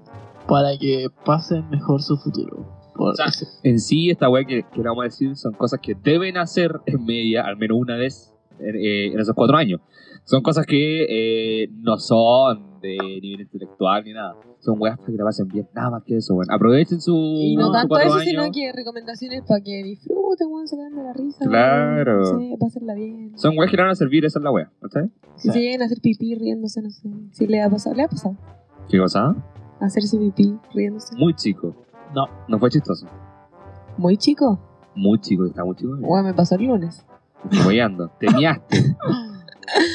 B: para que pasen mejor su futuro. Por-
A: O sea, en sí, esta weá que, que le vamos a decir son cosas que deben hacer en media, al menos una vez en, eh, en esos cuatro años. Son cosas que eh, no son de nivel intelectual ni nada. Son weas para que la pasen bien, nada más que eso, weón. Aprovechen su,
C: Y no
A: su
B: Uno,
C: tanto
A: cuatro
C: eso,
A: años.
C: sino que recomendaciones para que disfruten, weón, se queden de la risa.
A: Claro.
C: No sé, pásenla bien.
A: Son weas que le van a servir, esa es la wea, ¿cachai?
C: Si se llegan a hacer pipí riéndose, no sé. Si le ha pasado, le ha pasado.
A: ¿Qué cosa?
C: Hacerse pipí riéndose.
A: Muy chico.
B: No.
A: No fue chistoso.
C: Muy chico.
A: Muy chico, está muy chico.
C: Weón, me pasó el lunes.
A: Follando. Te miaste.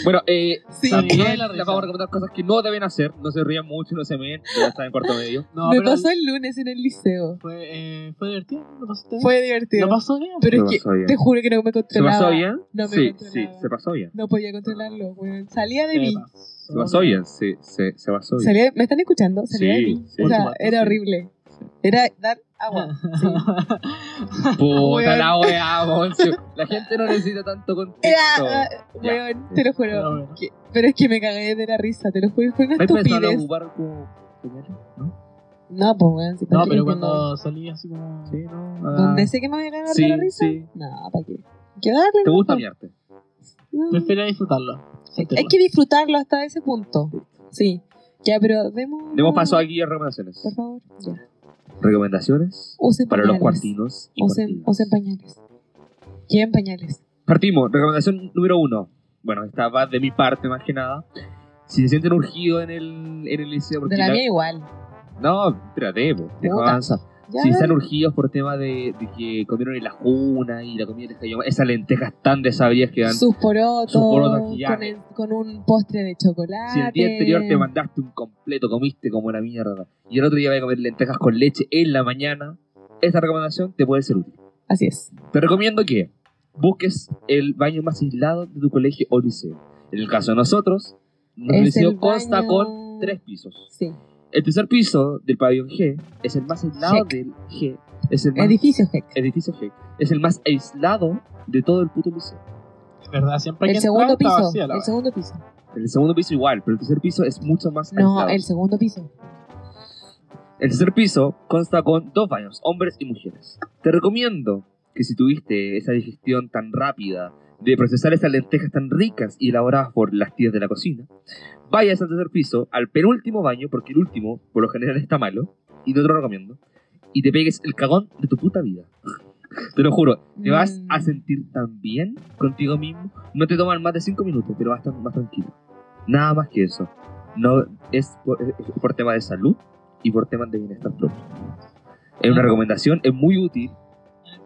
A: bueno, eh,
C: Sí.
B: También.
A: también les vamos a recomendar cosas que no deben hacer. No se rían mucho, no se meen. Ya están en cuarto medio.
B: no,
C: me
B: pero
C: pasó el lunes en el liceo.
B: fue, eh, fue divertido, lo pasaste bien?
C: Fue divertido.
B: ¿Lo pasó bien?
C: pero
A: Lo
C: es que
A: pasó bien.
C: te juro que no me
A: ¿Se
C: controlaba.
A: pasó bien?
C: No me
A: sí, sí,
C: controlaba.
A: se pasó bien.
C: No podía controlarlo, weón. Salía de
B: Eh,
C: mí.
A: Se
C: Oh,
A: pasó
B: bien.
A: bien, sí, se, se pasó bien.
C: Salía- ¿Me están escuchando? Salía de
A: Sí,
C: mí.
A: sí.
C: O sea,
B: Por supuesto,
C: era
B: sí.
C: horrible. Era dar agua. Sí.
A: Puta
C: Weón.
A: la weá, Moncio. La gente no necesita tanto
C: Era,
A: contexto.
C: ah, weón, te lo
B: Pero
C: juro.
B: bueno.
C: Que- pero es que me cagué de la risa, te lo juro. Fue una
A: ¿Has pensado en
C: estupidez.
A: ocupar como señales? ¿No?
C: No, pues weón, si
B: No,
C: para qué
B: pero
C: entiendo.
B: cuando salí así como...
A: Sí, no. ah.
C: ¿Dónde sé que me voy a cagar de la
A: Sí,
C: risa?
A: sí.
C: No, ¿para qué? Hay que darle.
A: ¿Te gusta
C: nomás.
A: miarte?
C: No.
B: Prefiero disfrutarlo.
C: Hay,
B: sentirlo.
C: hay que disfrutarlo hasta ese punto. Sí. Ya, pero demos.
A: Demos paso aquí a recomendaciones.
C: Por favor, ya.
A: Recomendaciones
C: Usen
A: para los
C: pañales.
A: cuartinos. y
C: Usen,
A: cuartinas.
C: usen pañales. Lleven pañales.
A: Partimos, recomendación número uno. Bueno, esta va de mi parte más que nada. Si se sienten urgidos en el, en el liceo, porque
C: De la
A: la-
C: mía igual.
A: No, espérate, po, deja
C: Puta.
A: avanzar.
C: Ya,
A: Si están
C: dale.
A: urgidos por tema de, de que comieron en la juna y la comida les cayó mal, esas lentejas tan desabridas que dan.
C: sus porotos,
A: sus porotos que ya-
C: con, el- con un postre de chocolate.
A: Si el día anterior te mandaste un completo, comiste como una mierda, y el otro día vas a comer lentejas con leche en la mañana, esta recomendación te puede ser útil.
C: Así es.
A: Te recomiendo que busques el baño más aislado de tu colegio o liceo. En el caso de nosotros, nuestro
C: Es
A: liceo
C: el
A: consta
C: baño-
A: con tres pisos.
C: Sí.
A: El tercer piso del pabellón G es el más aislado
C: Heck.
A: del G. Es el más
C: Edificio Heck.
A: edificio G. Es el más aislado de todo el puto museo.
B: Es verdad, siempre hay
C: El
B: que
C: segundo
B: entrar, está
C: piso.
B: vacía la
C: El
B: wea.
C: segundo piso.
A: El segundo piso igual, pero el tercer piso es mucho más
C: No,
A: aislado.
C: el segundo piso.
A: El tercer piso consta con dos baños, hombres y mujeres. Te recomiendo que si tuviste esa digestión tan rápida de procesar esas lentejas tan ricas y elaboradas por las tías de la cocina, vayas al tercer piso, al penúltimo baño, porque el último por lo general está malo, y no te lo recomiendo, y te pegues el cagón de tu puta vida. Te lo juro, te vas
C: Mm.
A: a sentir tan bien contigo mismo. No te toman más de cinco minutos, pero vas a estar más tranquilo. Nada más que eso. No es por, es por tema de salud y por temas de bienestar propio. Es
C: Ah.
A: una recomendación, es muy útil.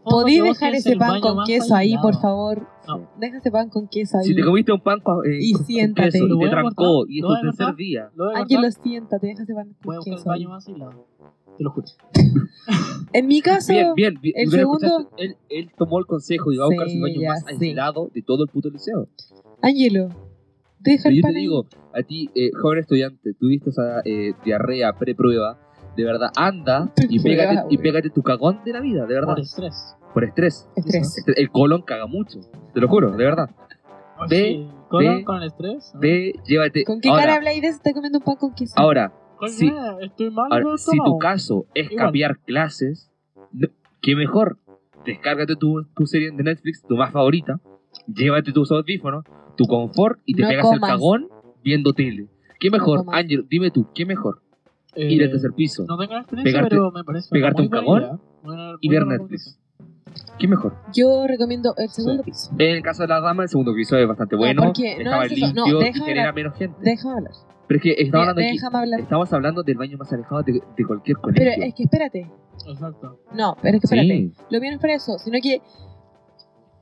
C: ¿Podéis
B: Fondo que
C: dejar
B: es
C: ese
B: el
C: pan
B: baño
C: con
B: más
C: queso ahí,
B: aislado.
C: por favor?
B: No.
C: Deja ese pan con queso ahí.
A: Si te comiste un pan con, eh,
C: Y
A: con- con
C: siéntate.
A: queso
B: ¿Lo
A: y
B: voy
A: te
B: a
A: trancó
B: cortar?
A: y es
B: ¿Lo voy
A: tu
B: a
A: tercer
B: cortar?
A: día,
B: Lo voy a
C: Ángel,
B: cortar,
C: lo sienta, te deja ese pan
B: voy a buscar
C: con
B: el
C: queso. ahí.
B: baño más aislado. Te lo juro.
C: En mi caso,
A: Bien, bien, bien.
C: el
A: Pero escuchaste,
C: segundo-
A: Él, él tomó el consejo y va a
C: Sí,
A: buscar su baño
C: ya,
A: más
C: sí.
A: aislado de todo el puto liceo.
C: Ángelo, deja
A: Pero
C: el
A: yo
C: pan
A: te
C: ahí.
A: digo, a ti, eh, joven estudiante, tuviste esa eh, diarrea pre-prueba de verdad, anda
C: Te
A: y pégate,
C: pegaba,
A: y
C: güey.
A: pégate tu cagón de la vida, de verdad,
B: por estrés.
A: por estrés.
C: Estrés.
A: Este- El colon caga mucho, te lo juro, de verdad.
B: Oye,
A: ve-
B: ¿Colon con el estrés?
A: Ve, llévate.
C: ¿Con qué
A: ahora,
C: cara habláis de eso? Está comiendo un pan con queso.
A: Ahora,
B: Coño,
A: sí.
B: eh, estoy mal.
A: Ahora,
B: no
A: si tu
B: tomo.
A: caso es
B: Igual.
A: cambiar clases, no- qué mejor. Descárgate tu, tu serie de Netflix, tu más favorita, llévate tus audífonos, tu confort y te
C: No
A: pegas el
C: comas.
A: cagón viendo tele. ¿Qué mejor,
C: comas.
A: Ángel? Dime tú, ¿qué mejor?
B: Eh,
A: Ir al tercer piso
B: No tengo la experiencia,
A: pegarte-
B: pero me parece. una
A: pegarte
B: muy
A: un
B: buena
A: cagón
B: idea. Buena-
A: y
B: muy
A: ver
B: buena
A: Netflix. ¿Qué mejor?
C: Yo recomiendo el segundo piso.
A: En el caso de la dama, el segundo piso es bastante
C: No,
A: bueno,
C: porque no
A: estaba
C: es eso, no,
A: limpio y
C: deja
A: genera
C: hablar.
A: menos gente.
C: Déjame hablar.
A: Pero es que estaba hablando
C: Dé-
A: aquí-
C: déjame hablar.
A: estamos hablando del baño más alejado de, de cualquier colegio.
C: Pero es que espérate.
B: recomendación. Exacto.
C: No, pero es que espérate.
A: sí,
C: Lo mío no es para eso, sino que,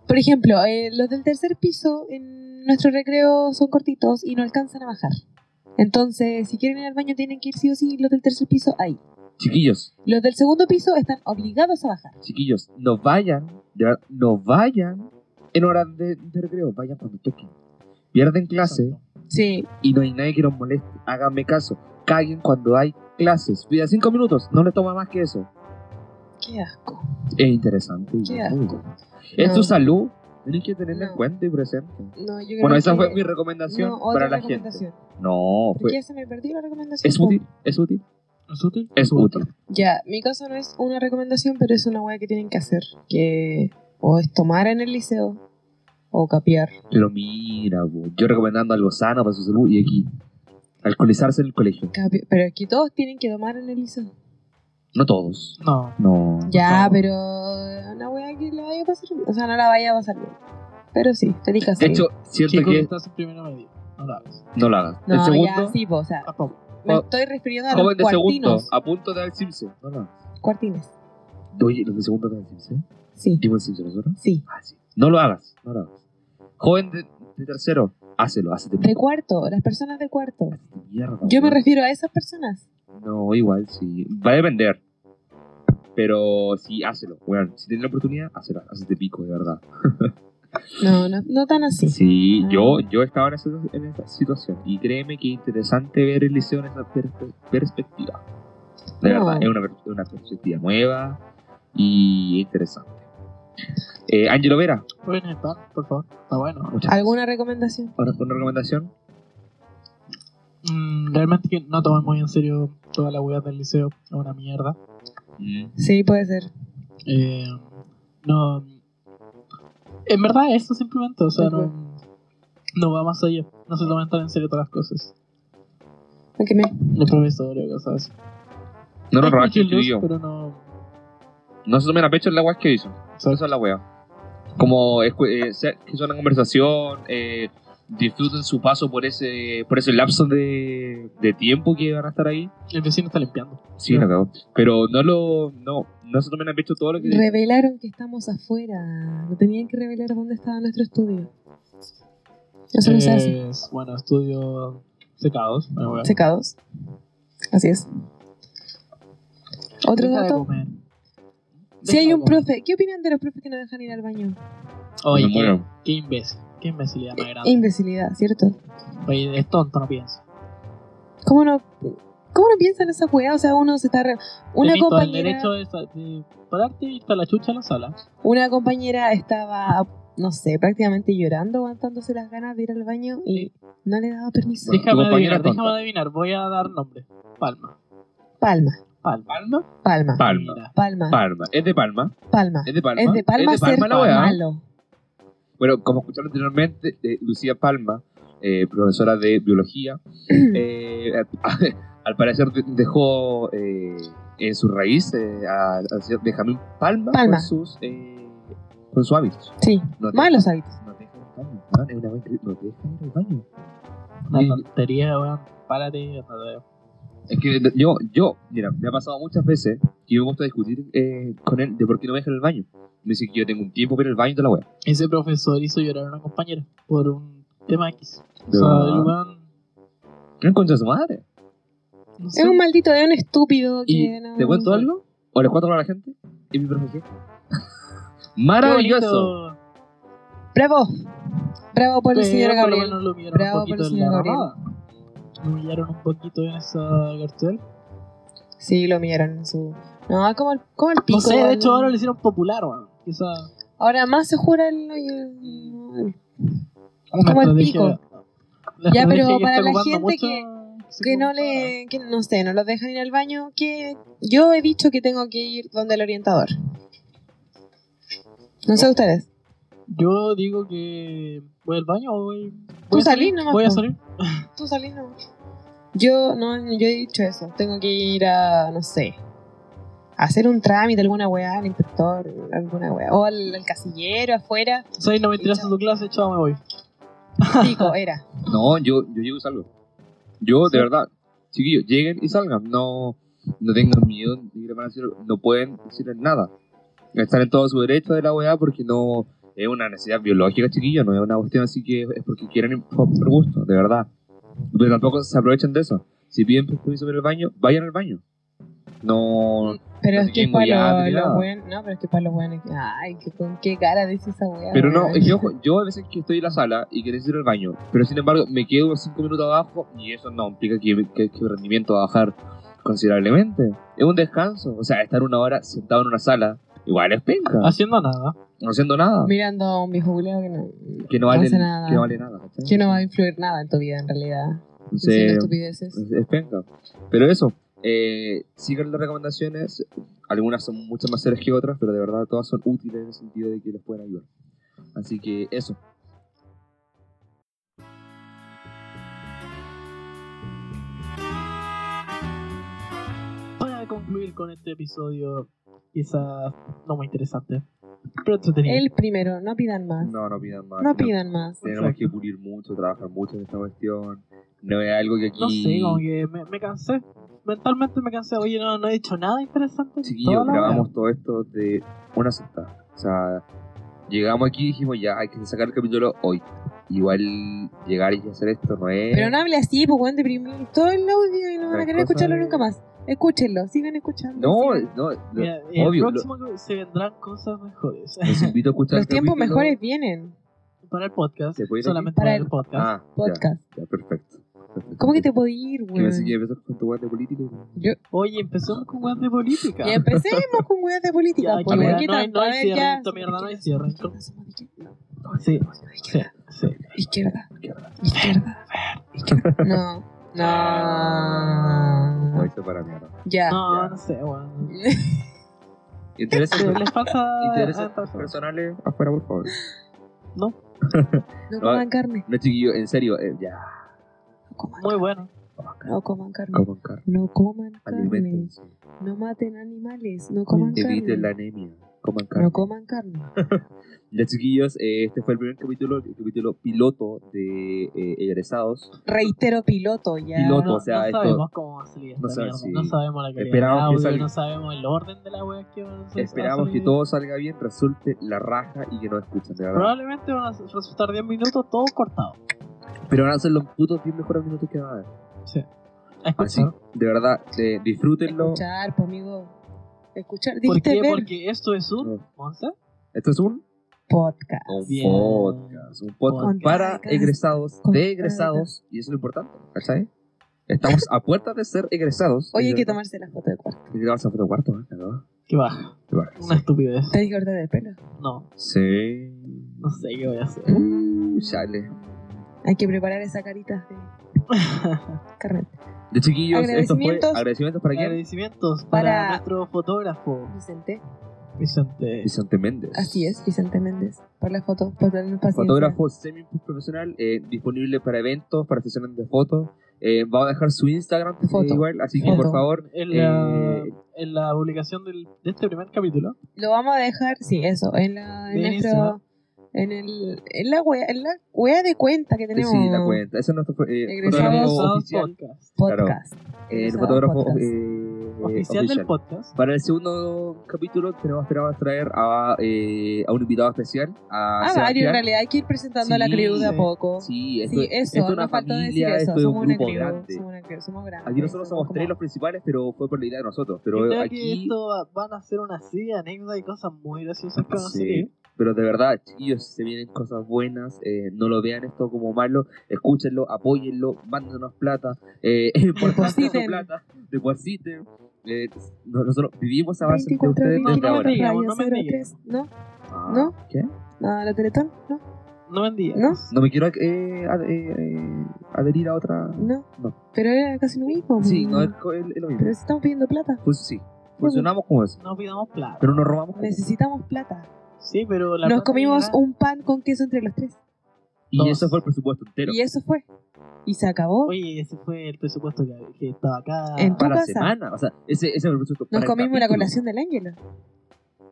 C: por ejemplo, eh, los del tercer piso en nuestro recreo son cortitos y no alcanzan a bajar. Entonces, si quieren ir al baño, tienen que ir sí o sí los del tercer piso ahí.
A: chiquillos.
C: Los del segundo piso están obligados a bajar.
A: chiquillos, no vayan, de verdad, no vayan en horas de, de recreo, vayan cuando toquen. Pierden clase
B: exacto.
C: Sí,
A: y no hay nadie que los moleste. Háganme caso, caguen cuando hay clases. Mira, cinco minutos, no les toma más que eso.
C: qué asco.
A: Es interesante. y
C: Qué
A: es
C: asco.
A: muy bueno. Es tu
C: No.
A: salud, tienen que tenerla en
C: No.
A: cuenta y presente.
C: No, yo creo
A: Bueno,
C: que-
A: esa fue mi recomendación
C: No, otra
A: para la gente.
C: recomendación.
A: No,
C: ¿Por
A: fue-
C: qué se me perdió la recomendación?
A: es útil, es útil,
B: ¿Es útil?
A: es útil.
C: Ya, mi caso no es una recomendación, pero es una weá que tienen que hacer. Que o es tomar en el liceo o capiar.
A: Pero mira, bo, yo recomendando algo sano para su salud y aquí, alcoholizarse en el colegio.
C: Capi- Pero aquí todos tienen que tomar en el liceo.
A: No todos.
B: No.
A: No.
C: Ya,
B: No.
C: pero una wea que la vaya a pasar bien. O sea, no la vaya a pasar bien. Pero sí, tenés
A: De
C: que hacer.
A: hecho, siento
B: Chico,
A: que
B: que estás en primero medio. No la hagas.
A: No lo hagas. el
C: no,
A: segundo,
C: ya, sí, po, o sea,
B: Tampoco.
C: me
A: jo-
C: estoy refiriendo a los
A: joven de segundo, Ah.
C: cuartinos.
A: a punto de dar el Simpson. No lo hagas.
C: Cuartines,
A: Oye, los de segundo dan el Simpson.
C: sí,
A: ¿Digo el Simpson nosotros?
C: sí.
A: Ah, sí. No lo hagas. No lo hagas. Joven de, de tercero, hácelo, hácete
C: De
A: pico.
C: cuarto, las personas de cuarto.
A: Hazte mierda,
C: Yo me
A: güey.
C: refiero a esas personas.
A: No, igual, sí. Va a depender. Pero sí, hácelo. Bueno, si tienes la oportunidad, hácelo. Hazte pico, de verdad.
C: No, no, no tan así.
A: Sí,
C: Ah.
A: yo, yo estaba en esa, en esa situación. Y créeme que es interesante ver el liceo en esa perspe- perspectiva. De
C: No.
B: Oh.
A: verdad, es una, per- una perspectiva nueva y interesante. Eh, Angelo Vera,
B: Pueden estar, por favor. Está bueno.
A: muchas gracias.
C: ¿Alguna recomendación?
A: Ahora, ¿Una recomendación?
B: Mm, realmente que no toman muy en serio toda la weá del liceo. Es una mierda.
A: Mm,
C: Sí, puede ser.
B: Eh, no. En verdad, eso simplemente, o sea, no, no va más allá. No se toman tan en serio todas las cosas.
C: Aunque me-
B: Los profesores, cosas así.
A: No nos
B: Hay
A: robaste el
B: muchos luz,
A: estudio.
B: Pero no.
A: No se tomen a pecho la weá que hizo.
B: Sí.
A: Esa es la weá. Como escu- eh, sea- que es una conversación, eh, disfruten su paso por ese, por ese lapso de, de tiempo que van a estar ahí.
B: El vecino está limpiando.
A: Sí, la cagó. Pero no lo. No, no se tomen a pecho todo lo que.
C: Revelaron que estamos afuera. No tenían que revelar dónde estaba nuestro estudio. Eso no se hace.
B: Es, bueno, estudios secados. Bueno, bueno.
C: Secados. Así es. Otro
B: Deja de
C: dato.
B: comer.
C: Si
B: Deja
C: hay
B: de
C: un
B: comer.
C: profe, ¿qué opinan de los profes que no dejan ir al baño?
B: Oye,
A: Me
B: qué,
A: muero.
B: qué imbécil. Qué
C: Eh,
B: imbecilidad más grande.
C: Imbecilidad, ¿cierto?
B: Oye, es tonto, no piensa.
C: ¿Cómo no, cómo no piensan esa weá? O sea, uno se está... re- Una
B: Tenés todo el
C: compañera,
B: derecho de, sa- de pararte y irte a la chucha a la sala.
C: una compañera estaba, no sé, prácticamente llorando, aguantándose las ganas de ir al baño y no le daba permiso.
A: Bueno.
B: Déjame
A: compañera
B: adivinar,
A: es tonta.
B: déjame adivinar. Voy a dar nombre. Palma.
C: Palma,
B: Palma. Palma.
C: palma,
A: Palma.
B: Mira.
C: palma,
A: Palma. Es de Palma.
C: palma.
A: Es de Palma.
C: Es de palma ser
A: la weá.
C: malo.
A: Bueno, como escucharon anteriormente, eh, Lucía Palma, eh, profesora de biología, eh, al parecer de- dejó eh, en su raíz eh, a- al señor Benjamín Palma,
C: Palma.
A: con sus. eh, con sus hábitos.
C: Sí,
A: No te-
C: malos hábitos.
A: No te dejan ir al baño, weón, es una weá increíble, no te dejan ir al baño.
B: Una
A: Sí.
B: tontería, weón. Párate. andate.
A: Es que yo, yo, mira, me ha pasado muchas veces que yo me gusta discutir eh, con él de por qué no me deja en el baño. Me dice que yo tengo un tiempo para ir al baño de la wea.
B: Ese profesor hizo llorar a una compañera por un tema X. O
A: De
B: sea,
A: verdad.
B: el weón.
A: No encontré a su madre.
B: No
C: Es
B: sé.
C: un maldito, es un estúpido que
A: ¿Y
C: no-
A: te cuento algo? ¿O le cuento algo a la gente? Y mi profe jefe.
B: Qué
A: Maravilloso.
B: bonito.
C: Bravo, bravo por el
B: Pero
C: señor
B: por lo
C: Gabriel.
B: menos lo humillaron
C: Bravo
B: un
C: por el
B: poquito en
C: señor
B: la
C: Gabriel.
B: ramada. Lo humillaron un poquito en esa cartel.
C: Sí, lo humillaron en su. No, como el, como el pico.
B: No sé, de
C: igual.
B: hecho ahora lo hicieron popular, weón. Quizá
C: Ahora más se jura el hoyo.
B: una
C: Como el
B: estrategia- la
C: Ya, pero
B: estrategia que
C: para
B: está
C: la
B: ocupando
C: gente
B: mucho- sí,
C: Que no
B: como-
C: le. Que, no sé, no los dejan ir al baño. Que yo he dicho que tengo que ir donde el orientador. No sé ustedes.
B: Yo digo que voy al baño o voy.
C: Tú
B: voy a
C: salí nomás,
B: Voy a
C: po.
B: salir.
C: Tú salís, no. Yo, no, yo he dicho eso. Tengo que ir a, no sé, a hacer un trámite, alguna weá, al inspector, alguna weá. O al, al casillero afuera.
B: Soy no me interesa
C: chao.
B: tu clase, chao, me voy.
C: Pico, era.
A: No, yo, yo llego y salgo. Yo,
B: Sí.
A: de verdad, chiquillos, lleguen y salgan. No, no tengan miedo, ni le van a decir- no pueden decirles nada. Están en todo su derecho de la OEA porque no es una necesidad biológica, chiquillos, no es una cuestión así que es porque quieren ir por por gusto, de verdad. Pero tampoco se aprovechen de eso. Si piden permiso para el baño, vayan al baño. No,
C: Pero
A: Así
C: es que
A: que
C: es para
A: engullada,
C: los- los
A: peleada.
C: weones. No, pero es que para los weones. Ay, qué, con qué cara dice esa weá.
A: Pero no,
C: weón.
A: es que ojo, yo a veces que estoy en la sala y querés ir al baño, pero sin embargo me quedo cinco minutos abajo y eso no implica que, que, que mi rendimiento va a bajar considerablemente. Es un descanso. O sea, estar una hora sentado en una sala, igual es penca,
C: Ah,
B: Haciendo nada.
A: no haciendo nada.
C: Mirando a un viejo culiao que no.
A: Que no vale,
C: hace nada.
A: que no vale nada. ¿cachai?
C: que no va a influir nada en tu vida, en realidad.
A: Entonces,
C: Diciendo estupideces.
A: es, es penca. Pero eso, eh, sigan las recomendaciones. Algunas son mucho más serias que otras, pero de verdad todas son útiles en el sentido de que les pueden ayudar. Así que eso.
B: Para concluir con este episodio, quizás no muy interesante, pero entretenido.
C: El primero, no pidan más.
A: No, no pidan más.
C: Ah. No pidan más.
A: Tenemos
B: Exacto.
A: que pulir mucho, trabajar mucho en esta cuestión. No es algo que aquí.
B: No sé, como que me, me cansé. Mentalmente me cansé. Oye, no, no he dicho nada interesante.
A: Chiquillos,
B: Toda la
A: grabamos todo esto de una sentada. O sea, llegamos aquí y dijimos ya, hay que sacar el capítulo hoy. Igual llegar y hacer esto no es.
C: Pero no hable así, pues weón, deprimir todo el audio y no van a
A: Las
C: querer escucharlo
A: cosas de-
C: nunca más. Escúchenlo, sigan escuchando.
A: No,
C: sigan.
A: no,
B: wea. Mira,
A: lo-
B: y el
A: obvio. lo-
B: próximo que se vendrán cosas mejores
A: los invito a escuchar
C: Los
A: el
C: tiempos
A: capítulo.
C: mejores vienen.
B: para el podcast.
A: ¿Se puede ir
B: Solamente
C: aquí?
B: para
C: Para
B: el
C: el-
B: podcast.
A: Ah, ya,
C: Podcast.
A: ya, perfecto. perfecto.
C: ¿Cómo que te puedo ir,
A: Que me
C: weón?
A: decís que empezar con tu guay de política. y-
C: Yo-
B: Oye, empezamos con weas de política.
C: Y empecemos con weas de política.
B: Ya,
C: pues,
A: que
C: weón,
A: ya,
C: ¿qué
B: no hay-
C: tanto?
B: no
C: A
B: hay
C: ver,
B: cierre,
C: ya.
B: esta mierda no hay cierre. Sí,
C: Sí.
B: sí, sí.
C: Izquierda. Izquierda. Izquierda. No.
B: Ah.
A: No,
C: No.
A: esto para mierda.
C: Ya.
B: No,
A: ya.
B: no sé, weón.
A: Intereses,
B: Sí, Les falta.
A: intereses
B: ah,
A: personales afuera, por favor.
C: No coman carne.
A: No, chiquillo, en serio, eh, ya.
C: No coman
B: Muy bueno.
C: carne. No coman carne.
A: Coman carne.
C: No coman carne.
A: Alimentos.
C: No maten animales. No coman
A: Eviten la
C: carne.
A: anemia. Coman carne.
C: No coman carne.
A: Ya, chiquillos, eh, este fue el primer capítulo, el capítulo piloto de eh, egresados.
C: Pues, Reitero piloto ya.
A: Piloto.
B: No,
A: o sea,
B: no
A: esto-
B: sabemos cómo va a salir esta
A: no sabe
B: mierda.
A: si-
B: No sabemos la calidad
A: Esperamos
B: del
A: que
B: audio,
A: salga-
B: no sabemos el orden de la wea que van a hacer.
A: Esperamos que todo salga bien, resulte la raja y que nos escuchen, de verdad.
B: Probablemente van a resultar 10 minutos todos cortados.
A: Pero van a ser los putos 10 mejores minutos que va a haber.
B: Sí. A
A: Así,
B: escuchar.
A: de verdad, eh, disfrútenlo.
C: Escuchar, pues, amigo. Escuchar.
B: ¿Por
C: Dijiste
B: qué?
C: ver
B: Porque esto es un
A: No.
B: Monza.
A: Esto es un,
C: podcast.
A: un
B: Bien.
A: podcast, un podcast
B: Podcast.
A: para egresados, de
C: Podcast.
A: egresados, y eso es lo importante, ¿cachai? Estamos a puertas de ser egresados.
C: Oye, hay que
A: tomar
C: tomarse la foto de cuarto.
A: Hay que tomarse foto cuarto, ¿eh? ¿No?
B: Que baja.
A: Qué baja,
B: Una estupidez.
C: Te dije cortar del pelo.
B: No,
A: Sí.
B: no sé qué voy a hacer.
A: Uh, chale.
C: Hay que preparar esa carita de carnet.
A: De chiquillos, esto fue
C: Agradecimientos.
A: agradecimientos para quién?
B: Agradecimientos para,
C: Para-
B: nuestro fotógrafo,
C: Vicente.
B: Vicente.
A: Vicente Méndez.
C: Así es, Vicente Méndez. Por la foto, por tenernos paciencia.
A: Fotógrafo semi-profesional, eh, disponible para eventos, para sesiones de fotos. Eh, vamos a dejar su Instagram eh,
C: Foto.
A: igual, así que
C: Foto.
A: por favor.
B: En la,
A: eh,
B: en la publicación del- de este primer capítulo,
C: Lo vamos a dejar, sí, eso, en la, en
B: Bien,
C: nuestro, en el, en la wea, en la wea de cuenta
A: sí,
C: que tenemos.
A: sí, la cuenta. Ese es nuestro fo- eh,
C: Egresados.
A: fotógrafo
B: Egresados
A: oficial.
B: Podcast.
C: Podcast.
A: eh, el
C: Egresados
A: fotógrafo
C: podcast.
A: eh,
B: Oficial del podcast.
A: Para el segundo capítulo tenemos esperamos traer a, eh, a un invitado especial. A
C: Ah, varios,
A: Sebastián.
C: en realidad hay que ir presentando a la
A: Sí,
C: crew de a
B: sí.
C: poco. Sí,
A: Sí, esto,
C: eso,
A: esto es
C: no
A: una
C: faltó
A: familia,
C: decir eso.
A: esto es un
C: Somos una
A: grupo
C: crew,
A: grande.
C: somos una crew, somos grandes.
A: Aquí nosotros somos
C: como-
A: tres los principales, pero fue por la idea de nosotros. Pero
B: Yo creo que
A: aquí
B: esto va- van a ser una serie de anécdotas y cosas muy graciosas que van a
A: Sí.
B: seguir.
A: Pero de verdad, chiquillos, se vienen cosas buenas. eh, no lo vean esto como malo. Escúchenlo, apóyenlo, mándenos plata. Eh, es importante su
C: Depositen.
A: plata. Depositen. Eh, no- nosotros vivimos a base de
C: 24
A: ustedes desde
B: no,
A: ahora.
B: no,
C: rayas,
B: no me
C: 03, ¿no?
A: Ah,
C: ¿No?
A: ¿Qué?
C: ¿No? ¿La Teletón? ¿No?
B: No vendía.
C: ¿No?
A: No me quiero eh, ad- eh, eh, adherir a otra.
C: ¿No?
A: No.
C: Pero era casi lo mismo.
A: Sí,
C: mm.
A: no es, co- es- es lo mismo.
C: Pero si estamos pidiendo plata.
A: Pues sí, funcionamos como eso.
B: No pidamos plata.
A: Pero nos robamos. como-
C: Necesitamos plata.
B: Sí, pero la
C: Nos
B: plata
C: comimos
B: llegará.
C: un pan con queso entre los tres.
A: Y
B: Dos.
A: eso fue el presupuesto entero.
C: Y eso fue. Y se acabó.
B: Oye, ese fue el presupuesto que, que estaba acá.
C: En-
A: Para la
C: pasa?
A: semana. O sea, ese, ese es el presupuesto. para
C: Nos
A: el
C: comimos la
A: capítulo.
C: colación del ángel.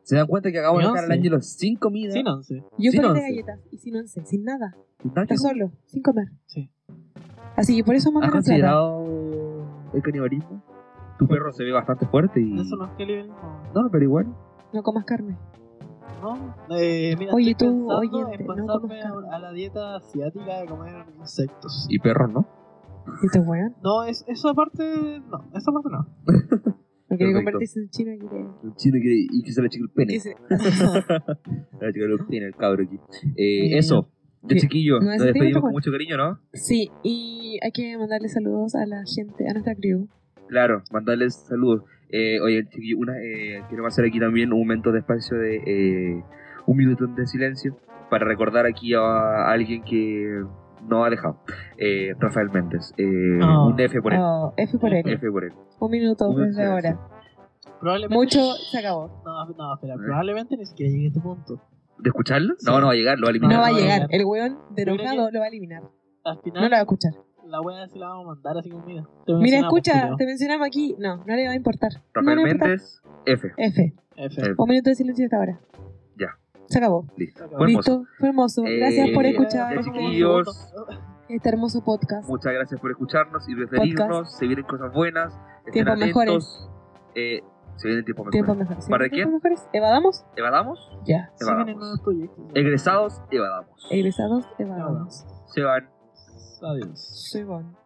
A: Se dan cuenta que acabamos de
B: No
A: dejar al
B: sé.
A: ángel sin comida.
B: Ah, Sin once.
C: Yo
A: Sin
C: un par
A: once.
C: de galletas y sin once, sin nada.
A: Sin nada que
C: Está solo, sin comer.
B: Sí.
C: Así que por eso
A: ¿Has
C: mandan la plata.
A: considerado el canibalismo? Tu perro se ve bastante fuerte y...
B: Eso no es que le no.
A: No, pero igual.
C: No comas carne.
B: no. Eh, mira,
C: Oye,
B: estoy
C: tú,
B: pensando
C: oyente,
B: en pasarme
C: no comas carne.
B: a, a la dieta asiática de comer insectos.
A: Y perros, ¿no?
C: ¿Y te weón?
B: No, es, esa parte no, esa parte no.
C: No
A: Perfecto.
C: quiere convertirse en chino y quiere...
A: El chino que, y que se le chica el pene.
C: que
A: Se
C: se-
A: le chica el pene el cabro aquí. Eh,
C: Mira.
A: eso. De
C: ¿Qué?
A: chiquillo,
C: No,
A: nos
C: ese tiene
A: despedimos
C: otro
A: con
C: cuento.
A: mucho cariño, ¿no?
C: Sí, y hay que mandarle saludos a la gente, a nuestra crew.
A: Claro, mandarles saludos. Eh, oye, chiquillo, una, eh, quiero hacer aquí también un momento de espacio de eh, un minuto de silencio para recordar aquí a alguien que no ha dejado. Eh, Rafael Méndez. Eh,
B: Oh.
A: Un F por él.
C: Oh, F por él.
A: F por él.
C: Un minuto
A: Un
C: desde
A: minuto,
C: ahora.
B: Probablemente
C: Mucho se acabó.
B: No, no, espera,
A: ¿Eh?
B: probablemente ni siquiera llegue a este punto.
A: ¿De escucharlo?
B: Sí.
A: No, no va a llegar, lo va a
C: No
A: eliminar.
C: va a
B: no va a
C: llegar.
B: llegar.
C: El weón de
B: Yo creo
C: enojado
B: que-
C: lo va a eliminar.
B: Al
C: No
B: final
C: la va a escuchar.
B: la wea se la vamos a mandar así conmigo.
C: Mira, escucha, te mencionamos aquí. No, no le va a importar.
A: Rafael
C: no le va a importar.
A: Méndez, F.
C: F.
A: F.
C: Un minuto de silencio hasta ahora.
A: Ya.
C: Se acabó.
A: Listo.
B: Fue
A: Fue hermoso.
C: Listo, fue hermoso. Gracias por
A: Eh,
C: escuchar
A: ya, chiquillos.
C: este hermoso podcast.
A: Muchas gracias por escucharnos y referirnos. Se vienen cosas buenas. Estén
C: Tiempos
A: atentos. Eh, se vienen tiempos mejores.
C: Tiempos mejores.
A: ¿Para
C: ¿Tiempos
A: quién?
C: mejores? ¿Evadamos?
A: Evadamos,
C: Ya.
B: Se vienen nuevos proyectos.
A: egresados, evadamos.
C: Egresados, evadamos.
A: Se van.
B: Adiós.
C: Soy Bon.